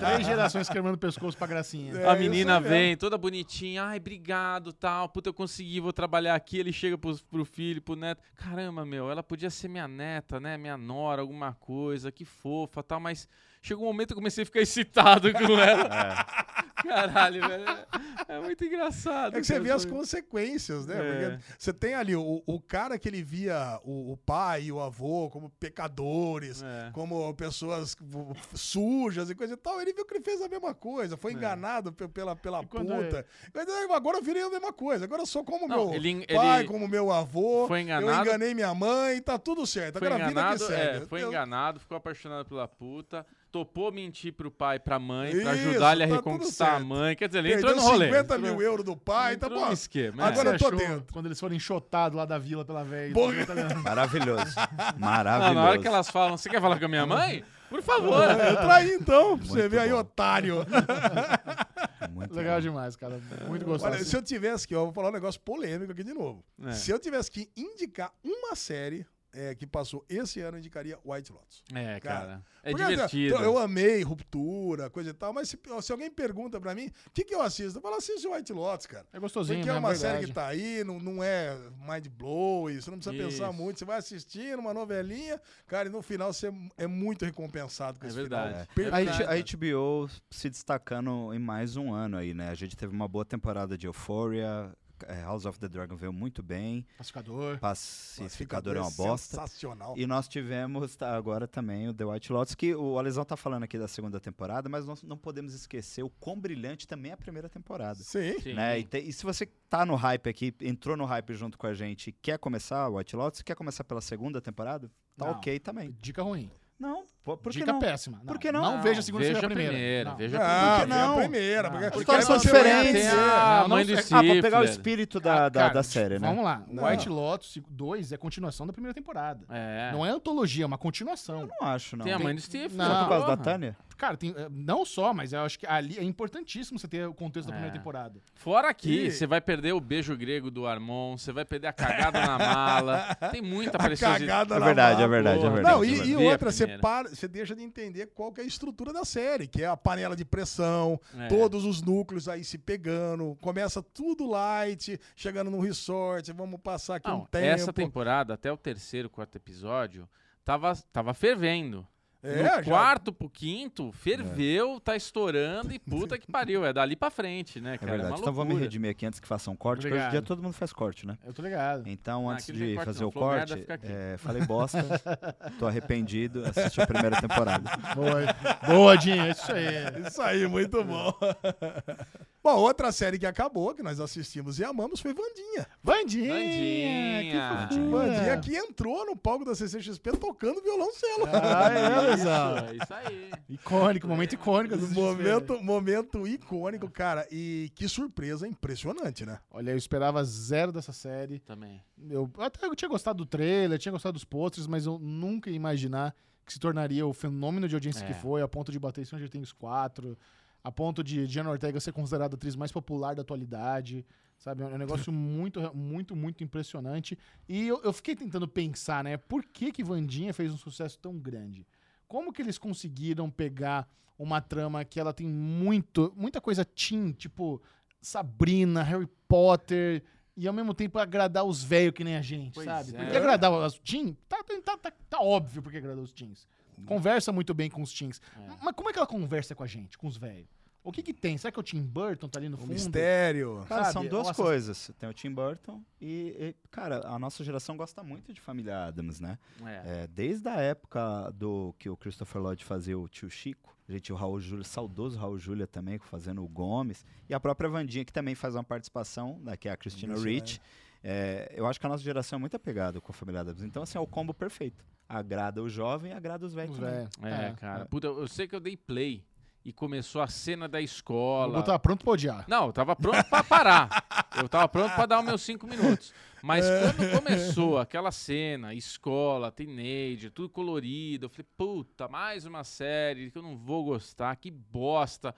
Speaker 1: Três gerações quebrando pescoço pra gracinha.
Speaker 4: É,
Speaker 2: a
Speaker 4: isso
Speaker 2: menina
Speaker 4: mesmo.
Speaker 2: vem toda bonitinha, ai, obrigado, tal, puta, eu consegui, vou trabalhar aqui. Ele chega pro, pro filho, pro neto, caramba, meu, ela podia ser minha neta, né, minha nora, alguma coisa, que fofa, tal, mas chegou um momento que eu comecei a ficar excitado com ela. Caralho, velho, é muito engraçado.
Speaker 4: É que você
Speaker 2: cara,
Speaker 4: vê as
Speaker 2: essa-
Speaker 4: consequências, né?
Speaker 2: É.
Speaker 4: Porque você tem ali o, o cara que ele via o, o pai e o avô como pecadores,
Speaker 2: É.
Speaker 4: como pessoas sujas e coisa e tal. Ele viu que ele fez a mesma coisa,
Speaker 2: É.
Speaker 4: foi enganado pe- pela, pela
Speaker 1: quando
Speaker 4: puta. Mas, "Ah, Agora eu virei a mesma coisa. Agora eu sou como
Speaker 2: Não,
Speaker 4: meu
Speaker 2: ele-
Speaker 4: pai,
Speaker 2: ele
Speaker 4: como meu avô.
Speaker 2: foi
Speaker 4: Eu
Speaker 2: enganado.
Speaker 4: enganei minha mãe, tá tudo certo.
Speaker 2: Foi
Speaker 4: Agora a vida
Speaker 2: enganado,
Speaker 4: que segue.
Speaker 2: é, foi
Speaker 4: Eu-
Speaker 2: enganado, ficou apaixonado pela puta, topou mentir pro pai e pra mãe, pra
Speaker 4: Isso,
Speaker 2: ajudar ele a
Speaker 4: tá tudo
Speaker 2: reconquistar a
Speaker 4: certo.
Speaker 2: mãe. Quer dizer, ele
Speaker 4: Perdeu
Speaker 2: entrou no rolê.
Speaker 4: 50 mil
Speaker 2: Entrou-
Speaker 4: euros do pai, tá
Speaker 2: entrou
Speaker 4: bom.
Speaker 2: no esquema, é.
Speaker 4: Agora eu tô
Speaker 1: Você achou
Speaker 4: dentro.
Speaker 1: Quando eles foram enxotados lá da vila pela velha.
Speaker 4: Porra.
Speaker 1: Tá ligado?
Speaker 5: Maravilhoso.
Speaker 2: Não,
Speaker 5: Maravilhoso.
Speaker 2: na hora que elas falam, você quer falar com a minha mãe? Por favor.
Speaker 4: Eu traí então, pra você
Speaker 5: Muito
Speaker 4: ver aí,
Speaker 5: bom.
Speaker 4: otário.
Speaker 5: Muito
Speaker 1: Legal
Speaker 5: bom.
Speaker 1: demais, cara. Muito
Speaker 4: Olha,
Speaker 1: gostoso.
Speaker 4: se eu tivesse que, eu vou falar um negócio polêmico aqui de novo.
Speaker 2: É.
Speaker 4: Se eu tivesse que indicar uma série é, que passou esse ano, eu indicaria White Lotus.
Speaker 2: É, cara. É
Speaker 4: Porque, assim,
Speaker 2: divertido.
Speaker 4: Eu amei Ruptura, coisa e tal, mas se, se alguém pergunta pra mim, o que, que eu assisto? Eu falo, assisto White Lotus, cara.
Speaker 1: É gostosinho,
Speaker 4: Porque
Speaker 1: né?
Speaker 4: é uma
Speaker 1: Verdade.
Speaker 4: série que tá aí, não, não é mind blow, você não precisa pensar
Speaker 2: Isso.
Speaker 4: muito, você vai assistindo uma novelinha, cara, e no final você é muito recompensado com
Speaker 2: É
Speaker 4: esse
Speaker 2: verdade.
Speaker 4: final.
Speaker 5: A,
Speaker 2: É
Speaker 5: H- né?
Speaker 2: verdade.
Speaker 5: a HBO se destacando em mais um ano aí, né? A gente teve uma boa temporada de Euphoria, eh, House of the Dragon veio muito bem,
Speaker 1: Pacificador.
Speaker 5: Pacificador é uma bosta.
Speaker 4: Sensacional.
Speaker 5: E nós tivemos tá, agora também o The White Lotus, que o Alesão tá falando aqui da segunda temporada, mas nós não podemos esquecer o quão brilhante também é a primeira temporada.
Speaker 4: Sim.
Speaker 2: Sim.
Speaker 5: Né? E, te- e se você tá no hype aqui, entrou no hype junto com a gente e quer começar o White Lotus, quer começar pela segunda temporada, tá
Speaker 1: Não.
Speaker 5: ok também.
Speaker 1: Dica ruim.
Speaker 5: Não, pô, por que
Speaker 1: Dica
Speaker 5: não?
Speaker 1: péssima.
Speaker 5: Por que não?
Speaker 1: Não, veja a segunda,
Speaker 2: veja
Speaker 1: seja a primeira. Não.
Speaker 2: Veja a
Speaker 4: Ah,
Speaker 5: Por que
Speaker 2: primeira.
Speaker 4: não.
Speaker 5: não?
Speaker 4: a primeira.
Speaker 1: Não.
Speaker 2: Ah,
Speaker 4: porque- é
Speaker 1: As
Speaker 4: porque
Speaker 5: histórias
Speaker 4: aí
Speaker 5: são
Speaker 4: você vai
Speaker 5: diferentes.
Speaker 2: Tem
Speaker 4: entender.
Speaker 2: a
Speaker 1: Não,
Speaker 2: mãe
Speaker 1: não
Speaker 2: do
Speaker 1: sei.
Speaker 5: Ah, pra
Speaker 2: Sif,
Speaker 5: pegar o
Speaker 2: velho.
Speaker 5: espírito da,
Speaker 1: Ah,
Speaker 5: da,
Speaker 1: cara,
Speaker 5: da série, né?
Speaker 1: Vamos lá.
Speaker 4: Não.
Speaker 1: White Lotus 2 é continuação da primeira temporada.
Speaker 2: É.
Speaker 1: Não é antologia, é uma continuação.
Speaker 5: Não acho, não.
Speaker 2: Tem a
Speaker 5: Tem-
Speaker 2: mãe do Steve.
Speaker 5: Só
Speaker 1: Não.
Speaker 5: por causa da Tânia?
Speaker 1: Cara, tem, eh, não só, mas eu acho que ali é importantíssimo você ter o contexto da primeira
Speaker 2: É.
Speaker 1: temporada.
Speaker 2: Fora aqui,
Speaker 4: E-
Speaker 2: você vai perder o beijo grego do Armon, você vai perder a cagada na mala. Tem muita
Speaker 4: A
Speaker 2: preciosidade.
Speaker 4: cagada
Speaker 5: É
Speaker 4: na
Speaker 5: verdade,
Speaker 4: mala.
Speaker 5: é verdade, é
Speaker 2: porra.
Speaker 5: verdade.
Speaker 4: Não,
Speaker 5: é
Speaker 4: e, e
Speaker 5: verdade.
Speaker 2: Vê a
Speaker 4: outra, você,
Speaker 2: primeira.
Speaker 4: para- você deixa de entender qual que é a estrutura da série, que é a panela de pressão,
Speaker 2: É.
Speaker 4: todos os núcleos aí se pegando, começa tudo light, chegando no resort, vamos passar aqui um
Speaker 2: Não,
Speaker 4: tempo.
Speaker 2: essa temporada, até o terceiro, quarto episódio, tava, tava fervendo.
Speaker 4: É, já- É.
Speaker 2: no quarto pro quinto, ferveu, tá estourando e puta que pariu. É dali pra frente, né,
Speaker 5: É
Speaker 2: cara?
Speaker 5: verdade.
Speaker 2: uma
Speaker 5: Então vou me
Speaker 2: loucura.
Speaker 5: redimir aqui antes que faça um corte, porque hoje em
Speaker 1: Obrigado.
Speaker 5: dia todo mundo faz corte, né?
Speaker 1: Eu tô ligado.
Speaker 5: Então,
Speaker 2: Ah,
Speaker 5: antes
Speaker 2: aqui não tem
Speaker 5: de
Speaker 2: corte,
Speaker 5: fazer
Speaker 2: não.
Speaker 5: o
Speaker 2: Falou merda,
Speaker 5: corte,
Speaker 2: fica aqui.
Speaker 5: é, falei bosta, tô arrependido, assisti a primeira temporada.
Speaker 1: Boa, Boa Dinho, é isso aí.
Speaker 4: Isso aí,
Speaker 2: É.
Speaker 4: muito bom. bom, outra série que acabou, que nós assistimos e amamos, foi Vandinha.
Speaker 1: Bandinha!
Speaker 2: Bandinha.
Speaker 1: Que fofura.
Speaker 4: Vandinha que entrou no palco da CCXP tocando violoncelo.
Speaker 1: Ah, é, Lesão.
Speaker 2: Isso, isso aí.
Speaker 1: Icônico, momento icônico. do
Speaker 4: Momento, momento icônico, cara. E que surpresa impressionante, né?
Speaker 1: Olha, eu esperava zero dessa série.
Speaker 2: Também.
Speaker 1: Eu até eu tinha gostado do trailer, tinha gostado dos posters, mas eu nunca ia imaginar que se tornaria o fenômeno de audiência
Speaker 2: É.
Speaker 1: que foi, a ponto de bater Stranger Things 4. a ponto de Diana Ortega ser considerada a atriz mais popular da atualidade. Sabe, é um negócio muito, muito, muito impressionante. E eu, eu fiquei tentando pensar, né? Por que que Vandinha fez um sucesso tão grande? Como que eles conseguiram pegar uma trama que ela tem muito, muita coisa teen, tipo Sabrina, Harry Potter, e ao mesmo tempo agradar os velhos que nem a gente,
Speaker 2: Pois
Speaker 1: sabe?
Speaker 2: é.
Speaker 1: Porque agradar os teens, tá, tá, tá, tá óbvio porque agradar os teens.
Speaker 2: Uhum.
Speaker 1: Conversa muito bem com os teens. Mas como é que ela conversa com a gente, com os velhos? O que que tem? Será que é o Tim Burton tá ali no
Speaker 4: O
Speaker 1: fundo?
Speaker 4: Um mistério.
Speaker 5: Cara,
Speaker 1: Sabe,
Speaker 2: é um
Speaker 5: são duas
Speaker 1: nossa-
Speaker 5: coisas. Tem o Tim Burton e, e, cara, a nossa geração gosta muito de Família Adams, né?
Speaker 2: É.
Speaker 5: É, desde a época do que o Christopher Lloyd fazia o tio Chico, gente, o Raul Júlia, saudoso Raul Júlia também, fazendo o Gomes, e a própria Vandinha, que também faz uma participação, né, que é a Christina
Speaker 4: Isso,
Speaker 5: Rich. É, eu acho que a nossa geração é muito apegada com a família Adams. Então, assim, é o combo perfeito. Agrada o jovem e agrada os velhos
Speaker 1: Os
Speaker 5: também.
Speaker 1: velhos.
Speaker 2: É, cara. Puta, eu eu sei que eu dei play e começou a cena da
Speaker 1: Eu
Speaker 2: escola.
Speaker 1: tava pronto pra odiar.
Speaker 2: Não, eu tava pronto pra parar. Eu tava pronto pra dar os meus cinco minutos. Mas
Speaker 4: É.
Speaker 2: quando começou aquela cena, escola, teenager, tudo colorido, eu falei, puta, mais uma série que eu não vou gostar, que bosta.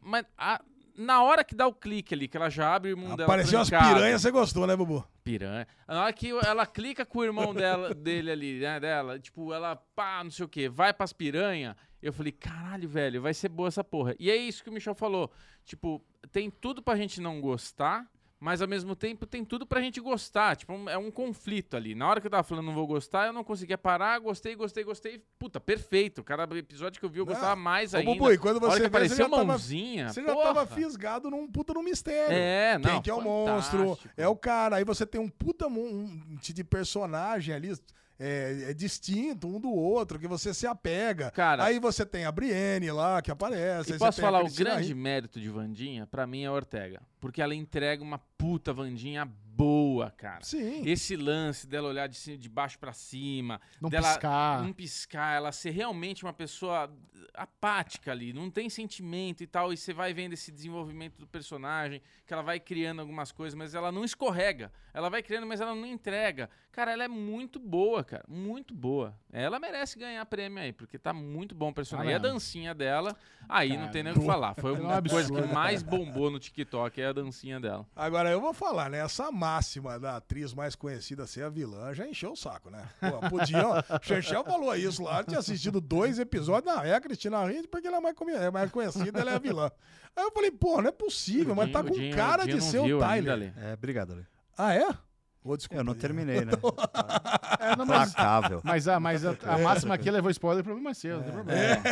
Speaker 2: Mas a- na hora que dá o clique ali, que ela já abre o mundo é dela.
Speaker 4: Apareceu as
Speaker 2: trancada,
Speaker 4: piranhas, você gostou, né, Bubu?
Speaker 2: Piranha. Na hora que ela clica com o irmão dela, dele ali, né, dela, tipo, ela, pá, não sei o quê, vai pras piranha. Eu falei, caralho, velho, vai ser boa essa porra. E é isso que o Michel falou. Tipo, tem tudo pra gente não gostar, mas ao mesmo tempo tem tudo pra gente gostar. Tipo, um- é um conflito ali. Na hora que eu tava falando não vou gostar, eu não conseguia parar, gostei, gostei, gostei. Puta, perfeito. Cada episódio que eu vi, eu
Speaker 4: Não.
Speaker 2: gostava mais
Speaker 4: Ô,
Speaker 2: ainda.
Speaker 4: Bubu, e quando
Speaker 2: né? a hora
Speaker 4: você
Speaker 2: que
Speaker 4: vê, você
Speaker 2: apareceu
Speaker 4: já tava-
Speaker 2: mãozinha.
Speaker 4: Você já
Speaker 2: porra.
Speaker 4: tava fisgado num puta num mistério.
Speaker 2: É, não.
Speaker 4: Quem que é o monstro?
Speaker 2: fantástico.
Speaker 4: É o cara. Aí você tem um puta mon- um de de personagem ali. É, é distinto um do outro, que você se apega.
Speaker 2: Cara-
Speaker 4: aí você tem a Brienne lá, que aparece.
Speaker 2: E
Speaker 4: aí
Speaker 2: posso
Speaker 4: você tem a
Speaker 2: falar, o
Speaker 4: Cristina
Speaker 2: grande
Speaker 4: Ricci.
Speaker 2: mérito de Vandinha, pra mim, é a Ortega. Porque ela entrega uma puta Vandinha boa, cara.
Speaker 4: Sim.
Speaker 2: Esse lance dela olhar de, cima- de baixo pra cima,
Speaker 1: Não
Speaker 2: dela Hum.
Speaker 1: piscar.
Speaker 2: não piscar, ela ser realmente uma pessoa apática ali, não tem sentimento e tal, e você vai vendo esse desenvolvimento do personagem, que ela vai criando algumas coisas, mas ela não escorrega. Ela vai criando, mas ela não entrega. Cara, ela é muito boa, cara, muito boa. Ela merece ganhar prêmio aí, porque tá muito bom o personagem.
Speaker 1: Ah,
Speaker 2: e a
Speaker 1: não.
Speaker 2: dancinha dela, aí não tem nem o que
Speaker 1: Cara,
Speaker 2: falar. Foi
Speaker 1: é um
Speaker 2: uma coisa
Speaker 1: absurdo,
Speaker 2: que mais bombou no TikTok, é a dancinha dela.
Speaker 4: Agora eu vou falar, né? Essa máxima da atriz mais conhecida ser a vilã já encheu o saco, né? Pô, podiam. Xerxel falou isso lá, tinha assistido dois episódios. Não, é a Cristina Rinde porque ela é mais, comi- é mais conhecida, ela é a vilã. Aí eu falei, pô, não é possível, mas tá
Speaker 2: O
Speaker 4: com
Speaker 2: Dinho- o
Speaker 4: cara
Speaker 2: Dinho
Speaker 4: de
Speaker 2: não
Speaker 4: ser
Speaker 2: viu
Speaker 4: o
Speaker 2: ainda,
Speaker 4: Tyler.
Speaker 2: Ale.
Speaker 5: É, obrigado, Ale.
Speaker 4: Ah, é? Vou desculpa.
Speaker 5: Eu não
Speaker 4: Diego.
Speaker 5: terminei, né?
Speaker 1: É, não, mas,
Speaker 5: Implacável.
Speaker 1: mas a, mas a, a máxima aqui levou spoiler, problema é Ah. seu, não tem problema.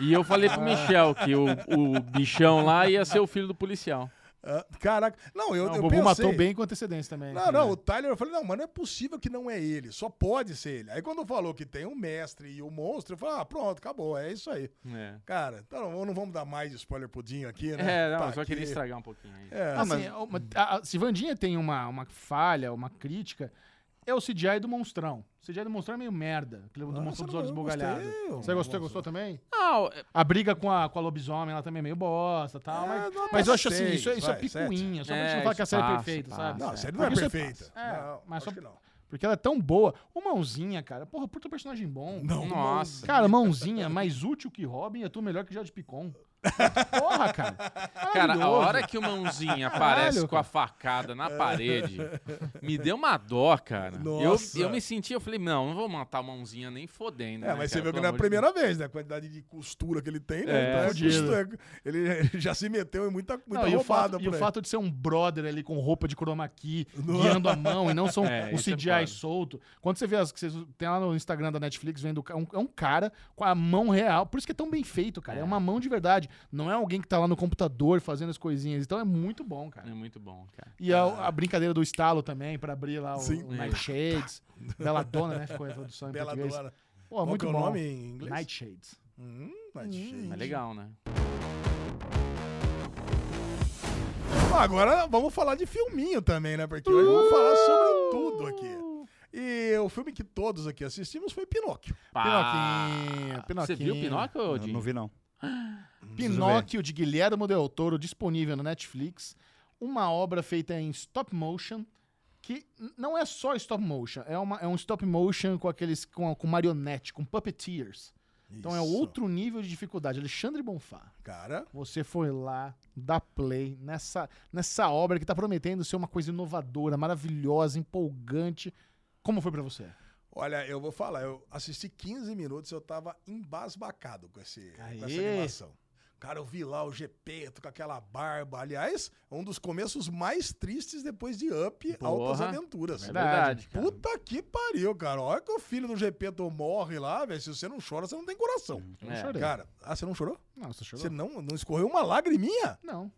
Speaker 2: E eu falei pro Michel que o, o bichão lá ia ser o filho do policial.
Speaker 4: Ah, caraca. Não, eu,
Speaker 1: Não, o
Speaker 4: eu
Speaker 1: Bubu
Speaker 4: pensei.
Speaker 1: matou bem com antecedência também. né?
Speaker 4: Não,
Speaker 2: né?
Speaker 4: não, o Tyler, eu falei, não, mas não é possível que não é ele, só pode ser ele. Aí quando falou que tem o mestre e o monstro, eu falei, ah, pronto, acabou, é isso aí.
Speaker 2: É.
Speaker 4: Cara, então não- não vamos dar mais spoiler pudim aqui, né?
Speaker 2: É, não,
Speaker 4: Tá
Speaker 2: eu só queria
Speaker 4: aqui.
Speaker 2: estragar um pouquinho aí.
Speaker 4: É,
Speaker 1: Assim, o- mas a- a- se Vandinha tem uma, uma falha, uma crítica, é o CGI do Monstrão. O CGI do Monstrão é meio merda. aquele Do
Speaker 4: Ah,
Speaker 1: Monstrão
Speaker 4: você
Speaker 1: dos
Speaker 4: não-
Speaker 1: Olhos
Speaker 4: eu gostei,
Speaker 1: Esbugalhados.
Speaker 4: eu
Speaker 1: Você gostou,
Speaker 4: gosto.
Speaker 1: gostou também?
Speaker 2: Não, é-
Speaker 1: A briga com a, com a lobisomem, ela também é meio bosta e tal.
Speaker 4: É,
Speaker 1: mas
Speaker 4: nota
Speaker 1: mas eu acho assim,
Speaker 4: seis,
Speaker 1: isso, é- isso
Speaker 4: vai,
Speaker 1: é picuinha. Só pra gente
Speaker 2: É,
Speaker 1: não falar que a série é
Speaker 2: isso
Speaker 1: perfeita,
Speaker 2: passa,
Speaker 1: sabe?
Speaker 4: Não,
Speaker 2: é.
Speaker 4: a série não é
Speaker 1: Porque você
Speaker 4: perfeita.
Speaker 1: passa. É,
Speaker 4: não,
Speaker 1: mas
Speaker 4: acho
Speaker 1: só-
Speaker 4: que não.
Speaker 1: Porque ela é tão boa. O Mãozinha, cara. Porra, puta personagem bom.
Speaker 4: Não,
Speaker 2: nossa.
Speaker 1: Cara, Mãozinha, mais útil que Robin, eu tô melhor que Jorge Picon. Porra, cara.
Speaker 4: Tá
Speaker 2: Cara, a
Speaker 1: Maravilhoso.
Speaker 2: hora que o mãozinho aparece
Speaker 1: Caralho,
Speaker 2: com a facada
Speaker 4: É.
Speaker 2: na parede, me deu uma dó, cara. Eu,
Speaker 4: Nossa.
Speaker 2: eu me senti, eu falei, não, não vou matar o mãozinha nem fodendo.
Speaker 4: É,
Speaker 2: né,
Speaker 4: mas
Speaker 2: cara,
Speaker 4: você viu que
Speaker 2: pelo
Speaker 4: não é a
Speaker 2: amor de
Speaker 4: primeira vez, né? A quantidade de costura que ele tem, né?
Speaker 2: É,
Speaker 4: Então,
Speaker 1: fudido.
Speaker 4: costura- ele, ele já se meteu em muita, muita
Speaker 1: Não, e o,
Speaker 4: roubada
Speaker 1: fato, e
Speaker 4: por
Speaker 1: o
Speaker 4: aí.
Speaker 1: fato de ser um brother ali com roupa de chroma key, guiando a mão, e não são
Speaker 2: É,
Speaker 1: o
Speaker 2: isso é
Speaker 1: CGI
Speaker 2: foda.
Speaker 1: solto. Quando você vê as que vocês tem lá no Instagram da Netflix vendo ca- um- é um cara com a mão real, por isso que é tão bem feito, cara. É, uma mão de verdade, não é alguém que tá lá no computador fazendo as coisinhas. Então é muito bom,
Speaker 2: Deus.
Speaker 1: cara.
Speaker 2: É muito bom, cara.
Speaker 1: E a, a brincadeira do estalo também pra abrir lá
Speaker 4: Ah.
Speaker 1: o
Speaker 4: Sim.
Speaker 1: Nightshades, Beladona, né? Ficou a tradução em
Speaker 4: Bela
Speaker 1: português.
Speaker 4: Dora.
Speaker 1: Pô,
Speaker 4: Qual
Speaker 1: muito
Speaker 4: que é o
Speaker 1: bom. é
Speaker 4: nome em inglês?
Speaker 1: Nightshades.
Speaker 4: Hum, Nightshade.
Speaker 2: Mas legal, né?
Speaker 4: Agora vamos falar de filminho também, né? Porque hoje vamos falar sobre tudo aqui. E o filme que todos aqui assistimos foi Pinóquio.
Speaker 1: Pinoquinho,
Speaker 2: Você viu
Speaker 1: Pinoquinho.
Speaker 2: Pinóquio,
Speaker 5: Eu
Speaker 2: Dinho?
Speaker 5: não vi, não.
Speaker 1: Pinóquio de Guilherme Del Toro disponível na Netflix, uma obra feita em stop motion que n- não é só stop motion, é, uma, é um stop motion com aqueles com, com marionete, com puppeteers. Então é
Speaker 4: Isso.
Speaker 1: outro nível de dificuldade. Alexandre Bonfá,
Speaker 4: Cara,
Speaker 1: você foi lá, dá play nessa, nessa obra que tá prometendo ser uma coisa inovadora, maravilhosa, empolgante. Como foi pra você?
Speaker 4: olha, eu vou falar, eu assisti 15 minutos, eu tava embasbacado com, esse, com essa
Speaker 1: Aê!
Speaker 4: animação. Cara, eu vi lá o Gepeto com aquela barba. Aliás, é um dos começos mais tristes depois de Up,
Speaker 2: Porra.
Speaker 4: Altas Aventuras.
Speaker 2: É verdade. cara.
Speaker 4: Puta que pariu, cara. A hora que o filho do Gepeto morre lá, velho, se você não chora, você não tem coração.
Speaker 1: Eu não
Speaker 2: É.
Speaker 1: chorei.
Speaker 4: Cara, ah, você não chorou?
Speaker 1: Não, você chorou?
Speaker 4: Você não, não escorreu uma lagriminha?
Speaker 1: Não.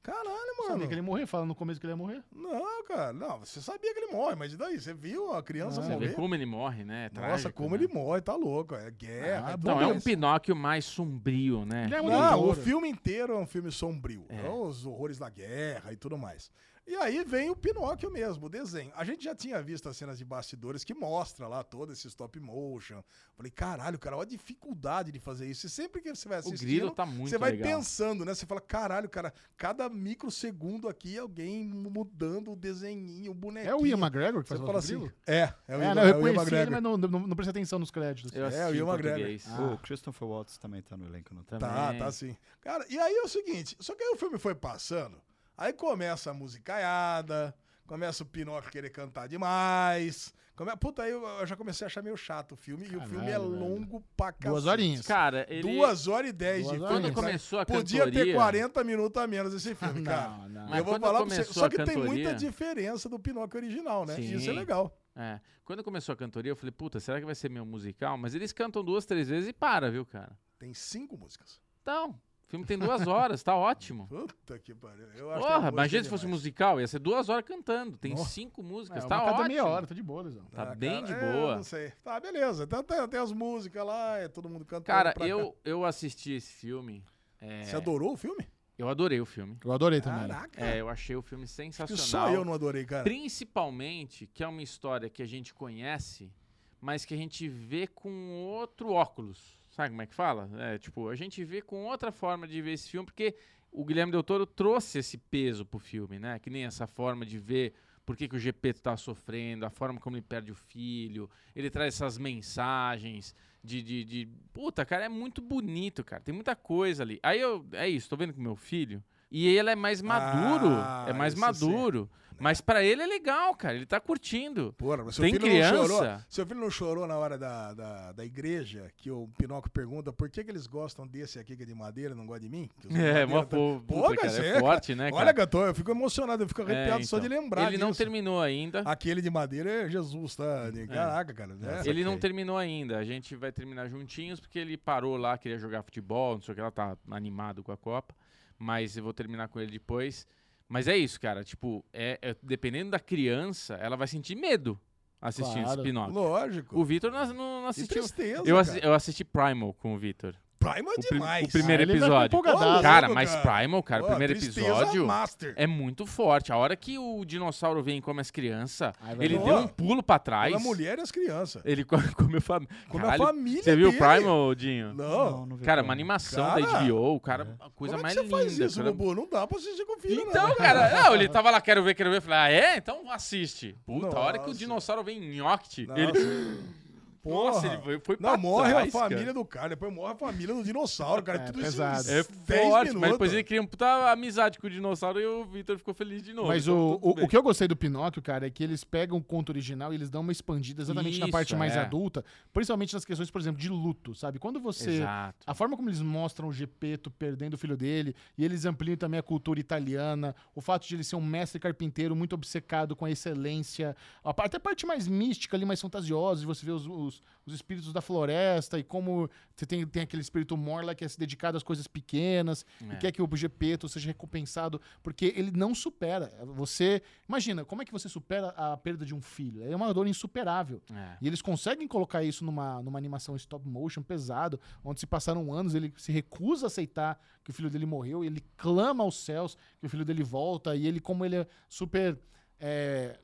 Speaker 4: Caralho,
Speaker 1: Sabia que
Speaker 4: mano.
Speaker 1: ele morreu? Fala no começo que ele ia morrer.
Speaker 4: Não, cara. Não, você sabia que ele morre, mas e daí? Você viu a criança
Speaker 2: Você
Speaker 4: morrer?
Speaker 2: vê como ele morre, né? É
Speaker 4: Nossa,
Speaker 2: trágico,
Speaker 4: como
Speaker 2: né?
Speaker 4: ele morre, tá louco. É guerra.
Speaker 1: Ah,
Speaker 4: é
Speaker 1: bom,
Speaker 2: Não, é um
Speaker 4: doença.
Speaker 2: Pinóquio mais sombrio, né?
Speaker 1: Ele é muito
Speaker 4: Não, o
Speaker 1: louro.
Speaker 4: filme inteiro é um filme sombrio.
Speaker 2: É.
Speaker 4: É os horrores da guerra e tudo mais. E aí vem o Pinóquio mesmo, o desenho. A gente já tinha visto as cenas de bastidores que mostra lá todo esse stop motion. Falei, caralho, cara, olha a dificuldade de fazer isso. E sempre que você vai
Speaker 2: O
Speaker 4: assistindo,
Speaker 2: grilo tá muito
Speaker 4: você vai
Speaker 2: legal.
Speaker 4: pensando, né? Você fala, caralho, cara, cada microsegundo aqui alguém mudando o desenhinho, o bonequinho.
Speaker 1: É o Ian McGregor que
Speaker 4: Você
Speaker 1: faz o
Speaker 4: fala
Speaker 1: nosso
Speaker 4: assim,
Speaker 1: grilo?
Speaker 4: é, é o
Speaker 1: É,
Speaker 4: Ian,
Speaker 1: não, eu
Speaker 4: é o Ian
Speaker 1: reconheci ele,
Speaker 4: McGregor.
Speaker 1: mas não, não, não prestei atenção nos créditos.
Speaker 2: Eu
Speaker 4: É,
Speaker 2: assisti
Speaker 4: o
Speaker 2: em
Speaker 4: Ian McGregor.
Speaker 2: português.
Speaker 5: O Christopher Waltz também tá no elenco, não Ah. tá?
Speaker 4: Tá,
Speaker 2: Também.
Speaker 4: tá sim. Cara, e aí é o seguinte, só que aí o filme foi passando, aí começa a musicaiada, começa o Pinóquio querer cantar demais. Come... Puta, aí eu, eu já comecei a achar meio chato o filme, e o
Speaker 1: Caralho,
Speaker 4: filme é
Speaker 1: velho.
Speaker 4: longo pra cacete.
Speaker 1: Duas horinhas.
Speaker 2: Cara, ele...
Speaker 4: Duas horas e dez
Speaker 1: Duas
Speaker 4: de
Speaker 1: horas e
Speaker 2: Quando
Speaker 4: filme.
Speaker 1: Sim,
Speaker 2: começou a
Speaker 4: Podia
Speaker 2: cantoria...
Speaker 4: ter 40 minutos a menos esse filme, cara.
Speaker 1: Não, não.
Speaker 2: Mas
Speaker 4: eu vou
Speaker 2: quando
Speaker 4: falar pra você,
Speaker 2: começou
Speaker 4: só
Speaker 2: a
Speaker 4: que tem muita
Speaker 2: cantoria-
Speaker 4: diferença do Pinóquio original, né?
Speaker 2: Sim.
Speaker 4: Isso é legal.
Speaker 2: É. Quando começou a cantoria, eu falei, puta, será que vai ser meu musical? Mas eles cantam duas, três vezes e para, viu, cara?
Speaker 4: Tem cinco músicas.
Speaker 2: Então, o filme tem duas horas, tá ótimo.
Speaker 4: Puta que pariu. Eu acho que é
Speaker 2: Porra,
Speaker 4: música
Speaker 2: imagina se fosse
Speaker 4: demais.
Speaker 2: musical, ia ser duas horas cantando. Tem
Speaker 4: Nossa.
Speaker 2: cinco
Speaker 1: É,
Speaker 2: músicas,
Speaker 1: uma
Speaker 2: tá
Speaker 1: cada
Speaker 2: ótimo.
Speaker 1: meia hora, tá de boa, Lesão.
Speaker 2: Tá
Speaker 4: Ah,
Speaker 2: bem
Speaker 4: cara,
Speaker 2: de
Speaker 4: é,
Speaker 2: boa.
Speaker 4: Não sei. Tá, beleza. Então tem, tem as músicas lá, é todo mundo cantando.
Speaker 2: Cara,
Speaker 4: pra cá.
Speaker 2: eu, eu assisti esse filme. é,
Speaker 4: Você adorou o filme?
Speaker 2: Eu adorei o filme.
Speaker 1: Eu adorei também.
Speaker 4: Caraca.
Speaker 2: É, eu achei o filme
Speaker 4: Ah. que né?
Speaker 2: sensacional.
Speaker 4: só eu não adorei, cara.
Speaker 2: Principalmente que é uma história que a gente conhece, mas que a gente vê com outro óculos. Sabe como é que fala? É, tipo, a gente vê com outra forma de ver esse filme, porque o Guilherme Del Toro trouxe esse peso pro filme, né? Que nem essa forma de ver por que, que o GP tá sofrendo, a forma como ele perde o filho, ele traz essas mensagens de, de, de- Puta, cara, é muito bonito, cara. Tem muita coisa ali. Aí eu. É isso, tô vendo com meu filho. E ele é mais maduro.
Speaker 4: Ah,
Speaker 2: é mais
Speaker 4: isso sim.
Speaker 2: maduro. Mas pra ele é legal, cara. Ele tá curtindo.
Speaker 4: Porra, mas seu
Speaker 2: Tem
Speaker 4: filho
Speaker 2: criança?
Speaker 4: não chorou. Seu filho não chorou na hora da, da, da igreja, que o Pinóquio pergunta por que, que eles gostam desse aqui que é de madeira, não gosta de mim? Que eu sou de
Speaker 2: É,
Speaker 4: madeira,
Speaker 2: uma
Speaker 4: tá-
Speaker 2: pô,
Speaker 4: Pô,
Speaker 2: puta,
Speaker 4: cara,
Speaker 2: cara,
Speaker 4: é,
Speaker 2: é
Speaker 4: cara.
Speaker 2: forte, né, cara?
Speaker 4: Olha, Gatão, eu fico emocionado, eu fico
Speaker 2: É,
Speaker 4: arrepiado só de
Speaker 2: então.
Speaker 4: lembrar
Speaker 2: Ele não
Speaker 4: disso.
Speaker 2: terminou ainda.
Speaker 4: Aquele de madeira é Jesus, tá? Caraca, cara. né?
Speaker 2: Ele não terminou ainda. A gente vai terminar juntinhos, porque ele parou lá, queria jogar futebol, não sei o que, ela tá animado com a Copa. Mas eu vou terminar com ele depois. Mas é isso, cara. Tipo, é, é- dependendo da criança, ela vai sentir medo assistindo
Speaker 1: Claro.
Speaker 2: esse Pinóquio.
Speaker 4: Lógico.
Speaker 2: O Vitor não, não- não
Speaker 4: Que
Speaker 2: assistiu.
Speaker 4: tristeza,
Speaker 2: Eu, assi-
Speaker 4: cara.
Speaker 2: eu assisti Primal com o Vitor.
Speaker 4: Primal é
Speaker 2: O, prim-
Speaker 4: demais.
Speaker 2: o primeiro
Speaker 1: Ah, ele tá
Speaker 2: episódio.
Speaker 1: empolgadaço.
Speaker 2: Cara,
Speaker 4: Louco,
Speaker 2: mas
Speaker 4: cara.
Speaker 2: Primal, cara, o
Speaker 4: Pô,
Speaker 2: primeiro
Speaker 4: tristeza
Speaker 2: episódio
Speaker 4: Master.
Speaker 2: é muito forte. A hora que o dinossauro vem e come as crianças,
Speaker 1: Ai, vai
Speaker 2: ele
Speaker 1: lá.
Speaker 2: deu um pulo pra trás.
Speaker 4: Pela mulher e as crianças.
Speaker 2: Ele co- comeu fam...
Speaker 4: Como
Speaker 2: Caralho,
Speaker 4: a família
Speaker 2: Você viu o
Speaker 4: dele.
Speaker 2: Primal, Dinho?
Speaker 4: é Não.
Speaker 5: não vi
Speaker 2: Cara,
Speaker 5: como.
Speaker 2: uma animação da
Speaker 4: Cara,
Speaker 2: HBO, o cara, a coisa
Speaker 4: Como é
Speaker 2: mais
Speaker 4: que você
Speaker 2: linda.
Speaker 4: faz isso,
Speaker 2: cara.
Speaker 4: Bubu? Não dá pra assistir com o filho,
Speaker 2: Então,
Speaker 4: não.
Speaker 2: cara, não, ele tava lá, quero ver, quero ver. Eu falei, ah, é? Então assiste. Puta, a hora que o
Speaker 4: Nossa.
Speaker 2: dinossauro vem em Nhoct,
Speaker 4: Nossa.
Speaker 2: ele. Nossa,
Speaker 4: Porra.
Speaker 2: ele foi, foi
Speaker 4: Não,
Speaker 2: pra
Speaker 4: morre
Speaker 2: trás,
Speaker 4: a família
Speaker 2: cara.
Speaker 4: do cara, depois morre a família do dinossauro, cara.
Speaker 1: É,
Speaker 4: tudo
Speaker 1: pesado.
Speaker 4: isso
Speaker 2: É
Speaker 4: em 10
Speaker 2: forte, mas depois
Speaker 4: minutos.
Speaker 2: ele cria uma puta amizade com o dinossauro e o Victor ficou feliz de novo.
Speaker 1: Mas
Speaker 2: Então,
Speaker 1: o,
Speaker 2: tudo
Speaker 1: o,
Speaker 2: bem.
Speaker 1: o que eu gostei do Pinóquio, cara, é que eles pegam o conto original e eles dão uma expandida exatamente na
Speaker 2: Isso,
Speaker 1: parte mais
Speaker 2: é.
Speaker 1: adulta, principalmente nas questões, por exemplo, de luto, sabe? Quando você.
Speaker 2: Exato.
Speaker 1: A forma como eles mostram o Gepeto perdendo o filho dele, e eles ampliam também a cultura italiana, o fato de ele ser um mestre carpinteiro muito obcecado com a excelência, a parte- até a parte mais mística ali, mais fantasiosa, de você ver os, os, os espíritos da floresta e como você tem, tem aquele espírito morla que é se dedicado às coisas pequenas
Speaker 2: É.
Speaker 1: e quer que o Gepeto seja recompensado, porque ele não supera. Você. Imagina, como é que você supera a perda de um filho? É uma dor insuperável.
Speaker 2: É.
Speaker 1: E eles conseguem colocar isso numa, numa animação stop motion pesado, onde se passaram anos, ele se recusa a aceitar que o filho dele morreu, ele clama aos céus que o filho dele volta, e ele, como ele é super. é,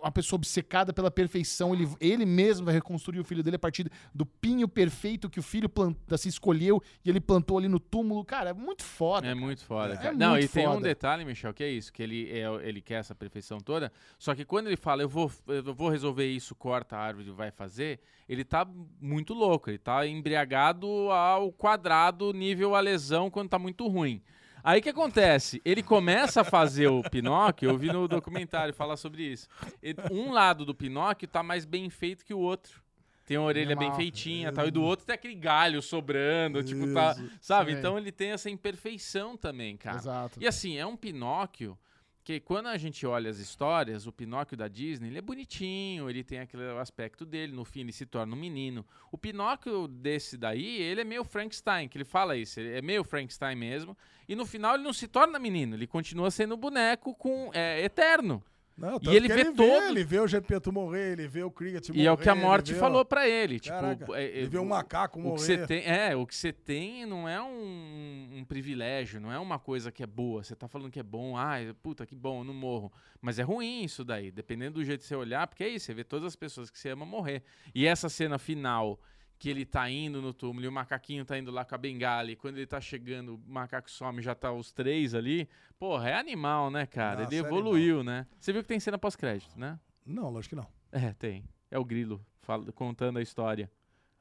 Speaker 1: uma pessoa obcecada pela perfeição, ele, ele mesmo vai reconstruir o filho dele a partir do pinho perfeito que o filho planta, se escolheu e ele plantou ali no túmulo. Cara, é muito foda.
Speaker 2: É muito foda,
Speaker 1: É
Speaker 2: cara. Não,
Speaker 1: muito
Speaker 2: e tem um
Speaker 1: foda.
Speaker 2: detalhe, Michel, que é isso, que ele, é, ele quer essa perfeição toda, só que quando ele fala, eu vou, eu vou resolver isso, corta a árvore, vai fazer, ele tá muito louco, ele tá embriagado ao quadrado, nível a lesão, quando tá muito ruim. Aí o que acontece? Ele começa a fazer o Pinóquio, eu vi no documentário falar sobre isso. Ele- Um lado do Pinóquio tá mais bem feito que o outro. Tem a orelha bem
Speaker 1: Animal.
Speaker 2: feitinha, tal, e do outro tem aquele galho sobrando, tipo, tá, sabe?
Speaker 1: Sei.
Speaker 2: Então ele tem essa imperfeição também, cara.
Speaker 1: Exato.
Speaker 2: E assim, é um Pinóquio que quando a gente olha as histórias, o Pinóquio da Disney, ele é bonitinho, ele tem aquele aspecto dele, no fim ele se torna um menino. O Pinóquio desse daí, ele é meio Frankenstein, que ele fala isso, ele é meio Frankenstein mesmo, e no final ele não se torna menino, ele continua sendo um boneco com é, eterno.
Speaker 4: Não,
Speaker 2: E
Speaker 4: tanto
Speaker 2: ele
Speaker 4: que
Speaker 2: vê
Speaker 4: ele
Speaker 2: todo-
Speaker 4: Vê, ele vê o Gepeto morrer, ele vê o Cricket morrer.
Speaker 2: e é o que a
Speaker 4: ele
Speaker 2: morte
Speaker 4: vê, ó,
Speaker 2: falou pra ele, tipo,
Speaker 4: Caraca,
Speaker 2: é- é-
Speaker 4: ele vê o macaco
Speaker 2: O que você
Speaker 4: Tipo, morrer.
Speaker 2: tem, é, o que você tem não é um, um privilégio, não é uma coisa que é boa. Você tá falando que é bom, ai, puta, que bom, eu não morro. Mas é ruim isso daí, dependendo do jeito que você olhar, porque é isso, você vê todas as pessoas que você ama morrer. E essa cena final, que ele tá indo no túmulo e o macaquinho tá indo lá com a bengala, e quando ele tá chegando, o macaco some, já tá os três ali. Porra, é animal, né, cara?
Speaker 4: Nossa, é
Speaker 2: ele evoluiu, né? Você viu que tem cena pós-crédito, né?
Speaker 4: Não, lógico que não.
Speaker 2: É, tem. É o grilo fal- contando a história.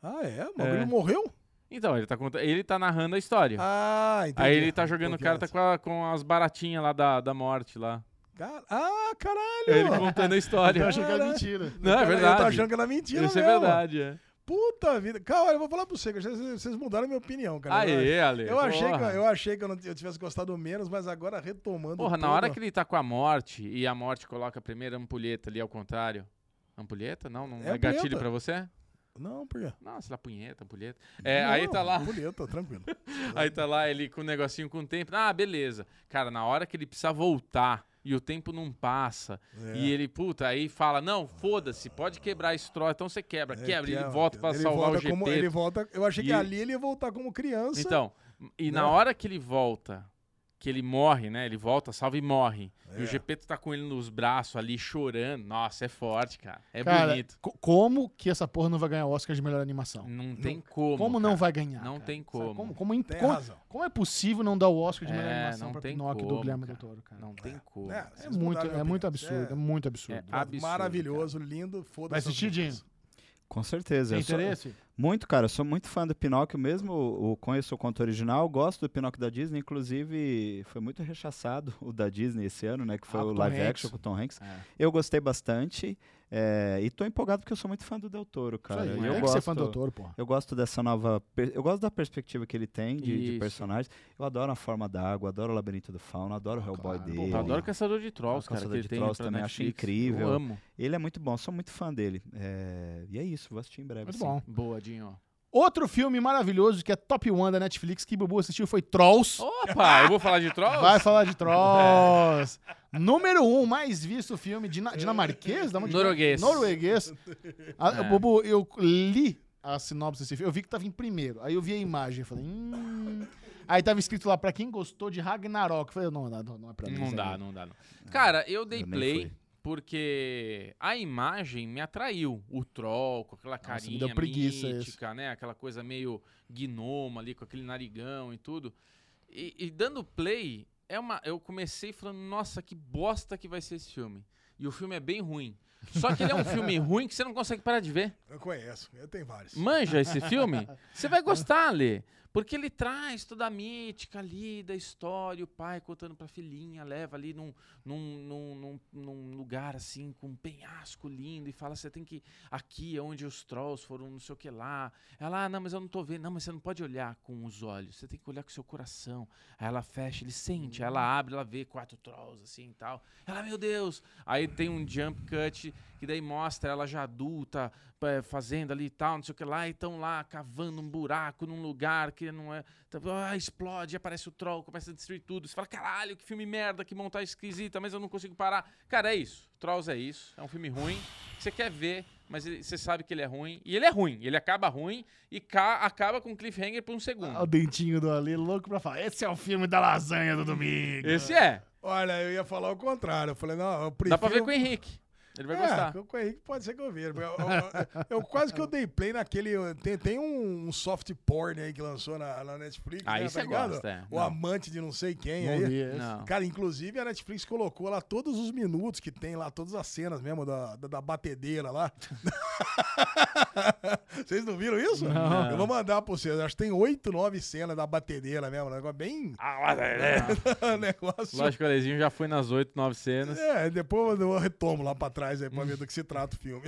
Speaker 4: Ah, é? O
Speaker 2: É.
Speaker 4: Magrinho morreu?
Speaker 2: Então, ele tá, conta- ele tá narrando a história.
Speaker 4: Ah, entendi.
Speaker 2: Aí ele tá jogando
Speaker 4: Porque
Speaker 2: carta
Speaker 4: essa-
Speaker 2: com, a- com as baratinhas lá da, da morte lá.
Speaker 4: Cara- Ah, caralho!
Speaker 2: Ele contando a
Speaker 1: Então Eu
Speaker 2: história.
Speaker 1: achei que era
Speaker 4: Cara,
Speaker 1: mentira.
Speaker 2: Não, é
Speaker 4: Cara, Eu tô
Speaker 2: verdade.
Speaker 4: achando que era mentira
Speaker 2: Isso é
Speaker 4: mesmo.
Speaker 2: verdade, é.
Speaker 4: Puta vida. Cara, olha, eu vou falar pra você, que vocês, vocês mudaram a minha opinião, cara.
Speaker 2: Aê, Ale.
Speaker 4: Eu achei, que,
Speaker 2: porra.
Speaker 4: eu achei que eu, não, eu tivesse gostado menos, mas agora retomando.
Speaker 2: Porra, na hora
Speaker 4: tudo-
Speaker 2: que ele tá com a morte e a morte coloca a primeira ampulheta ali ao contrário. Ampulheta? Não, não
Speaker 4: É
Speaker 2: é, gatilho
Speaker 4: ampulheta.
Speaker 2: pra você?
Speaker 4: Não, por quê?
Speaker 2: Não, sei lá, punheta, ampulheta. É,
Speaker 4: Não,
Speaker 2: aí tá lá.
Speaker 4: Bonito, tranquilo.
Speaker 2: Aí tá lá ele com o negocinho com o tempo. Ah, beleza. Cara, na hora que ele precisa voltar e o tempo não passa.
Speaker 4: É.
Speaker 2: E ele, puta, aí fala: Não, foda-se, pode quebrar esse troço. Então você quebra,
Speaker 4: É,
Speaker 2: quebra. Ele
Speaker 4: quebra,
Speaker 2: volta pra
Speaker 4: quebra. Ele
Speaker 2: salvar
Speaker 4: volta
Speaker 2: o GP.
Speaker 4: como- ele volta, eu achei
Speaker 2: E-
Speaker 4: que ali ele ia voltar como criança.
Speaker 2: Então, e na
Speaker 4: Não.
Speaker 2: hora que ele volta, que ele morre, né? Ele volta, salva e morre. E
Speaker 4: É.
Speaker 2: o Gepeto tá com ele nos braços ali, chorando. Nossa, é forte, cara. É
Speaker 1: Cara,
Speaker 2: bonito.
Speaker 1: co- como que essa porra não vai ganhar o Oscar de melhor animação?
Speaker 2: Não tem como.
Speaker 1: Como não
Speaker 2: cara.
Speaker 1: vai ganhar?
Speaker 2: Não
Speaker 1: cara?
Speaker 2: tem
Speaker 1: Sabe,
Speaker 2: como.
Speaker 1: Como, como, in-
Speaker 4: tem
Speaker 1: como-
Speaker 4: razão.
Speaker 1: como é possível não dar o Oscar de melhor
Speaker 2: É,
Speaker 1: animação
Speaker 2: não
Speaker 1: pra
Speaker 2: tem
Speaker 1: Pinóquio do
Speaker 2: como,
Speaker 1: Guilherme
Speaker 2: cara.
Speaker 1: del Toro, cara?
Speaker 2: Não tem como.
Speaker 4: É,
Speaker 2: cara.
Speaker 1: É
Speaker 4: vocês
Speaker 1: muito,
Speaker 4: mudaram minha
Speaker 1: é muito
Speaker 4: opinião.
Speaker 1: absurdo, é, muito absurdo.
Speaker 2: É absurdo,
Speaker 4: Maravilhoso, lindo, foda-se.
Speaker 1: Vai assistir,
Speaker 4: essas
Speaker 1: Dinho?
Speaker 4: coisas.
Speaker 5: Com certeza.
Speaker 1: Tem
Speaker 5: eu sou-
Speaker 1: interesse?
Speaker 5: Muito, cara. Eu sou muito fã do Pinóquio, mesmo o, o- conheço o conto original, gosto do Pinóquio da Disney. Inclusive, foi muito rechaçado o da Disney esse ano, né? Que foi
Speaker 1: Ah, com
Speaker 5: o
Speaker 1: Tom
Speaker 5: live
Speaker 1: Hanks.
Speaker 5: action com o Tom Hanks.
Speaker 2: É.
Speaker 5: Eu gostei bastante. é, e tô empolgado porque eu sou muito fã do Del Toro, cara.
Speaker 1: Isso aí,
Speaker 5: E
Speaker 1: tem
Speaker 5: eu
Speaker 1: que
Speaker 5: gosto,
Speaker 1: ser fã do Toro, porra.
Speaker 5: Eu gosto dessa nova. per- Eu gosto da perspectiva que ele tem de, de
Speaker 2: Isso.
Speaker 5: personagens. Eu adoro a forma da água, adoro o labirinto do fauna, adoro o Hellboy
Speaker 1: claro.
Speaker 5: dele.
Speaker 2: Pô, eu adoro Caçador de Trolls,
Speaker 5: Ah,
Speaker 2: cara.
Speaker 5: Caçador
Speaker 2: que ele
Speaker 5: de
Speaker 2: tem
Speaker 5: Trolls
Speaker 2: pra
Speaker 5: também,
Speaker 2: Netflix.
Speaker 5: achei incrível.
Speaker 2: Eu amo.
Speaker 5: Ele é muito bom, sou muito fã dele. É, E é isso, vou assistir em breve.
Speaker 1: Muito
Speaker 5: sim.
Speaker 1: bom.
Speaker 2: Boa, Dinho.
Speaker 1: Outro filme maravilhoso que é top 1 da Netflix que Bubu assistiu foi Trolls.
Speaker 2: Opa, eu vou falar de Trolls?
Speaker 1: Vai falar de Trolls. Número 1 um, mais visto filme dina- dinamarquês? Da onde-
Speaker 2: Norueguês.
Speaker 1: Norueguês. Ah,
Speaker 2: É.
Speaker 1: Bubu, eu li a sinopse desse filme. Eu vi que tava em primeiro. Aí eu vi a imagem e falei... Hum... Aí tava escrito lá, pra quem gostou de Ragnarok. Eu falei, não, não, não é pra mim. Ah,
Speaker 2: Não
Speaker 1: isso
Speaker 2: dá,
Speaker 1: aí.
Speaker 2: não dá. Não. Cara, eu dei
Speaker 5: eu nem
Speaker 2: play
Speaker 5: fui.
Speaker 2: porque a imagem me atraiu. O troll, com aquela
Speaker 1: Nossa, me
Speaker 2: carinha
Speaker 1: deu preguiça isso.
Speaker 2: mítica, né? Aquela coisa meio gnoma ali, com aquele narigão e tudo. E, e dando play, é uma, eu comecei falando, nossa, que bosta que vai ser esse filme. E o filme é bem ruim. Só que ele é um filme ruim que você não consegue parar de ver.
Speaker 4: Eu conheço, eu tenho vários.
Speaker 2: Manja esse filme? Você vai gostar, Lê. Porque ele traz toda a mítica ali da história, o pai contando pra filhinha, leva ali num, num, num, num- num lugar assim, com um penhasco lindo, e fala: você tem que. Aqui é onde os trolls foram, não sei o que lá. Ela, ah, não, mas eu não tô vendo. Não, mas você não pode olhar com os olhos, você tem que olhar com o seu coração. Aí ela fecha, ele sente, aí ela abre, ela vê quatro trolls assim e tal. Ela, meu Deus! Aí tem um jump cut que daí mostra ela já adulta, eh, fazendo ali e tal, não sei o que lá, e estão lá cavando um buraco num lugar que não é. tá- ah, explode, aparece o troll, começa a destruir tudo. Você fala, caralho, que filme merda, que montagem esquisita, mas eu não consigo parar. Cara, é isso. Trolls é isso. É um filme ruim. que Você quer ver, mas ele- você sabe que ele é ruim. E ele é ruim. Ele acaba ruim e ca- acaba com cliffhanger por um
Speaker 4: Ah,
Speaker 1: Olha o
Speaker 2: segundo.
Speaker 1: dentinho do Ali, louco pra falar. Esse é o filme da lasanha do domingo.
Speaker 2: Esse é.
Speaker 4: Olha, eu ia falar o contrário. Eu falei, não, eu prefiro...
Speaker 2: Dá
Speaker 4: É,
Speaker 2: pra ver com o Henrique. Ele vai gostar.
Speaker 4: com o Henrique pode ser que eu veja. porque Eu, eu- eu- eu quase que eu dei play naquele. Tem, tem um soft porn aí que lançou na, na Netflix.
Speaker 2: Aí
Speaker 4: né,
Speaker 2: você
Speaker 4: ligado?
Speaker 2: gosta, é.
Speaker 4: O
Speaker 2: Não.
Speaker 4: amante de não sei quem
Speaker 1: Não
Speaker 4: aí.
Speaker 1: vi é. esse.
Speaker 2: Não.
Speaker 4: Cara, inclusive a Netflix colocou lá todos os minutos que tem lá, todas as cenas mesmo da, da, da batedeira lá. vocês não viram isso? Eu vou mandar pra vocês. Acho que tem oito, nove cenas da batedeira mesmo. Um negócio bem.
Speaker 2: Ah, é, né?
Speaker 4: um negócio.
Speaker 2: Lógico né? que o Alezinho já foi nas oito, nove cenas.
Speaker 4: É, depois eu retomo lá pra trás aí pra ver do que se trata o filme.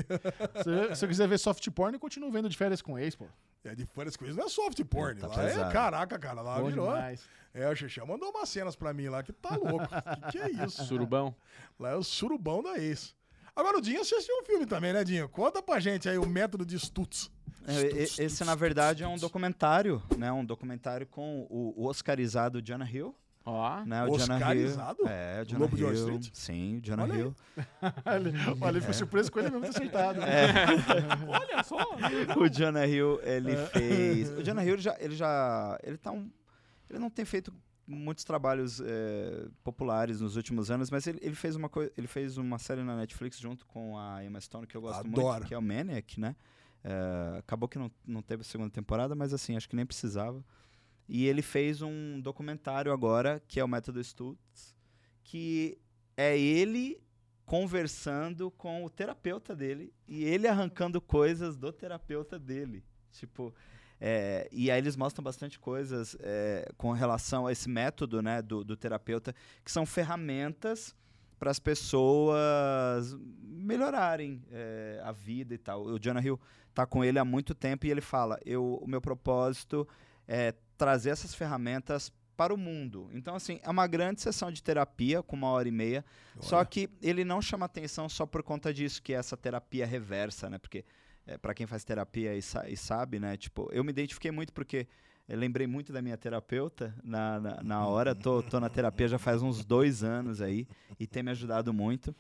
Speaker 1: Se, se eu quiser ver soft porn, eu continuo vendo de férias com ex, pô.
Speaker 4: É de férias com isso, não é soft porn.
Speaker 5: Tá
Speaker 4: lá é,
Speaker 5: pesado.
Speaker 4: caraca, cara, lá
Speaker 1: Bom
Speaker 4: virou.
Speaker 1: demais.
Speaker 4: É, o Xixão mandou umas cenas pra mim lá que tá louco. que, que é isso?
Speaker 2: Surubão.
Speaker 4: Lá é o surubão da ex. Agora, o Dinho assistiu um filme também, né, Dinho? Conta pra gente aí o método de Stutz.
Speaker 5: É, e- e- Esse, na verdade, é um documentário, né? Um documentário com o o oscarizado Jonah Hill.
Speaker 2: Ó.
Speaker 5: Né? O Jonah
Speaker 4: Oscarizado?
Speaker 5: Hill. É, o Jonah
Speaker 4: Lobo de Wall
Speaker 5: Hill.
Speaker 4: Street?
Speaker 5: Sim, o Jonah
Speaker 4: Olha aí.
Speaker 5: Hill.
Speaker 1: Olha, ele ficou surpreso com ele mesmo ter acertado. né?
Speaker 2: Olha só.
Speaker 5: O Jonah Hill, ele fez... O Jonah Hill, ele já... Ele, já, ele, tá um, ele não tem feito muitos trabalhos eh, populares nos últimos anos, mas ele, ele fez uma coisa, ele fez uma série na Netflix junto com a Emma Stone que eu gosto
Speaker 4: Adoro.
Speaker 5: muito, que é o Maniac, né? Eh, acabou que não, não teve a segunda temporada, mas assim, acho que nem precisava. E ele fez um documentário agora, que é o Método Stutz, que é ele conversando com o terapeuta dele e ele arrancando coisas do terapeuta dele. Tipo, é, e aí eles mostram bastante coisas é, com relação a esse método né, do, do terapeuta, que são ferramentas para as pessoas melhorarem é, a vida e tal. O Jonah Hill tá com ele há muito tempo e ele fala: eu, o meu propósito é trazer essas ferramentas para o mundo. Então, assim, é uma grande sessão de terapia com uma hora e meia. Só que ele não chama atenção só por conta disso, que é essa terapia reversa, né? Porque é, para quem faz terapia e, sa- e sabe, né? Tipo, eu me identifiquei muito porque eu lembrei muito da minha terapeuta na, na, na
Speaker 2: Uhum.
Speaker 5: hora. Tô, tô na terapia já faz uns dois anos aí e tem me ajudado muito.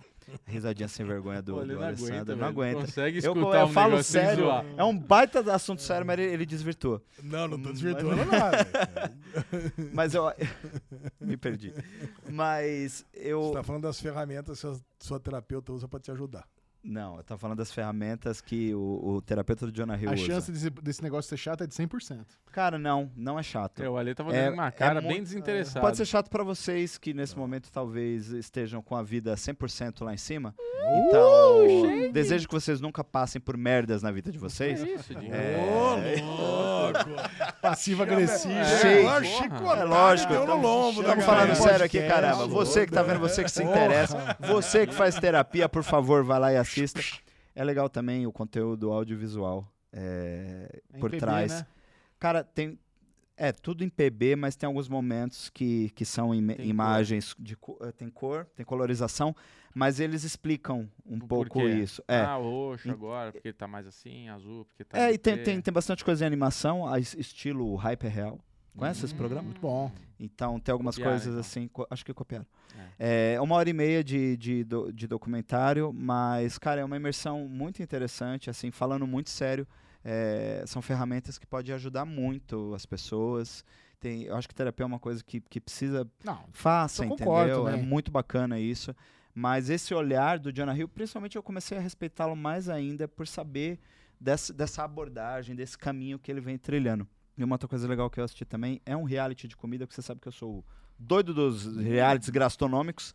Speaker 5: Risadinha sem vergonha do,
Speaker 2: Pô, ele
Speaker 5: do
Speaker 2: não
Speaker 5: Alessandro.
Speaker 2: aguenta,
Speaker 5: não
Speaker 2: velho.
Speaker 5: aguenta.
Speaker 2: Consegue
Speaker 5: Eu,
Speaker 2: escutar
Speaker 5: eu
Speaker 2: um
Speaker 5: falo
Speaker 2: negócio sem
Speaker 5: sério,
Speaker 2: zoar.
Speaker 5: é um baita assunto sério, mas ele, ele desvirtuou.
Speaker 4: Não, não
Speaker 5: Hum,
Speaker 4: tô desvirtuando nada. né?
Speaker 5: Mas eu. me perdi. Mas eu.
Speaker 4: Você tá falando das ferramentas que a sua terapeuta usa pra te ajudar.
Speaker 5: Não, eu tava falando das ferramentas que o, o terapeuta do Jonah Hill
Speaker 1: A
Speaker 5: usa.
Speaker 1: chance desse, desse negócio ser chato é de 100%.
Speaker 5: Cara, não, não é chato.
Speaker 2: É, o Ale tava
Speaker 5: É-
Speaker 2: dando uma
Speaker 5: é
Speaker 2: cara bem
Speaker 5: muito-
Speaker 2: desinteressada.
Speaker 5: Pode ser chato pra vocês que nesse momento talvez estejam com a vida 100% lá em cima. então, desejo que vocês nunca passem por merdas na vida de vocês.
Speaker 2: É isso, Dinho.
Speaker 1: Passivo-agressivo.
Speaker 2: É,
Speaker 5: Sei.
Speaker 4: Agora,
Speaker 2: porra.
Speaker 4: chicotada
Speaker 5: É lógico,
Speaker 4: deu no
Speaker 5: tamo-
Speaker 4: lombo, né,
Speaker 5: Estamos falando
Speaker 4: cara?
Speaker 1: Podcast,
Speaker 5: sério aqui, caramba. Você que tá vendo, você que se interessa, você que faz terapia, por favor, vá lá e assista. É legal também o conteúdo audiovisual é, por
Speaker 1: MPB,
Speaker 5: trás.
Speaker 1: né?
Speaker 5: Cara, tem. É, tudo em PB, mas tem alguns momentos que, que são im-
Speaker 2: Tem
Speaker 5: imagens de co- eh, tem cor, tem colorização, mas eles explicam um
Speaker 2: Por
Speaker 5: pouco
Speaker 2: quê?
Speaker 5: isso. É.
Speaker 2: Ah, roxo
Speaker 5: Ent-
Speaker 2: agora, porque tá mais assim, azul, porque tá.
Speaker 5: é, e
Speaker 2: de
Speaker 5: tem,
Speaker 2: quê.
Speaker 5: tem, tem bastante coisa em animação, a es- estilo Hyper Real. Conhece
Speaker 2: Hum.
Speaker 5: esse programa?
Speaker 1: Muito bom.
Speaker 5: Então tem algumas
Speaker 2: Copiaram,
Speaker 5: coisas
Speaker 2: então.
Speaker 5: assim, co- acho que copiaram. É. uma hora e meia de, de, do- de documentário, mas, cara, é uma imersão muito interessante, assim, falando muito sério. é, são ferramentas que podem ajudar muito as pessoas. Tem, eu acho que terapia é uma coisa que, que precisa
Speaker 1: Não,
Speaker 5: faça,
Speaker 1: Eu
Speaker 5: entendeu?
Speaker 1: concordo né?
Speaker 5: É
Speaker 1: também.
Speaker 5: muito bacana isso. Mas esse olhar do Jonah Hill, principalmente eu comecei a respeitá-lo mais ainda por saber dessa, dessa abordagem, desse caminho que ele vem trilhando. E uma outra coisa legal que eu assisti também é um reality de comida, que você sabe que eu sou o doido dos realities gastronômicos.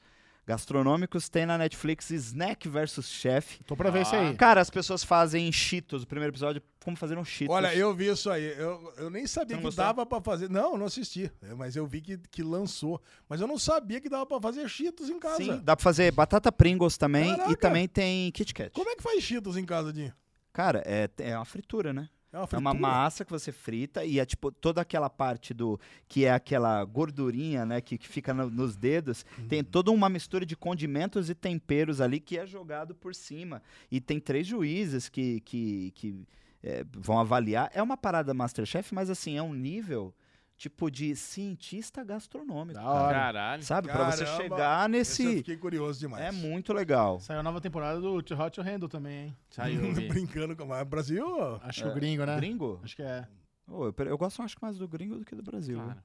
Speaker 5: Gastronômicos tem na Netflix Snack versus Chef.
Speaker 1: tô pra ver isso
Speaker 4: Ah.
Speaker 1: aí.
Speaker 5: Ah, Cara, as pessoas fazem Cheetos, o primeiro episódio, como fazer um Cheetos.
Speaker 4: Olha, eu vi isso aí. Eu, eu nem sabia
Speaker 5: Você não
Speaker 4: que
Speaker 5: gostou?
Speaker 4: dava pra fazer. Não, não assisti. É, Mas eu vi que, que lançou. Mas eu não sabia que dava pra fazer Cheetos em casa.
Speaker 5: Sim, dá pra fazer batata Pringles também
Speaker 4: Caraca!
Speaker 5: e também tem Kit Kat.
Speaker 4: Como é que faz Cheetos em casa, Dinho?
Speaker 5: Cara, é, é uma fritura, né?
Speaker 4: É uma
Speaker 5: É uma
Speaker 4: fritura?
Speaker 5: massa que você frita e é tipo toda aquela parte do que é aquela gordurinha, né, que, que fica no- nos dedos,
Speaker 4: Uhum.
Speaker 5: tem toda uma mistura de condimentos e temperos ali que é jogado por cima. E tem três juízes que, que, que é, vão avaliar. É uma parada Masterchef, mas assim, é um nível tipo de cientista gastronômico.
Speaker 1: Da
Speaker 5: cara.
Speaker 1: hora.
Speaker 2: Caralho.
Speaker 5: Sabe? Pra você
Speaker 4: Caramba!
Speaker 5: chegar
Speaker 4: Esse eu
Speaker 5: nesse.
Speaker 4: fiquei curioso demais.
Speaker 5: É muito legal.
Speaker 1: Saiu a nova temporada do Too Hot to Handle também, hein?
Speaker 2: Saiu. Vi.
Speaker 4: Brincando com o Brasil.
Speaker 1: Acho que o gringo, né?
Speaker 5: É. Gringo?
Speaker 1: Acho que é.
Speaker 5: Ô, eu, pre- eu gosto, acho que mais do gringo do que do Brasil. viu?
Speaker 2: Claro.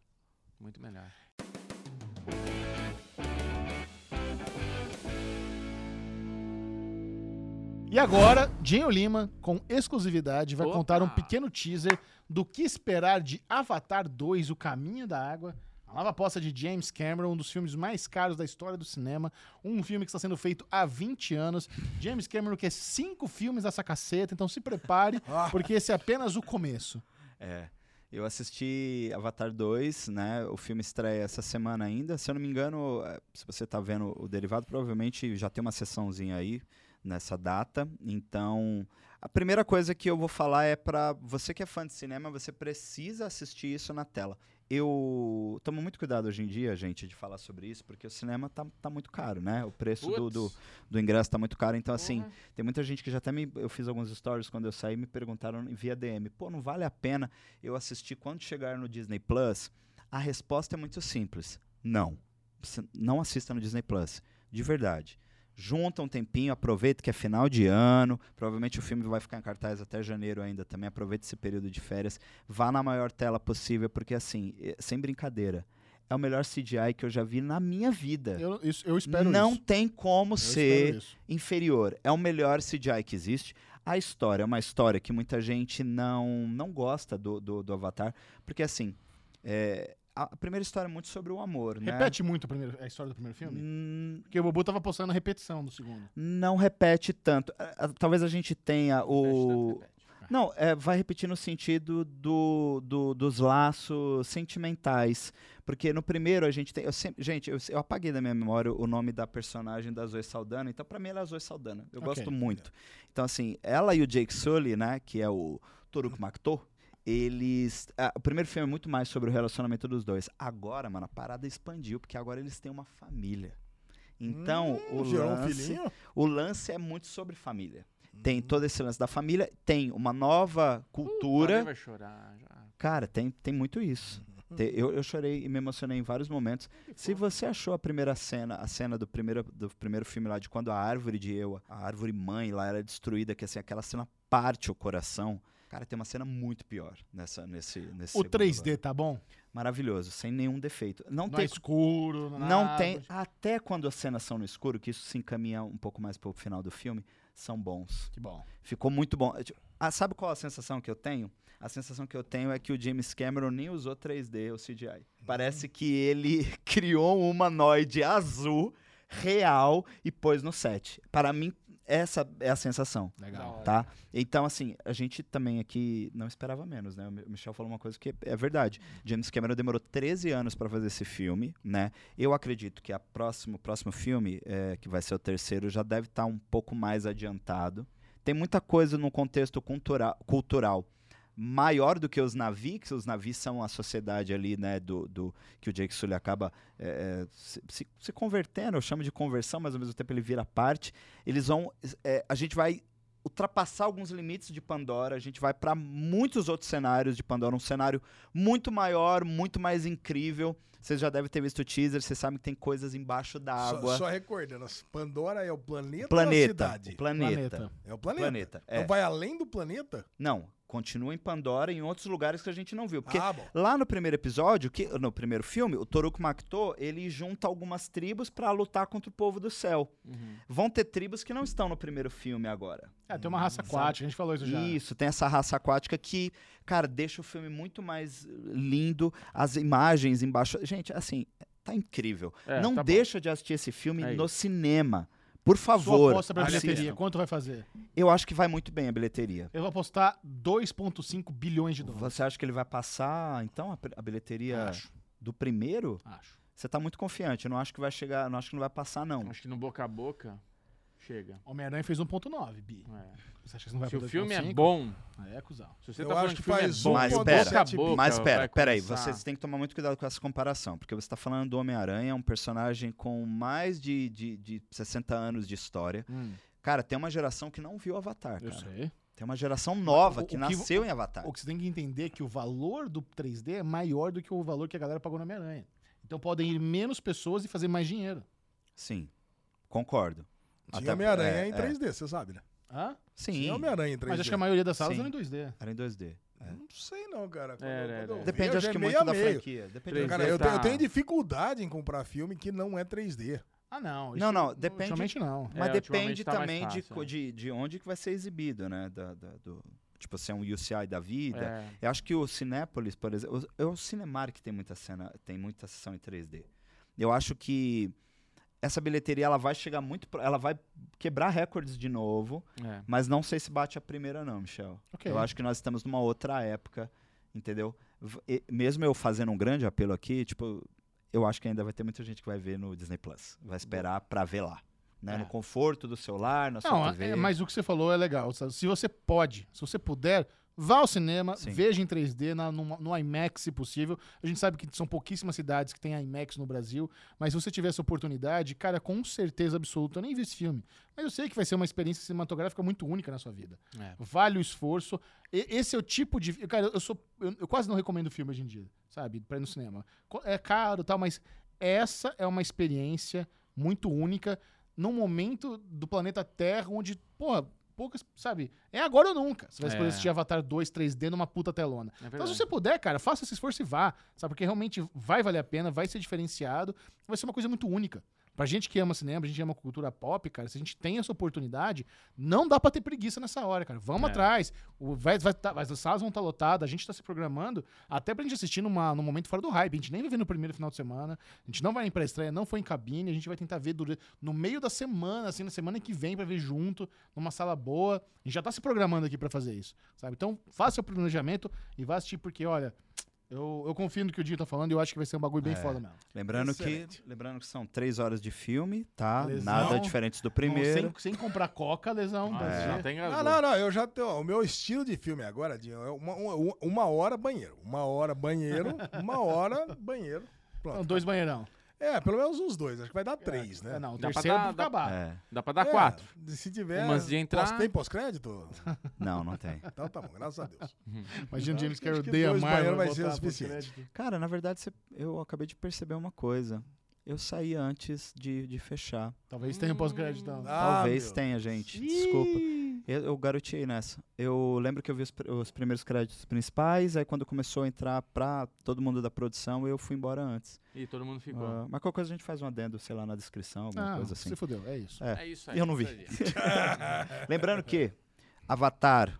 Speaker 2: Muito melhor.
Speaker 1: E agora, Dinho Lima, com exclusividade, vai
Speaker 2: Opa!
Speaker 1: contar um pequeno teaser do que esperar de Avatar 2, O Caminho da Água, a nova aposta de James Cameron, um dos filmes mais caros da história do cinema, um filme que está sendo feito há 20 anos. James Cameron quer cinco filmes dessa caceta, então se prepare,
Speaker 4: Ah.
Speaker 1: porque esse é apenas o começo.
Speaker 5: É. Eu assisti Avatar 2, né? O filme estreia essa semana ainda. Se eu não me engano, eh, se você tá vendo o derivado, provavelmente já tem uma sessãozinha aí nessa data. Então, a primeira coisa que eu vou falar é para você que é fã de cinema, você precisa assistir isso na tela. Eu tomo muito cuidado hoje em dia, gente, de falar sobre isso, porque o cinema tá, tá muito caro, né? O preço do, do, do ingresso tá muito caro. Então, assim, tem muita gente que já até me. Eu fiz alguns stories quando eu saí me perguntaram via DM: pô, não vale a pena eu assistir quando chegar no Disney Plus? A resposta é muito simples: não. Você Não assista no Disney Plus. De verdade. Junta um tempinho, aproveita que é final de ano. Provavelmente o filme vai ficar em cartaz até janeiro ainda também. Aproveita esse período de férias. Vá na maior tela possível, porque assim, eh, sem brincadeira, é o melhor CGI que eu já vi na minha vida.
Speaker 1: Eu, isso- eu espero
Speaker 5: não
Speaker 1: isso.
Speaker 5: tem como
Speaker 1: Eu
Speaker 5: ser
Speaker 1: espero isso.
Speaker 5: inferior. É o melhor CGI que existe. A história é uma história que muita gente não, não gosta do, do, do Avatar, porque assim, é, a a primeira história é muito sobre o amor, né?
Speaker 1: Repete muito o primeiro- a história do primeiro filme?
Speaker 5: Hum,
Speaker 1: Porque o Bobu tava postando a repetição do segundo.
Speaker 5: Não repete tanto. Ah, ah, Talvez a gente tenha o. Não, é, vai repetir no sentido do, do- dos laços sentimentais. Porque no primeiro a gente tem. Eu sempre, gente, eu, eu apaguei da minha memória o nome da personagem da Zoe Saldana. Então, pra mim, ela é a Zoe Saldana. Eu
Speaker 1: Ok.
Speaker 5: gosto muito. Então, assim, ela e o Jake Sully, né, que é o Toruk Makto, eles. ah, o primeiro filme é muito mais sobre o relacionamento dos dois. Agora, mano, a parada expandiu, porque agora eles têm uma família. Então, o
Speaker 4: Gerou um
Speaker 5: lance.
Speaker 4: filhinho?
Speaker 5: O lance é muito sobre família. Tem todo esse lance da família, tem uma nova cultura.
Speaker 1: né?
Speaker 2: vai chorar já.
Speaker 5: Cara, tem, tem muito isso. Te- Eu, eu chorei e me emocionei em vários momentos. Se você achou a primeira cena, a cena do primeiro, do primeiro filme lá, de quando a árvore de Ewa, a árvore mãe lá era destruída, que assim, aquela cena parte o coração. Cara, tem uma cena muito pior nessa, nesse, nesse.
Speaker 1: O
Speaker 5: segundo
Speaker 1: 3D
Speaker 5: lá.
Speaker 1: tá bom?
Speaker 5: Maravilhoso, sem nenhum defeito. Não,
Speaker 1: Não é
Speaker 5: tem
Speaker 1: escuro, não,
Speaker 5: não tem. Até quando as cenas são no escuro, que isso se encaminha um pouco mais pro final do filme, são bons.
Speaker 1: Que bom.
Speaker 5: Ficou muito bom. Eu, tipo, ah, sabe qual a sensação que eu tenho? A sensação que eu tenho é que o James Cameron nem usou 3D ou CGI. Parece que ele criou um humanoide azul real e pôs no set. Para mim, essa é a sensação.
Speaker 1: Legal.
Speaker 5: Tá? Então, assim, a gente também aqui não esperava menos, né? O Mi- o Michel falou uma coisa que é verdade. James Cameron demorou 13 anos para fazer esse filme, né? Eu acredito que a próximo, o próximo filme, eh, que vai ser o terceiro, já deve estar um pouco mais adiantado. Tem muita coisa no contexto cultura, cultural maior do que os navios, que os navios são a sociedade ali, né, do, do- que o Jake Sully acaba eh, eh, se, se- se convertendo, eu chamo de conversão, mas ao mesmo tempo ele vira parte. Eles vão, eh, a gente vai ultrapassar alguns limites de Pandora, a gente vai para muitos outros cenários de Pandora, um cenário muito maior, muito mais incrível. Vocês já devem ter visto o teaser, vocês sabem que tem coisas embaixo da
Speaker 4: Só-
Speaker 5: água.
Speaker 4: Só, recordando, as- Pandora é o planeta, ou a
Speaker 5: planeta,
Speaker 4: cidade?
Speaker 5: o planeta,
Speaker 1: Planeta.
Speaker 4: É o planeta.
Speaker 5: planeta. é.
Speaker 4: Então vai além do planeta?
Speaker 5: Não, continua em Pandora e em outros lugares que a gente não viu, porque
Speaker 4: Ah, bom.
Speaker 5: Lá no primeiro episódio, que, no primeiro filme, o Toruk Makto, ele junta algumas tribos pra lutar contra o povo do céu.
Speaker 2: Uhum.
Speaker 5: Vão ter tribos que não estão no primeiro filme agora.
Speaker 1: É, tem uma raça aquática, a gente falou isso já. é.
Speaker 5: Isso, tem essa raça aquática que, cara, deixa o filme muito mais lindo, as imagens embaixo. Gente, assim, tá incrível.
Speaker 2: É,
Speaker 5: não
Speaker 2: tá bom.
Speaker 5: deixa de assistir esse filme
Speaker 2: É
Speaker 5: no
Speaker 2: isso.
Speaker 5: cinema. Por
Speaker 1: Sua
Speaker 5: favor,
Speaker 1: aposta pra
Speaker 5: assistam.
Speaker 1: bilheteria, quanto vai fazer?
Speaker 5: Eu acho que vai muito bem a bilheteria.
Speaker 1: Eu vou apostar 2,5 bilhões de dólares.
Speaker 5: Você acha que ele vai passar, então, a, a bilheteria
Speaker 1: Acho.
Speaker 5: do primeiro?
Speaker 1: Acho.
Speaker 5: Você tá muito confiante, eu não acho que vai chegar, eu não acho que não vai passar, não.
Speaker 2: Acho que no boca a boca chega.
Speaker 1: Homem-Aranha fez 1,9 bi.
Speaker 2: É.
Speaker 1: Você acha que isso não vai
Speaker 2: Se o
Speaker 1: pra
Speaker 2: filme é
Speaker 1: 2,5?
Speaker 2: bom,
Speaker 1: É, cuzão.
Speaker 2: se você
Speaker 4: Eu
Speaker 2: tá
Speaker 4: acho
Speaker 2: falando
Speaker 4: que
Speaker 2: que o filme
Speaker 4: faz
Speaker 2: é
Speaker 4: um
Speaker 2: bom,
Speaker 5: Mas
Speaker 2: boca
Speaker 5: pera,
Speaker 2: a boca
Speaker 5: Mas pera,
Speaker 2: vai
Speaker 5: pera aí,
Speaker 2: começar.
Speaker 5: vocês têm que tomar muito cuidado com essa comparação, porque você tá falando do Homem-Aranha, um personagem com mais de, de, de 60 anos de história.
Speaker 1: Hum,
Speaker 5: Cara, tem uma geração que não viu Avatar,
Speaker 1: eu
Speaker 5: cara.
Speaker 1: sei.
Speaker 5: Tem uma geração nova
Speaker 1: O- o que
Speaker 5: que
Speaker 1: vo-
Speaker 5: nasceu em Avatar.
Speaker 1: O que você tem que entender é que o valor do 3D é maior do que o valor que a galera pagou no Homem-Aranha. Então podem ir menos pessoas e fazer mais dinheiro.
Speaker 5: Sim, concordo.
Speaker 4: Tinha
Speaker 5: Até-
Speaker 4: Homem-Aranha
Speaker 5: é,
Speaker 4: em
Speaker 5: é.
Speaker 4: 3D, você sabe, né?
Speaker 1: Hã?
Speaker 5: Sim,
Speaker 4: Tinha Homem-Aranha em 3D.
Speaker 1: Mas acho que é a maioria das salas
Speaker 5: Sim.
Speaker 1: era em 2D.
Speaker 5: era em 2D.
Speaker 4: Não sei não,
Speaker 1: É,
Speaker 4: cara. Quando
Speaker 2: Era,
Speaker 4: eu- quando
Speaker 2: era,
Speaker 4: eu
Speaker 2: era.
Speaker 5: Depende,
Speaker 4: vejo,
Speaker 5: acho
Speaker 4: é
Speaker 5: que
Speaker 4: meio
Speaker 5: muito
Speaker 4: a
Speaker 5: da
Speaker 4: meio.
Speaker 5: franquia. Depende
Speaker 2: Três
Speaker 5: da
Speaker 4: Cara, eu,
Speaker 2: Tá.
Speaker 4: eu tenho dificuldade em comprar filme que não é 3D.
Speaker 1: Ah, não.
Speaker 5: Não, não, depende-
Speaker 1: Ultimamente não.
Speaker 2: É,
Speaker 5: Mas
Speaker 2: ultimamente
Speaker 5: depende
Speaker 2: tá mais
Speaker 5: também de,
Speaker 2: fácil,
Speaker 5: co-
Speaker 2: né?
Speaker 5: de, de onde que vai ser exibido, né? Da, da- do, tipo, se é um UCI da vida.
Speaker 2: É.
Speaker 5: Eu acho que o Cinépolis, por exemplo, o- é o Cinemark que tem muita cena, tem muita sessão em 3D. Eu acho que essa bilheteria ela vai chegar muito, pro- ela vai quebrar recordes de novo,
Speaker 2: É.
Speaker 5: mas não sei se bate a primeira não, Michel.
Speaker 1: Ok.
Speaker 5: Eu acho que nós estamos numa outra época, entendeu? V- e- mesmo eu fazendo um grande apelo aqui, tipo, eu acho que ainda vai ter muita gente que vai ver no Disney Plus, vai esperar pra ver lá, né?
Speaker 2: É.
Speaker 5: No conforto do celular, na
Speaker 1: Não,
Speaker 5: sua
Speaker 1: é-
Speaker 5: TV.
Speaker 1: mas o que você falou é legal. sabe? Se você pode, se você puder, vá ao cinema,
Speaker 5: Sim.
Speaker 1: veja em 3D, na, numa- no, IMAX, se possível. A gente sabe que são pouquíssimas cidades que têm IMAX no Brasil, mas se você tiver essa oportunidade, cara, com certeza absoluta, eu nem vi esse filme. Mas eu sei que vai ser uma experiência cinematográfica muito única na sua vida.
Speaker 2: É.
Speaker 1: Vale o esforço. E- esse é o tipo de. Cara, eu sou. Eu, eu quase não recomendo filme hoje em dia, sabe? Pra ir no cinema. Co- É caro e tal, mas essa é uma experiência muito única num momento do planeta Terra onde, porra, poucas. Sabe? É agora ou nunca. Você vai
Speaker 2: É.
Speaker 1: escolher assistir Avatar 2, 3D numa puta telona.
Speaker 2: É
Speaker 1: Então, se
Speaker 2: verdade.
Speaker 1: você puder, cara, faça esse esforço e vá. Sabe? Porque realmente vai valer a pena, vai ser diferenciado, vai ser uma coisa muito única. Pra gente que ama cinema, a gente ama cultura pop, cara, se a gente tem essa oportunidade, não dá pra ter preguiça nessa hora, cara. Vamos
Speaker 2: É.
Speaker 1: atrás. O, vai, vai, tá- as salas vão estar lotadas, a gente tá se programando até pra gente assistir numa, num momento fora do hype. A gente nem vai ver no primeiro final de semana, a gente não vai em pré-estreia, não foi em cabine, a gente vai tentar ver dura- no meio da semana, assim, na semana que vem, pra ver junto, numa sala boa. A gente já tá se programando aqui pra fazer isso, sabe? Então, faça o planejamento e vá assistir, porque, olha, eu, eu confio no que o Dinho tá falando e eu acho que vai ser um bagulho bem foda mesmo.
Speaker 5: Lembrando que,
Speaker 4: Excelente.
Speaker 5: lembrando que são três horas de filme, tá?
Speaker 1: Lesão.
Speaker 5: Nada diferente do primeiro.
Speaker 1: Então, Sem, sem comprar coca, lesão.
Speaker 2: Ah,
Speaker 1: pra
Speaker 2: você
Speaker 1: você.
Speaker 2: já tem
Speaker 4: Não, não, não, eu já tenho. ó, O meu estilo de filme agora, Dinho, é uma, uma, uma hora banheiro. Uma hora banheiro, uma hora banheiro.
Speaker 1: Então,
Speaker 4: Pronto.
Speaker 1: dois banheirão.
Speaker 4: É, pelo menos uns dois. Acho que vai dar três, né?
Speaker 1: É, não, o
Speaker 2: Dá pra
Speaker 1: terceiro
Speaker 2: dar-
Speaker 1: pra
Speaker 2: dá-
Speaker 1: acabar.
Speaker 5: É.
Speaker 2: Dá pra dar
Speaker 4: É,
Speaker 2: quatro.
Speaker 4: Se tiver.
Speaker 2: Umas de entrar.
Speaker 4: Pós, tem pós-crédito?
Speaker 5: Não, não tem.
Speaker 4: Então tá bom, graças a Deus.
Speaker 1: Imagina o James
Speaker 4: Acho que- acho
Speaker 1: Carroll
Speaker 4: que
Speaker 1: odeia
Speaker 4: dois
Speaker 1: Marvel.
Speaker 4: banheiros vai ser o
Speaker 1: botar pro
Speaker 4: suficiente.
Speaker 1: crédito.
Speaker 5: Cara, na verdade, cê- eu acabei de perceber uma coisa. Eu saí antes de, de fechar.
Speaker 1: Talvez
Speaker 4: Hum.
Speaker 1: tenha um pós-crédito. então.
Speaker 4: Ah,
Speaker 5: Talvez
Speaker 4: meu.
Speaker 5: tenha, gente. Desculpa. Eu, eu garoteei nessa. Eu lembro que eu vi os, pr- os primeiros créditos principais, aí quando começou a entrar pra todo mundo da produção, eu fui embora antes.
Speaker 2: E todo mundo ficou.
Speaker 5: Ah, mas qualquer coisa a gente faz um adendo, sei lá, na descrição, alguma
Speaker 1: Ah,
Speaker 5: coisa assim.
Speaker 1: se fudeu, é isso.
Speaker 5: É.
Speaker 2: É isso aí.
Speaker 5: Eu não vi.
Speaker 2: isso aí. É
Speaker 5: Lembrando que Avatar,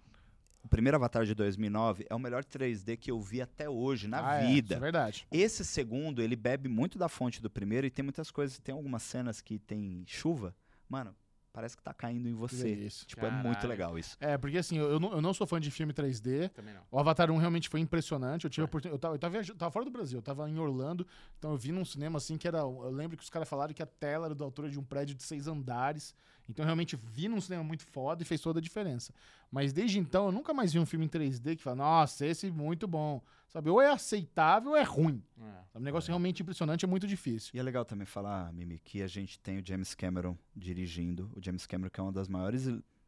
Speaker 5: o primeiro Avatar de 2009, é o melhor 3D que eu vi até hoje na
Speaker 1: Ah, é,
Speaker 5: vida.
Speaker 1: isso é verdade.
Speaker 5: Esse segundo, ele bebe muito da fonte do primeiro e tem muitas coisas. Tem algumas cenas que tem chuva. Mano, parece que tá caindo em
Speaker 1: Isso é
Speaker 5: você.
Speaker 1: isso.
Speaker 5: Tipo, é muito
Speaker 2: Caralho.
Speaker 5: legal isso.
Speaker 1: É, porque assim, eu, eu não, eu não sou fã de filme 3D.
Speaker 2: Também não.
Speaker 1: O Avatar 1 realmente foi impressionante. Eu tive a oportunidade. Eu tava, eu, tava viajando- tava fora do Brasil, eu tava em Orlando, então eu vi num cinema assim que era. Eu lembro que os caras falaram que a tela era da altura de um prédio de seis andares. Então eu realmente vi num cinema muito foda e fez toda a diferença. Mas desde então eu nunca mais vi um filme em 3D que fala, nossa, esse é muito bom. Sabe, ou é aceitável ou é ruim.
Speaker 2: É.
Speaker 1: O negócio realmente impressionante é muito difícil.
Speaker 5: E é legal também falar, Mimi, que a gente tem o James Cameron dirigindo. O James Cameron, que é uma das maiores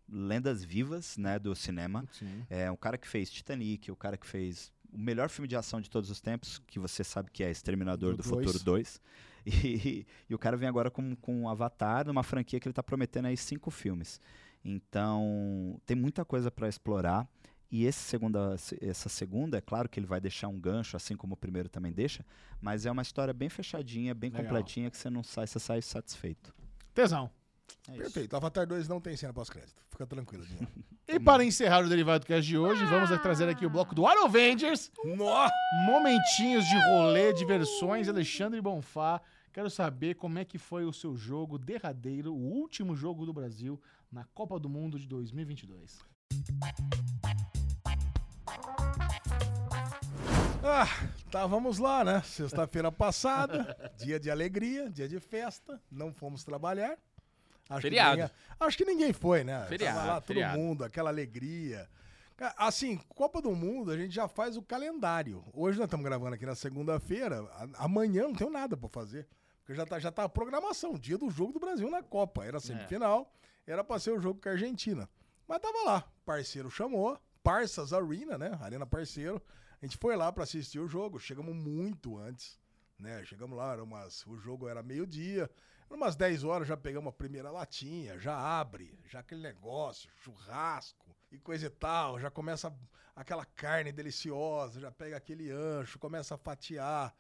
Speaker 5: lendas vivas, né, do cinema.
Speaker 1: Sim.
Speaker 5: É um cara que fez Titanic, o cara que fez o melhor filme de ação de todos os tempos, que você sabe que é Exterminador
Speaker 1: Do
Speaker 5: do,
Speaker 1: dois.
Speaker 5: Futuro 2. E, e o cara vem agora com, com um Avatar, numa franquia que ele tá prometendo aí cinco filmes. Então, tem muita coisa para explorar. E esse segunda, se- essa segunda, é claro que ele vai deixar um gancho, assim como o primeiro também deixa, mas é uma história bem fechadinha, bem
Speaker 1: Legal.
Speaker 5: completinha, que você não sai, você sai satisfeito.
Speaker 1: Tesão.
Speaker 5: É isso.
Speaker 4: Perfeito. Avatar 2 não tem cena pós-crédito. Fica tranquilo, Dinho.
Speaker 1: E para encerrar o Derivado Cast de hoje, vamos trazer aqui o bloco do Auto Avengers.
Speaker 4: Nossa!
Speaker 1: Momentinhos de rolê, diversões, Alexandre Bonfá. Quero saber como é que foi o seu jogo derradeiro, o último jogo do Brasil na Copa do Mundo de 2022.
Speaker 4: Ah, tá, vamos lá, né? Sexta-feira passada, dia de alegria, dia de festa, não fomos trabalhar. Acho
Speaker 2: Feriado.
Speaker 4: Que ninguém, acho que ninguém foi, né?
Speaker 2: Feriado,
Speaker 4: Tava lá todo
Speaker 2: feriado.
Speaker 4: mundo, aquela alegria. Ca- Assim, Copa do Mundo, a gente já faz o calendário. Hoje nós estamos gravando aqui na segunda-feira, a- amanhã não tenho nada pra fazer. Porque já tá, já tá a programação, dia do jogo do Brasil na Copa. Era semifinal, era pra ser o jogo com a Argentina. Mas tava lá, parceiro chamou, Parsas Arena, né? Arena Parceiro. A gente foi lá pra assistir o jogo, chegamos muito antes, né? Chegamos lá, era umas, o jogo era meio-dia, era umas 10 horas, já pegamos a primeira latinha, já abre, já aquele negócio, churrasco e coisa e tal, já começa aquela carne deliciosa, já pega aquele ancho, começa a fatiar.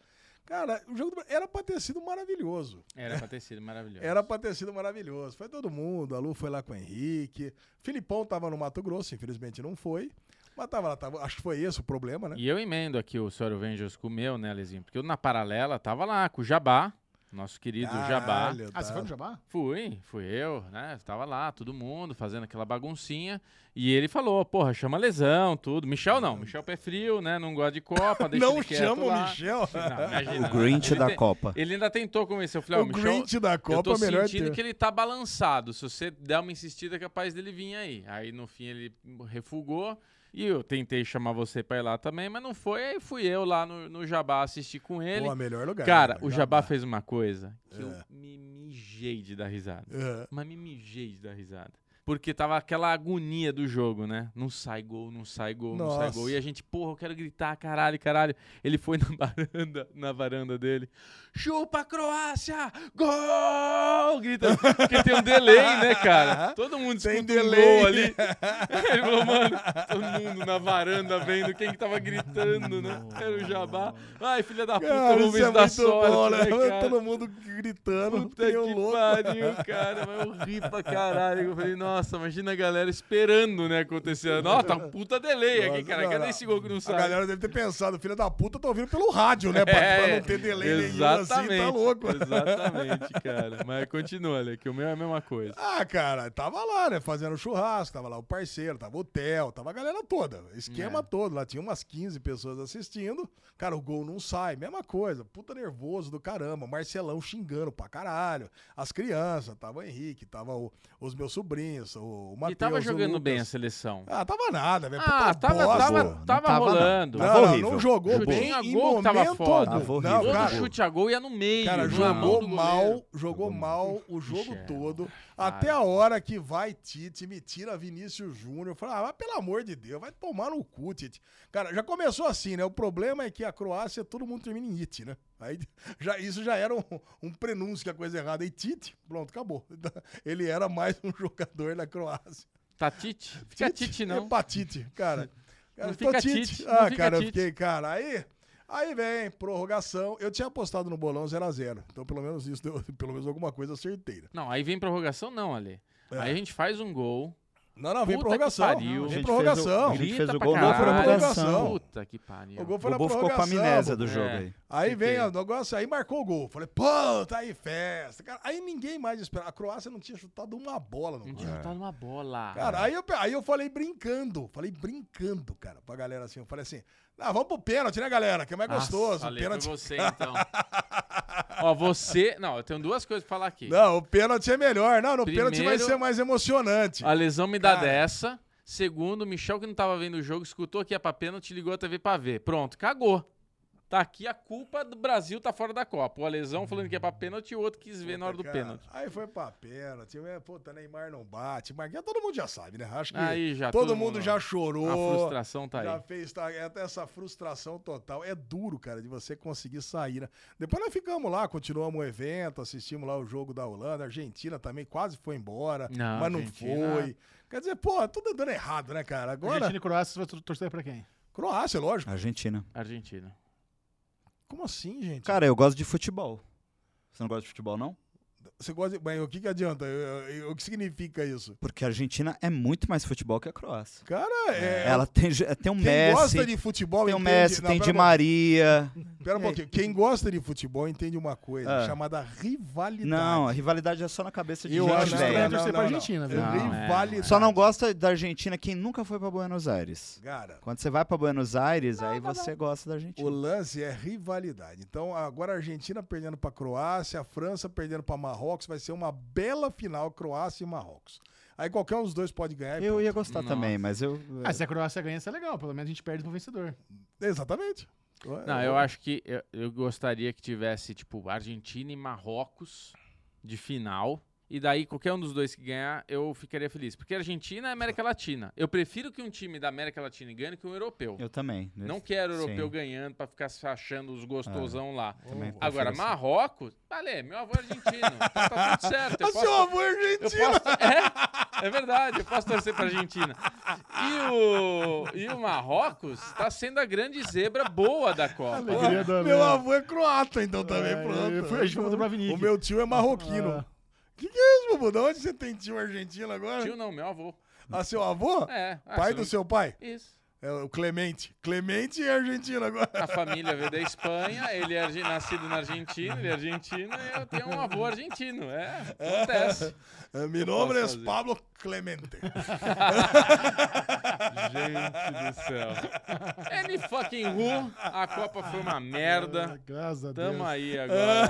Speaker 4: Cara, o jogo do... era pra ter sido maravilhoso.
Speaker 2: Era pra ter sido maravilhoso.
Speaker 4: Era pra ter sido maravilhoso. Foi todo mundo. A Lu foi lá com o Henrique. Filipão tava no Mato Grosso, infelizmente não foi. Mas tava lá, tava... acho que foi esse o problema, né?
Speaker 2: E eu emendo aqui o Sr. Avengers com o meu, né, Lezinho? Porque eu, na paralela, tava lá com o Jabá, nosso querido Jabá.
Speaker 4: Caralho,
Speaker 1: Ah, você
Speaker 4: tá-
Speaker 1: foi no Jabá?
Speaker 2: Fui, fui eu, né? Tava lá, todo mundo fazendo aquela baguncinha. E ele falou, porra, chama lesão, tudo. Michel não, Michel pé frio, né? Não gosta de Copa, deixa
Speaker 4: Não
Speaker 2: ele quieto
Speaker 4: chama o
Speaker 2: lá.
Speaker 4: Michel.
Speaker 2: Não, imagina, né?
Speaker 5: O Grinch
Speaker 2: ele
Speaker 5: da
Speaker 2: te-
Speaker 5: Copa.
Speaker 2: Ele ainda tentou convencer. Eu falei, ó,
Speaker 4: O
Speaker 2: Michel,
Speaker 4: Grinch da
Speaker 2: eu
Speaker 4: Copa
Speaker 2: tô
Speaker 4: é melhor
Speaker 2: sentindo
Speaker 4: ter.
Speaker 2: que ele tá balançado. Se você der uma insistida, é capaz dele vir aí. Aí no fim ele refugou. E eu tentei chamar você pra ir lá também, mas não foi. Aí fui eu lá no, no Jabá assistir com ele.
Speaker 4: Pô, É. melhor lugar.
Speaker 2: Cara,
Speaker 4: né?
Speaker 2: o Jabá fez uma coisa que eu me mijei de dar risada.
Speaker 4: É.
Speaker 2: Mas me mijei de dar risada. Porque tava aquela agonia do jogo, né? Não sai gol, não sai gol, não sai
Speaker 4: Nossa.
Speaker 2: gol. E a gente, porra, eu quero gritar, caralho, caralho. Ele foi na varanda, na varanda dele. Chupa Croácia! Gol! Grita. Porque tem um delay, né, cara? Todo mundo
Speaker 4: Tem
Speaker 2: escuta um
Speaker 4: delay.
Speaker 2: gol ali. Ele falou, mano, todo mundo na varanda vendo quem que tava gritando, né? Era o Jabá. Ai, filha da puta,
Speaker 4: Cara,
Speaker 2: vamos
Speaker 4: isso
Speaker 2: ver
Speaker 4: é
Speaker 2: se dá
Speaker 4: muito
Speaker 2: sorte,
Speaker 4: bom,
Speaker 2: né,
Speaker 4: né?
Speaker 2: cara?
Speaker 4: Todo mundo gritando,
Speaker 2: Puta que
Speaker 4: meio louco.
Speaker 2: pariu, cara. Mas eu ri pra caralho. Eu falei, nossa, imagina a galera esperando, né, acontecer. Nossa, tá um puta delay aqui,
Speaker 4: Nossa,
Speaker 2: cara.
Speaker 4: não,
Speaker 2: Cadê
Speaker 4: não.
Speaker 2: esse gol que não
Speaker 4: A
Speaker 2: sai?
Speaker 4: galera deve ter pensado, filha da puta, tá ouvindo pelo rádio, né? Pra, pra não ter delay nenhum assim, tá louco.
Speaker 2: É, Exatamente, cara. Mas continua, Ale, que o meu é a mesma coisa.
Speaker 4: Ah, cara, tava lá, né? Fazendo churrasco, tava lá o parceiro, tava o hotel, tava a galera toda, esquema
Speaker 2: É.
Speaker 4: todo. Lá tinha umas 15 pessoas assistindo. Cara, o gol não sai, mesma coisa. Puta nervoso do caramba, Marcelão xingando pra caralho. As crianças, tava o Henrique, tava o- os meus sobrinhos, o Matheus.
Speaker 2: e tava
Speaker 4: o
Speaker 2: jogando
Speaker 4: Lucas.
Speaker 2: bem a seleção.
Speaker 4: Ah, tava nada, velho.
Speaker 2: Ah,
Speaker 4: Puta
Speaker 2: tava,
Speaker 4: bosta.
Speaker 2: tava, tava,
Speaker 5: Não tava, não.
Speaker 2: rolando.
Speaker 5: Tava
Speaker 4: Não, não,
Speaker 5: horrível.
Speaker 4: não jogou
Speaker 2: Chutinho
Speaker 4: bem
Speaker 2: a
Speaker 4: em
Speaker 2: gol que
Speaker 4: momento
Speaker 2: tava fora.
Speaker 4: algum.
Speaker 5: Tava horrível.
Speaker 4: Não,
Speaker 2: Todo
Speaker 4: cara,
Speaker 2: chute a gol ia no meio.
Speaker 4: Cara,
Speaker 2: não na mão
Speaker 4: jogou
Speaker 2: do
Speaker 4: mal,
Speaker 2: goleiro.
Speaker 4: jogou mal o jogo
Speaker 2: Michel.
Speaker 4: todo. Até a hora que vai Tite, me tira Vinícius Júnior. Eu falo, ah, mas pelo amor de Deus, vai tomar no cu, Tite. Cara, já começou assim, né? O problema é que a Croácia, todo mundo termina em It, né? Aí, já, isso já era um, um prenúncio que a coisa é errada. E Tite, pronto, acabou. Ele era mais um jogador da Croácia.
Speaker 2: Tatite? Fica Tá
Speaker 4: é
Speaker 2: Tite, não.
Speaker 4: Hepatite, cara. cara
Speaker 2: Não fica
Speaker 4: hepatite.
Speaker 2: Tite, não
Speaker 4: Ah,
Speaker 2: fica
Speaker 4: cara, eu
Speaker 2: Tite.
Speaker 4: fiquei, cara. Aí, aí vem, prorrogação. Eu tinha apostado no bolão 0x0. Então, pelo menos isso, deu, pelo menos alguma coisa acerteira.
Speaker 2: Não, aí vem prorrogação, não, Ale.
Speaker 4: É.
Speaker 2: Aí a gente faz um gol.
Speaker 4: Não, não,
Speaker 2: Puta
Speaker 4: vem
Speaker 2: que
Speaker 4: prorrogação.
Speaker 2: pariu.
Speaker 4: Vem
Speaker 5: gente
Speaker 4: prorrogação.
Speaker 5: fez o- a gente
Speaker 2: Grita
Speaker 5: fez o
Speaker 2: pra
Speaker 5: gol na
Speaker 2: caralho.
Speaker 4: prorrogação.
Speaker 2: Puta que pariu.
Speaker 4: O gol foi
Speaker 5: O
Speaker 4: na
Speaker 5: Bobo ficou com a
Speaker 4: prorrogação.
Speaker 5: amnésia do
Speaker 2: É.
Speaker 5: jogo aí.
Speaker 4: Aí vem
Speaker 2: Fiquei.
Speaker 4: o negócio, aí marcou o gol. Falei, pô, tá aí festa. Cara, aí ninguém mais esperava. A Croácia não tinha chutado uma bola no
Speaker 2: Não
Speaker 4: gol.
Speaker 2: tinha chutado uma tá bola.
Speaker 4: Cara, aí eu, pe- aí eu falei brincando, falei brincando, cara, pra galera assim. Eu falei assim, ah, vamos pro pênalti, né, galera? Que é mais
Speaker 2: Nossa,
Speaker 4: gostoso. o
Speaker 2: Ale,
Speaker 4: pênalti.
Speaker 2: foi você, então. Ó, você... Não, eu tenho duas coisas pra falar aqui.
Speaker 4: Não, o pênalti é melhor. Não, no pênalti vai
Speaker 2: Primeiro-
Speaker 4: ser mais emocionante.
Speaker 2: A lesão me dá
Speaker 4: Cara.
Speaker 2: dessa. Segundo, o Michel, que não tava vendo o jogo, escutou que ia pra pênalti, ligou a TV pra ver. Pronto, cagou. Tá aqui a culpa do Brasil tá fora da Copa. O Alesão falando que é pra pênalti e o outro quis ver na hora do
Speaker 4: Cara,
Speaker 2: pênalti.
Speaker 4: Aí foi pra pênalti. né? Puta, Neymar não bate. Marquinhos, todo mundo já sabe, né? Acho que
Speaker 2: Aí já,
Speaker 4: todo,
Speaker 2: todo
Speaker 4: mundo,
Speaker 2: mundo-
Speaker 4: já
Speaker 2: A
Speaker 4: chorou.
Speaker 2: frustração tá aí.
Speaker 4: já fez tá, é até essa frustração total. É duro, cara, de você conseguir sair. Né? Depois nós ficamos lá, continuamos o evento, assistimos lá o jogo da Holanda, a Argentina também quase foi embora,
Speaker 2: Não,
Speaker 4: mas não
Speaker 2: Argentina-
Speaker 4: foi. Quer dizer, pô, tudo dando errado, né, cara? Agora,
Speaker 1: Argentina e Croácia, você vai tor- torcer pra quem?
Speaker 4: Croácia, lógico.
Speaker 5: Argentina.
Speaker 2: Argentina.
Speaker 4: Como assim, gente?
Speaker 5: Cara, eu gosto de futebol. Você não gosta de futebol, não?
Speaker 4: Você gosta de... Mas o que, que adianta? Eu- eu- o que significa isso?
Speaker 5: Porque a Argentina é muito mais futebol que a Croácia.
Speaker 4: Cara, é.
Speaker 5: Ela tem, ge- tem um
Speaker 4: quem
Speaker 5: Messi,
Speaker 4: gosta de futebol
Speaker 5: tem um
Speaker 4: entende-
Speaker 5: Messi,
Speaker 4: Não,
Speaker 5: tem
Speaker 4: pera
Speaker 5: Di
Speaker 4: um-
Speaker 5: Maria.
Speaker 4: Pera um pouquinho. Quem gosta de futebol entende uma coisa
Speaker 5: Ah.
Speaker 4: chamada rivalidade.
Speaker 5: Não, a rivalidade é só na cabeça de
Speaker 4: Eu
Speaker 5: gente
Speaker 4: acho
Speaker 1: estranho
Speaker 5: velha.
Speaker 4: que é
Speaker 1: torcer pra Argentina, viu?
Speaker 5: Não, é.
Speaker 4: Rivalidade.
Speaker 5: Só não gosta da Argentina quem nunca foi pra Buenos Aires.
Speaker 4: Cara,
Speaker 5: Quando você vai pra Buenos Aires, aí você gosta da
Speaker 4: o
Speaker 5: Argentina.
Speaker 4: lance é rivalidade. Então, agora a Argentina perdendo pra Croácia, a França perdendo pra Marrocos, vai ser uma bela final Croácia e Marrocos. Aí qualquer um dos dois pode ganhar. e
Speaker 5: Eu
Speaker 4: pronto.
Speaker 5: ia gostar
Speaker 2: Nossa.
Speaker 5: também, mas eu.
Speaker 1: Ah, se a Croácia ganha, isso é legal. Pelo menos a gente perde pro vencedor.
Speaker 4: Exatamente.
Speaker 2: Não, eu acho que eu, eu gostaria que tivesse, tipo, Argentina e Marrocos de final. E daí, qualquer um dos dois que ganhar, eu ficaria feliz. Porque a Argentina é América Latina. Eu prefiro que um time da América Latina ganhe que um europeu.
Speaker 5: Eu também.
Speaker 2: Não quero europeu
Speaker 5: Sim. É.
Speaker 2: ganhando pra ficar se achando os gostosão lá.
Speaker 5: Também
Speaker 2: Agora,
Speaker 5: prefiro assim.
Speaker 2: Marrocos, vale, meu avô é argentino. então tá tudo certo. Eu
Speaker 4: Seu
Speaker 2: posso,
Speaker 4: avô é
Speaker 2: eu
Speaker 4: argentino!
Speaker 2: posso, é, É verdade, eu posso torcer pra Argentina. E o, e o Marrocos tá sendo a grande zebra boa da Copa.
Speaker 1: Alegria da
Speaker 4: Meu
Speaker 1: minha.
Speaker 4: avô é croata, então também,
Speaker 1: É,
Speaker 4: pronto.
Speaker 1: eu fui- a gente foi pro Dubrovnik.
Speaker 4: O meu tio é marroquino.
Speaker 1: Ah.
Speaker 4: Que que é isso, Bubu? De onde você tem tio argentino agora?
Speaker 2: Tio não, meu avô.
Speaker 4: Ah, seu avô?
Speaker 2: É. ah,
Speaker 4: Pai
Speaker 2: você
Speaker 4: do
Speaker 2: não-
Speaker 4: seu pai?
Speaker 2: Isso.
Speaker 4: É o Clemente. Clemente é argentino agora.
Speaker 2: A família veio da Espanha, ele é arge- nascido na Argentina, ele é argentino e eu tenho um avô argentino. É, acontece.
Speaker 4: É, Mi nome é
Speaker 2: fazer.
Speaker 4: Pablo Clemente.
Speaker 2: Gente do céu. Any fucking who, a Copa foi uma merda.
Speaker 1: Graças a Deus.
Speaker 2: Tamo aí agora,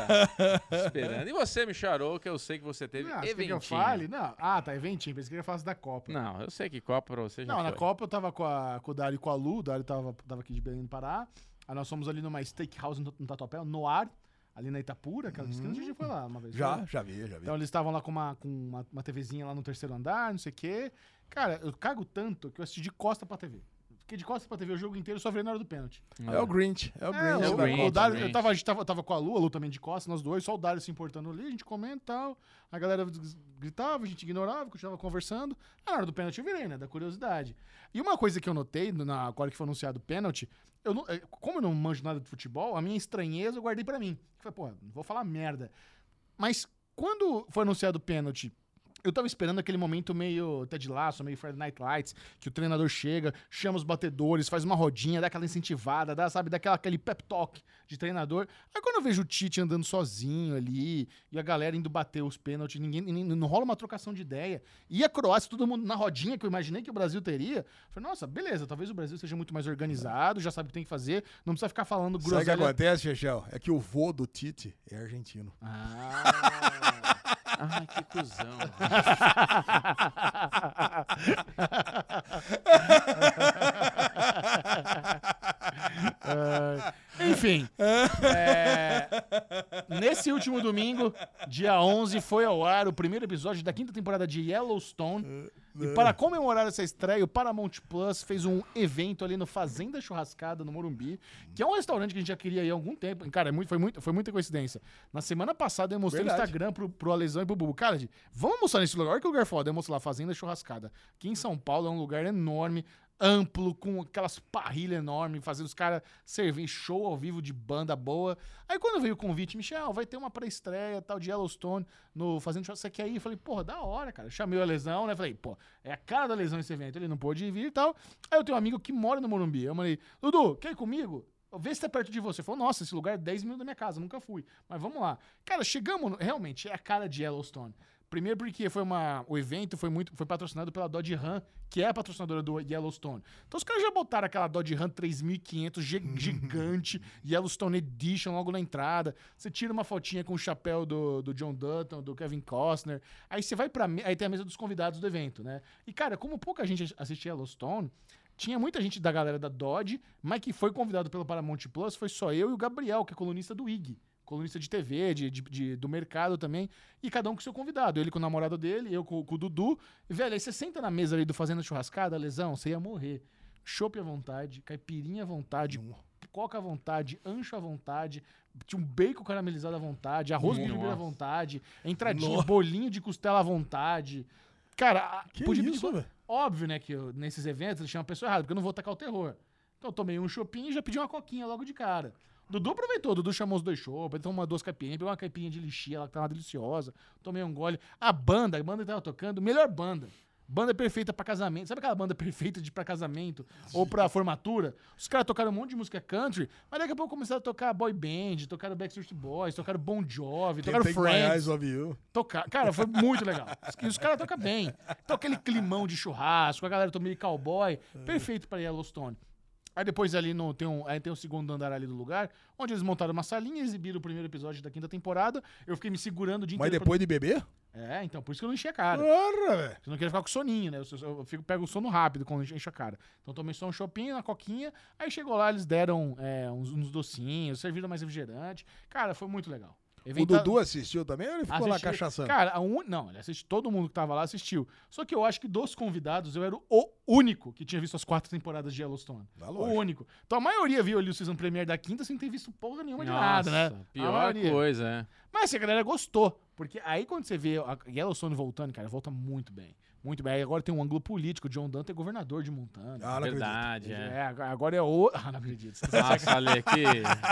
Speaker 2: esperando. E você, Micharou, que eu sei que você teve
Speaker 1: Ah, você quer que
Speaker 2: eventinho.
Speaker 1: eu fale? Não. Ah, tá, eventinho. Pensei que eu falasse da Copa.
Speaker 2: Não, eu sei que Copa pra você já
Speaker 1: Não, na
Speaker 2: foi.
Speaker 1: Copa eu tava com, a, com o Dário e com a Lu, o Dário tava, tava aqui de Belém do Pará. Aí nós fomos ali numa steakhouse no, no Tatuapé, no ar, ali na Itapura, aquela esquina, a
Speaker 2: Hum.
Speaker 1: gente foi lá uma vez.
Speaker 4: Já,
Speaker 1: né?
Speaker 4: já vi, já vi.
Speaker 1: Então eles estavam lá com, uma, com uma, uma TVzinha lá no terceiro andar, não sei o quê. Cara, eu cago tanto que eu assisti de costa pra TV. Fiquei de costa pra TV o jogo inteiro, só virei na hora do pênalti.
Speaker 2: Então,
Speaker 4: É o Grinch. É o
Speaker 1: É,
Speaker 4: Grinch.
Speaker 2: hum. o
Speaker 4: da
Speaker 1: o, o
Speaker 2: Grinch,
Speaker 4: Copa.
Speaker 1: Dário-
Speaker 2: Grinch.
Speaker 1: eu tava, a gente tava, tava com a Lu, a Lu também de costas, nós dois, só o Dário se importando ali, a gente comenta e tal. A galera gris- gritava, a gente ignorava, continuava conversando. Na hora do pênalti eu virei, né? Da curiosidade. E uma coisa que eu notei, no- na hora que foi anunciado o pênalti, eu não- eh, como eu não manjo nada de futebol, a minha estranheza eu guardei pra mim. Eu Falei, pô, não vou falar merda. Mas quando foi anunciado o pênalti, eu tava esperando aquele momento meio Ted Lasso, meio Friday Night Lights, que o treinador chega, chama os batedores, faz uma rodinha, dá aquela incentivada, dá, sabe, daquela aquele pep talk de treinador. Aí quando eu vejo o Tite andando sozinho ali, e a galera indo bater os pênaltis, ninguém nem- não rola uma trocação de ideia. E a Croácia, todo mundo na rodinha que eu imaginei que o Brasil teria. eu Falei, nossa, beleza, talvez o Brasil seja muito mais organizado, já sabe o que tem que fazer, não precisa ficar falando
Speaker 4: Sabe o que
Speaker 1: groselha.
Speaker 4: acontece, Chechel? É que o vô do Tite é argentino.
Speaker 1: Ah.
Speaker 2: Ai, que cuzão.
Speaker 1: É, enfim, é, nesse último domingo, dia 11, foi ao ar o primeiro episódio da quinta temporada de Yellowstone. E para comemorar essa estreia, o Paramount Plus fez um evento ali no Fazenda Churrascada, no Morumbi, que é um restaurante que a gente já queria ir há algum tempo. Cara, é muito, foi, muito, foi muita coincidência. Na semana passada eu mostrei no
Speaker 4: Verdade.
Speaker 1: Instagram pro, pro Alesão e pro Bubu. Cara, gente, vamos mostrar nesse lugar. Olha que lugar foda. Eu mostro lá, Fazenda Churrascada. Aqui em São Paulo é um lugar enorme, amplo, com aquelas parrilhas enormes, fazendo os caras servir show ao vivo de banda boa. Aí quando veio o convite, Michel, vai ter uma pré-estreia tal de Yellowstone no Fazenda Churrascada. Você quer ir? Eu falei, porra, da hora, cara. Eu chamei o Alesão, né? Falei, pô, é a cara da Alesão esse evento. Ele não pôde vir e tal. Aí eu tenho um amigo que mora no Morumbi. Eu mandei, Dudu, quer ir comigo? Vê se tá perto de você. Falou, nossa, esse lugar é 10 minutos da minha casa, nunca fui. Mas vamos lá. Cara, chegamos. no- Realmente, é a cara de Yellowstone. Primeiro porque foi uma, o evento foi muito foi patrocinado pela Dodge Ram, que é a patrocinadora do Yellowstone. Então os caras já botaram aquela Dodge Ram 3500 gi- gigante, Yellowstone Edition logo na entrada. Você tira uma fotinha com o chapéu do, do John Dutton, do Kevin Costner. Aí você vai para aí tem a mesa dos convidados do evento, né? E cara, como pouca gente assiste Yellowstone, tinha muita gente da galera da Dodge, mas que foi convidado pelo Paramount Plus foi só eu e o Gabriel, que é colunista do IG. Colunista de TV, de, de- de- do mercado também. E cada um com seu convidado. Ele com o namorado dele, eu com, com o Dudu. E, velho, aí você senta na mesa ali do Fazenda Churrascada, lesão, você ia morrer. Chope à vontade, caipirinha à vontade, coca à vontade, ancho à vontade, tinha um bacon caramelizado à vontade, arroz
Speaker 2: Nossa.
Speaker 1: bilibili à vontade, entradinha, bolinho de costela à vontade. Cara, a- podia pedir
Speaker 4: velho?
Speaker 1: Óbvio, né, que eu- nesses eventos eles chamam a pessoa errada, porque eu não vou tacar o terror. Então eu tomei um chopinho e já pedi uma coquinha logo de cara. Dudu aproveitou, Dudu chamou os dois chopp, ele tomou uma duas caipirinhas, pegou uma caipirinha de lixia, ela que tava deliciosa, tomei um gole. A banda, a banda que tava tocando, melhor banda. Banda perfeita pra casamento. Sabe aquela banda perfeita de pra casamento ou pra formatura? Os caras tocaram um monte de música country, mas daqui a pouco começaram a tocar boy band, tocaram Backstreet Boys, tocaram Bon Jovi,
Speaker 4: Quem
Speaker 1: tocaram
Speaker 4: tem é
Speaker 1: Friends.
Speaker 4: Goiás, óbvio.
Speaker 1: Tocar. Cara, foi muito legal. E os caras tocam bem. Então aquele climão de churrasco, a galera tomou meio cowboy. Perfeito pra Yellowstone. Aí depois ali no, tem, um, aí tem um segundo andar ali do lugar, onde eles montaram uma salinha, exibiram o primeiro episódio da quinta temporada. Eu fiquei me segurando o dia
Speaker 4: Mas
Speaker 1: inteiro.
Speaker 4: depois de beber?
Speaker 1: pra- É, então, por isso que eu não enchi a cara.
Speaker 4: Porra, velho.
Speaker 1: Você não queria ficar com soninho, né? Eu, eu- eu fico, pego o sono rápido quando enche a cara. Então tomei só um chopinho, uma coquinha. Aí chegou lá, eles deram é, uns, uns docinhos, serviram mais refrigerante. Cara, foi muito legal.
Speaker 4: O
Speaker 1: Eventa-
Speaker 4: Dudu assistiu também ou ele ficou lá
Speaker 1: então Assisti-
Speaker 4: cachaçando?
Speaker 1: Cara, a un... não, ele assiste, todo mundo que tava lá assistiu. Só que eu acho que dos convidados eu era o único que tinha visto as quatro temporadas de Yellowstone.
Speaker 4: Tá
Speaker 1: o
Speaker 4: lógico.
Speaker 1: único. Então a maioria viu ali o season premiere da quinta sem ter visto porra nenhuma de nada, né? A
Speaker 2: Pior
Speaker 1: maioria.
Speaker 2: coisa, é.
Speaker 1: Mas assim, a galera gostou. Porque aí quando você vê a Yellowstone voltando, cara, volta muito bem. Muito bem. Aí agora tem um ângulo político. John Dante é governador de Montana.
Speaker 4: Ah, não acredito.
Speaker 2: Verdade, é.
Speaker 1: é, agora- agora é o. Ah, não acredito. Você tá
Speaker 2: Nossa, Ale, aqui.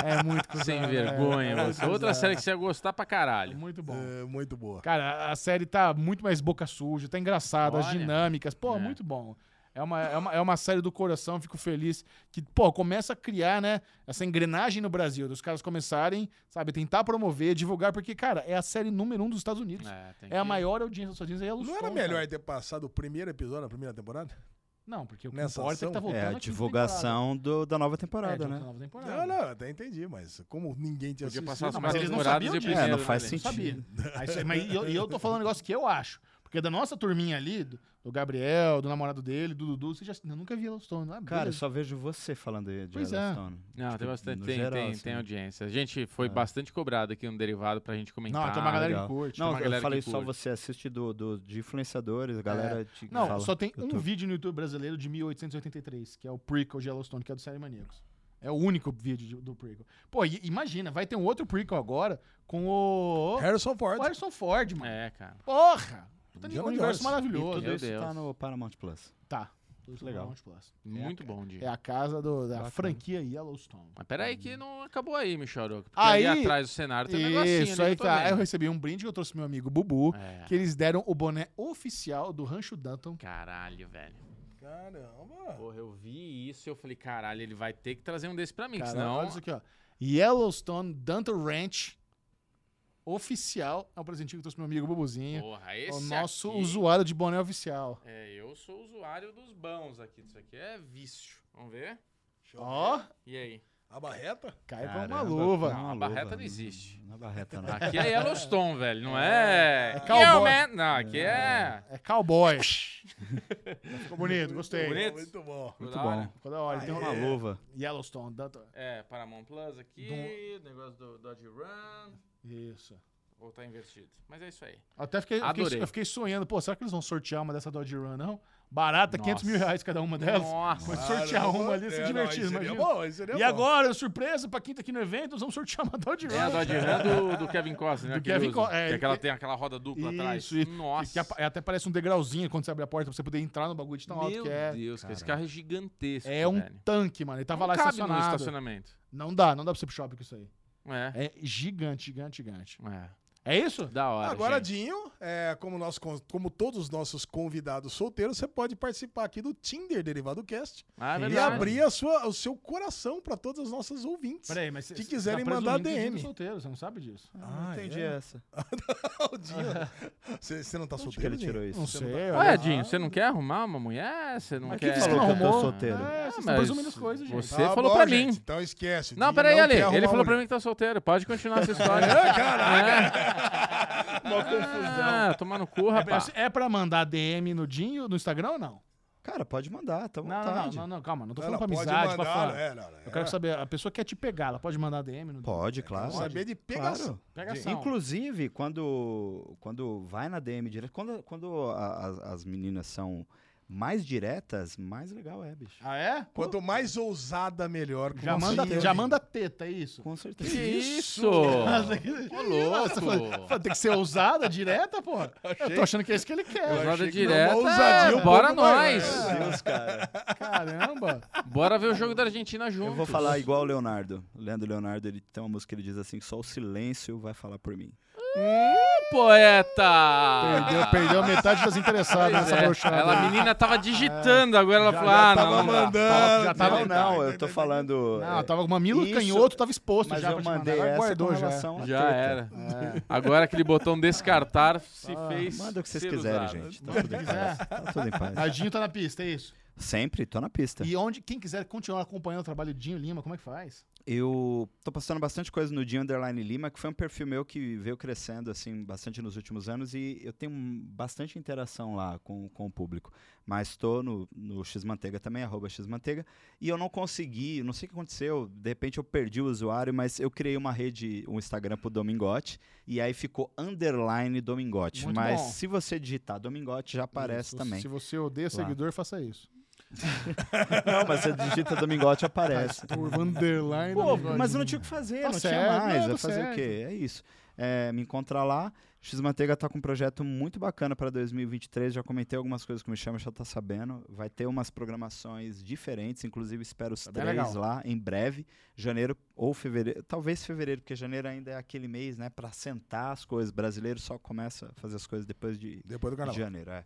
Speaker 1: É muito cuzão,
Speaker 2: Sem
Speaker 1: né?
Speaker 2: vergonha.
Speaker 1: É,
Speaker 2: você. Outra série que você ia gostar pra
Speaker 1: é
Speaker 2: caralho.
Speaker 1: muito bom.
Speaker 4: É, muito boa.
Speaker 1: Cara, a série tá muito mais boca suja, tá engraçada, as
Speaker 2: Olha.
Speaker 1: dinâmicas. Pô,
Speaker 2: É.
Speaker 1: muito bom. É uma, é, uma, é uma série do coração, fico feliz que, pô, começa a criar, né, essa engrenagem no Brasil, dos caras começarem, sabe, tentar promover, divulgar, porque, cara, é a série número um dos Estados Unidos. É,
Speaker 2: É, tem
Speaker 1: a
Speaker 2: que-
Speaker 1: maior audiência dos Estados Unidos, é a
Speaker 4: Não era melhor ter passado o primeiro episódio na primeira temporada?
Speaker 1: Não, porque o que
Speaker 4: Nessa
Speaker 1: importa é que tá
Speaker 4: ação?
Speaker 1: voltando à
Speaker 5: É a
Speaker 1: quinta
Speaker 5: divulgação do- da nova
Speaker 1: temporada. É,
Speaker 5: temporada,
Speaker 1: de
Speaker 5: né?
Speaker 1: nova temporada.
Speaker 4: Não, não, até entendi, mas como ninguém tinha
Speaker 2: Podia
Speaker 4: assistido...
Speaker 2: passar as
Speaker 1: Não,
Speaker 2: não,
Speaker 1: mas
Speaker 2: quatro
Speaker 1: eles não
Speaker 2: temporadas e o
Speaker 1: sabiam
Speaker 2: primeiro.
Speaker 1: disso.
Speaker 5: É, não faz
Speaker 2: né, Ale?
Speaker 1: Não
Speaker 5: sentido.
Speaker 1: sabia. Aí você- mas e eu, e eu tô falando um negócio que eu acho. Porque da nossa turminha ali, do, do Gabriel, do namorado dele, do Dudu, você já, eu nunca vi Yellowstone. Ah,
Speaker 5: Cara, eu
Speaker 1: beleza.
Speaker 5: só vejo você falando de
Speaker 1: Pois é.
Speaker 5: Yellowstone.
Speaker 2: Não,
Speaker 5: Tipo,
Speaker 2: tem bastante.
Speaker 5: no
Speaker 2: Tem,
Speaker 5: geral,
Speaker 2: tem,
Speaker 5: assim.
Speaker 2: tem audiência. A gente foi bastante cobrado aqui no derivado pra gente comentar.
Speaker 1: É. Não, tem uma galera
Speaker 5: legal.
Speaker 1: que curte.
Speaker 5: Não,
Speaker 2: uma galera
Speaker 5: eu
Speaker 2: que
Speaker 5: falei só
Speaker 2: curte.
Speaker 5: você assiste do, do- de influenciadores, a galera te
Speaker 1: Não,
Speaker 5: fala.
Speaker 1: só tem
Speaker 5: Eu
Speaker 1: um
Speaker 5: tô-
Speaker 1: vídeo no YouTube brasileiro de 1883, que é o prequel de Yellowstone, que é do Série Maníacos. É o único vídeo de- do prequel. Pô, e- imagina, vai ter um outro prequel agora com o...
Speaker 4: Harrison Ford.
Speaker 1: o Harrison Ford, mano.
Speaker 2: É, cara.
Speaker 1: Porra! Puta,
Speaker 4: Indiana
Speaker 1: um universo
Speaker 4: Jones.
Speaker 1: maravilhoso.
Speaker 2: Meu
Speaker 5: Tudo isso tá
Speaker 2: Deus.
Speaker 5: no Paramount Plus.
Speaker 1: Tá. Legal.
Speaker 2: Muito bom, dia.
Speaker 1: É a casa do- da franquia Yellowstone.
Speaker 2: Mas peraí que não acabou aí, Michel. Porque
Speaker 1: Aí-
Speaker 2: ali atrás do cenário tem um negocinho
Speaker 1: Isso,
Speaker 2: ali
Speaker 1: aí
Speaker 2: que
Speaker 1: que
Speaker 2: eu tô
Speaker 1: tá. Aí eu
Speaker 2: vendo.
Speaker 1: recebi um brinde que eu trouxe pro meu amigo Bubu,
Speaker 2: É.
Speaker 1: que eles deram o boné oficial do Rancho Danton.
Speaker 2: Caralho, velho.
Speaker 4: Caramba.
Speaker 2: Porra, eu vi isso e eu falei, caralho, ele vai ter que trazer um desse pra mim,
Speaker 1: Cara,
Speaker 2: senão...
Speaker 1: olha isso aqui, ó. Yellowstone Danton Ranch oficial. É um presentinho que eu trouxe pro meu amigo Bubuzinho.
Speaker 2: Porra,
Speaker 1: É
Speaker 2: esse
Speaker 1: o nosso
Speaker 2: aqui...
Speaker 1: usuário de boné oficial.
Speaker 2: É, eu sou usuário dos bons aqui. Isso aqui é vício. Vamos ver?
Speaker 1: Ó,
Speaker 2: E aí?
Speaker 4: A barreta?
Speaker 1: cai pra uma
Speaker 5: Caramba,
Speaker 1: luva.
Speaker 5: põe uma
Speaker 2: Não, a
Speaker 5: luva,
Speaker 2: barreta não
Speaker 5: né?
Speaker 2: existe.
Speaker 5: Não é barreta, não.
Speaker 2: Aqui é Yellowstone, velho, não é...
Speaker 1: É cowboy.
Speaker 2: Yo, man! Não, aqui é...
Speaker 1: É cowboy. Ficou bonito, gostei.
Speaker 2: Bonito.
Speaker 4: Muito bom.
Speaker 2: Muito
Speaker 5: bom.
Speaker 1: Ficou da hora. Ele tem
Speaker 5: Uma
Speaker 1: uma
Speaker 5: luva.
Speaker 1: Yellowstone Danton.
Speaker 2: É, Paramount Plus aqui, negócio do Dodge Run...
Speaker 1: Isso.
Speaker 2: Ou tá invertido. Mas é isso aí.
Speaker 1: Até fiquei, eu fiquei-
Speaker 2: Adorei.
Speaker 1: eu fiquei sonhando, pô, será que eles vão sortear uma dessa Dodge Run, não? Barata, 500 mil
Speaker 2: Nossa.
Speaker 1: reais cada uma delas.
Speaker 2: Nossa.
Speaker 1: Pode sortear uma ali, se
Speaker 4: É, não,
Speaker 1: divertir,
Speaker 4: isso seria
Speaker 1: imagina.
Speaker 4: bom, isso seria
Speaker 1: e
Speaker 4: bom.
Speaker 1: agora, surpresa, pra quem tá aqui no evento, nós vamos sortear uma Dodge Run.
Speaker 2: É a Dodge Ram do, do Kevin Costner, né?
Speaker 1: Do
Speaker 2: que ele
Speaker 1: Kevin
Speaker 2: usa,
Speaker 1: Co- é,
Speaker 2: que
Speaker 1: ele-
Speaker 2: aquela, tem aquela roda dupla atrás.
Speaker 1: Isso, e-
Speaker 2: Tipo, Nossa.
Speaker 1: Que apa- até parece um degrauzinho quando você abre a porta pra você poder entrar no bagulho de tão alto
Speaker 2: Meu
Speaker 1: que é.
Speaker 2: Deus, cara. Esse carro é gigantesco,
Speaker 1: É um
Speaker 2: velho.
Speaker 1: tanque, mano. Ele tava lá
Speaker 2: não cabe no
Speaker 1: estacionado.
Speaker 2: estacionamento.
Speaker 1: Não dá, não dá pra você ir pro shopping com isso aí.
Speaker 2: É.
Speaker 1: É gigante, gigante, gigante.
Speaker 2: É.
Speaker 1: É isso?
Speaker 2: Da hora,
Speaker 4: Agora,
Speaker 2: gente.
Speaker 4: Dinho, é, como, nós, con- como todos os nossos convidados solteiros, você pode participar aqui do Tinder Derivado Cast
Speaker 2: Ah, é
Speaker 4: e
Speaker 2: verdade.
Speaker 4: abrir a sua, o seu coração para todas as nossas ouvintes.
Speaker 1: Peraí, mas tá se
Speaker 4: Se quiserem mandar DM.
Speaker 1: é solteiro, você não sabe disso.
Speaker 4: Ah,
Speaker 5: Entendi
Speaker 4: é?
Speaker 5: essa.
Speaker 4: O Dinho, você você não tá
Speaker 5: Onde que
Speaker 4: solteiro,
Speaker 5: ele tirou
Speaker 4: Dinho?
Speaker 5: isso?
Speaker 1: Não sei.
Speaker 4: né?
Speaker 2: Ué, Dinho, você não quer arrumar uma mulher? Você não
Speaker 5: Mas quem
Speaker 2: quer...
Speaker 5: falou que eu tô
Speaker 1: É,
Speaker 5: solteiro?
Speaker 1: vocês
Speaker 2: Ah,
Speaker 1: estão
Speaker 2: mas
Speaker 1: presumindo as coisas, gente.
Speaker 2: Você
Speaker 4: Tá
Speaker 2: falou
Speaker 4: bom,
Speaker 2: pra
Speaker 4: gente,
Speaker 2: mim.
Speaker 4: Então esquece. o
Speaker 2: Não,
Speaker 4: Dinho
Speaker 2: peraí,
Speaker 4: não
Speaker 2: Ale.
Speaker 4: quer
Speaker 2: Ele
Speaker 4: arrumar um
Speaker 2: falou pra
Speaker 4: mulher.
Speaker 2: mim que tá solteiro. Pode continuar essa história. Caraca! Uma confusão. Ah, tomar no cu,
Speaker 1: É pra-
Speaker 2: rapaz.
Speaker 1: É pra mandar DM no Dinho, no Instagram ou não?
Speaker 5: Cara, pode mandar, tá à
Speaker 1: Não, não, não,
Speaker 5: vontade.
Speaker 1: não, não, calma. Não tô
Speaker 4: Ela
Speaker 1: falando pra
Speaker 4: pode
Speaker 1: amizade, pra
Speaker 4: mandar,
Speaker 1: falar.
Speaker 2: né?
Speaker 4: é, não, não,
Speaker 1: Eu quero saber, a pessoa quer te pegar, ela pode mandar DM no
Speaker 5: Pode,
Speaker 4: é,
Speaker 5: claro.
Speaker 4: saber de pegação.
Speaker 5: Claro.
Speaker 1: Pegação.
Speaker 5: Inclusive, quando, quando vai na DM direto, quando, quando a- as- as meninas são mais diretas, mais legal é, bicho.
Speaker 1: Ah, é?
Speaker 4: Quanto mais ousada, melhor.
Speaker 1: Já
Speaker 4: Como
Speaker 1: manda,
Speaker 4: assim?
Speaker 1: já manda teta, é isso?
Speaker 5: Com
Speaker 2: Que
Speaker 5: certeza.
Speaker 2: isso? Ô,
Speaker 1: Nossa, foi-
Speaker 2: louco!
Speaker 1: foi- Tem que ser ousada, direta, pô. Eu tô achando que é isso que ele quer.
Speaker 2: Ousada
Speaker 4: achei que era
Speaker 2: direta,
Speaker 4: uma ousadia um
Speaker 2: É, bora
Speaker 4: pouco
Speaker 2: nós!
Speaker 4: maior.
Speaker 5: Meu Deus, cara.
Speaker 1: Caramba.
Speaker 2: Bora ver o jogo da Argentina junto.
Speaker 5: Eu vou falar igual o Leonardo. O Leandro Leonardo, ele tem uma música que ele diz assim: só o silêncio vai falar por mim.
Speaker 2: Poeta!
Speaker 1: Perdeu, perdeu metade das interessadas
Speaker 2: Pois
Speaker 1: nessa
Speaker 2: é.
Speaker 1: brochada.
Speaker 5: Ah.
Speaker 2: Ela, a menina tava digitando, agora ela falou:
Speaker 4: já
Speaker 2: ah,
Speaker 4: tava
Speaker 2: não, não. dá.
Speaker 4: mandando.
Speaker 1: Já tava-
Speaker 5: não, não, eu tô falando.
Speaker 1: Não,
Speaker 5: é,
Speaker 1: tava com o mamilo
Speaker 5: Isso-
Speaker 1: canhoto, tava exposto
Speaker 5: mas
Speaker 1: já
Speaker 5: eu
Speaker 1: pra te mandar.
Speaker 5: mandei
Speaker 1: Ela
Speaker 5: essa
Speaker 1: guardou
Speaker 5: com
Speaker 1: já.
Speaker 5: relação à
Speaker 2: Já
Speaker 5: é treta. É.
Speaker 2: era. Agora aquele botão descartar se fez.
Speaker 5: Ah, Manda o que vocês
Speaker 2: ser
Speaker 5: quiserem,
Speaker 2: usado.
Speaker 5: gente. Tá tudo em paz. Tá tudo em paz.
Speaker 1: Tadinho É. tá na pista, é isso.
Speaker 5: Sempre, tô na
Speaker 2: Tá.
Speaker 5: pista.
Speaker 1: E onde, quem quiser continuar acompanhando o trabalho de Dinho Lima, como é que faz?
Speaker 5: Eu tô postando bastante coisa no Dia Underline Lima, que foi um perfil meu que veio crescendo, assim, bastante nos últimos anos e eu tenho hum, bastante interação lá com, com o público. Mas tô no, no Xmanteiga também, arroba Xmanteiga, e eu não consegui, não sei o que aconteceu, de repente eu perdi o usuário, mas eu criei uma rede, um Instagram pro Domingote, e aí ficou Underline Domingote.
Speaker 1: Muito
Speaker 5: mas
Speaker 1: bom.
Speaker 5: se você digitar Domingote, já aparece
Speaker 1: Isso,
Speaker 5: também.
Speaker 1: Se você odeia seguidor, faça isso.
Speaker 5: Não, mas você digita Domingote, aparece.
Speaker 1: Por né, Vanderline.
Speaker 5: Pô, mas eu não tinha o que fazer,
Speaker 1: Tá
Speaker 5: não
Speaker 1: certo,
Speaker 5: tinha mais.
Speaker 1: não,
Speaker 5: Vai
Speaker 1: tá
Speaker 5: fazer
Speaker 1: certo.
Speaker 5: o quê? É isso. É, me encontrar lá. X-Manteiga tá com um projeto muito bacana para 2023. Já comentei algumas coisas que o Michel, já tá sabendo. Vai ter umas programações diferentes, inclusive espero os
Speaker 1: Tá bem
Speaker 5: três
Speaker 1: legal.
Speaker 5: lá em breve. Janeiro ou fevereiro. Talvez fevereiro, porque janeiro ainda é aquele mês, né? Para sentar as coisas. Brasileiro só começa a fazer as coisas depois de,
Speaker 4: Depois do
Speaker 5: de
Speaker 4: carnaval.
Speaker 5: janeiro, é.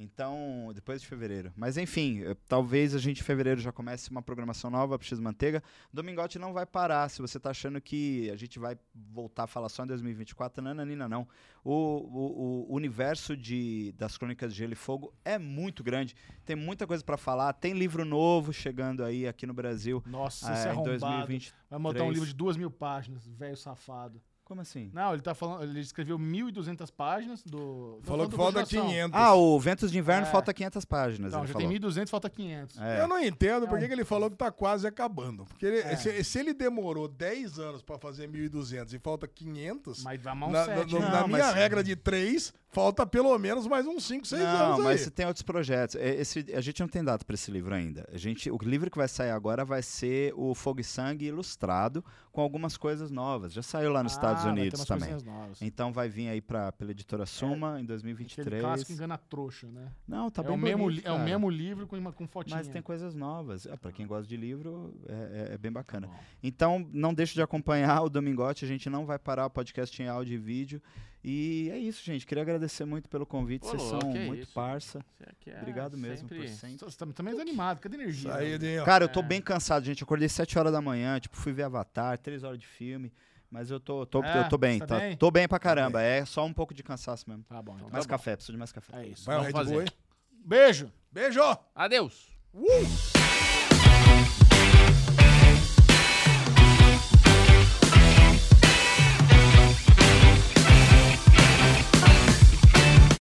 Speaker 5: Então, depois de fevereiro. Mas enfim, eh, talvez a gente em fevereiro já comece uma programação nova pro X Manteiga. Domingote não vai parar. Se você tá achando que a gente vai voltar a falar só em 2024, nananina, não. O, o, o universo de, das crônicas de Gelo e Fogo é muito grande. Tem muita coisa para falar. Tem livro novo chegando aí aqui no Brasil.
Speaker 1: Nossa,
Speaker 2: Ah,
Speaker 5: eh,
Speaker 1: esse
Speaker 5: em
Speaker 1: arrombado.
Speaker 5: 2020.
Speaker 1: Vai montar um
Speaker 5: três.
Speaker 1: livro de duas mil páginas, velho safado.
Speaker 5: Como assim?
Speaker 1: Não, ele tá falando. Ele escreveu 1.200 páginas do.
Speaker 4: Falou que
Speaker 1: falando
Speaker 4: falta
Speaker 1: continuação.
Speaker 4: 500.
Speaker 5: Ah, o Ventos de Inverno
Speaker 1: É.
Speaker 5: falta 500 páginas.
Speaker 1: Não,
Speaker 5: ele
Speaker 1: Então, já
Speaker 5: falou.
Speaker 1: tem 1.200, falta 500.
Speaker 5: É.
Speaker 4: Eu não entendo por
Speaker 1: É
Speaker 4: que
Speaker 1: um-
Speaker 4: que ele falou que tá quase acabando. Porque ele-
Speaker 1: É.
Speaker 4: se, se ele demorou 10 anos pra fazer 1.200 e falta 500,
Speaker 1: Mas vai amar um
Speaker 4: na, na-
Speaker 1: sete,
Speaker 4: na-
Speaker 1: né?
Speaker 4: na
Speaker 5: Não,
Speaker 4: minha
Speaker 5: mas-
Speaker 4: regra de 3, falta pelo menos mais uns 5, 6
Speaker 5: não,
Speaker 4: anos
Speaker 5: mas
Speaker 4: aí.
Speaker 5: tem outros projetos. É, Esse, a gente não tem data para esse livro ainda. A gente, o livro que vai sair agora vai ser o Fogo e Sangue Ilustrado, com algumas coisas novas. Já saiu lá nos Estados
Speaker 1: Ah, vai ter
Speaker 5: Unidos
Speaker 1: umas
Speaker 5: também.
Speaker 1: coisinhas novas.
Speaker 5: Então vai vir aí pra, pela editora Suma em
Speaker 1: Aquele
Speaker 5: 2023.
Speaker 1: clássico engana a trouxa, né?
Speaker 5: Não, tá
Speaker 1: é,
Speaker 5: bem
Speaker 1: o mesmo,
Speaker 5: bonito,
Speaker 1: li- é o
Speaker 5: cara.
Speaker 1: mesmo livro com, uma, com fotinha.
Speaker 5: Mas tem coisas novas. Ah, para quem gosta de livro, é, é- é bem bacana.
Speaker 1: Bom.
Speaker 5: Então, não deixe de acompanhar o Domingote. A gente não vai parar o podcast em áudio e vídeo. E é isso, gente. Queria agradecer muito pelo convite.
Speaker 2: Ô,
Speaker 5: Vocês
Speaker 2: louco,
Speaker 5: são
Speaker 2: que
Speaker 5: muito
Speaker 2: isso.
Speaker 5: parça.
Speaker 2: Isso aqui é
Speaker 5: Obrigado mesmo por
Speaker 2: sempre-
Speaker 5: sempre.
Speaker 1: Você tá também desanimado, cadê a energia?
Speaker 4: Aí,
Speaker 1: né?
Speaker 4: Edinho,
Speaker 5: Cara, eu tô
Speaker 2: É.
Speaker 5: bem cansado, gente. Eu acordei 7 horas da manhã, tipo, fui ver Avatar, 3 horas de filme. Mas eu tô, tô,
Speaker 1: É,
Speaker 5: eu tô bem,
Speaker 1: tá
Speaker 5: tá-
Speaker 1: bem?
Speaker 5: tô bem pra caramba. É só um pouco de cansaço mesmo.
Speaker 1: Tá bom, então.
Speaker 5: Mais
Speaker 2: bom.
Speaker 5: café, preciso de mais café.
Speaker 1: É isso.
Speaker 4: Vai o
Speaker 2: Vamos
Speaker 4: Red Bull
Speaker 2: fazer.
Speaker 4: aí.
Speaker 1: Beijo!
Speaker 4: Beijo!
Speaker 2: Adeus.
Speaker 4: Uh!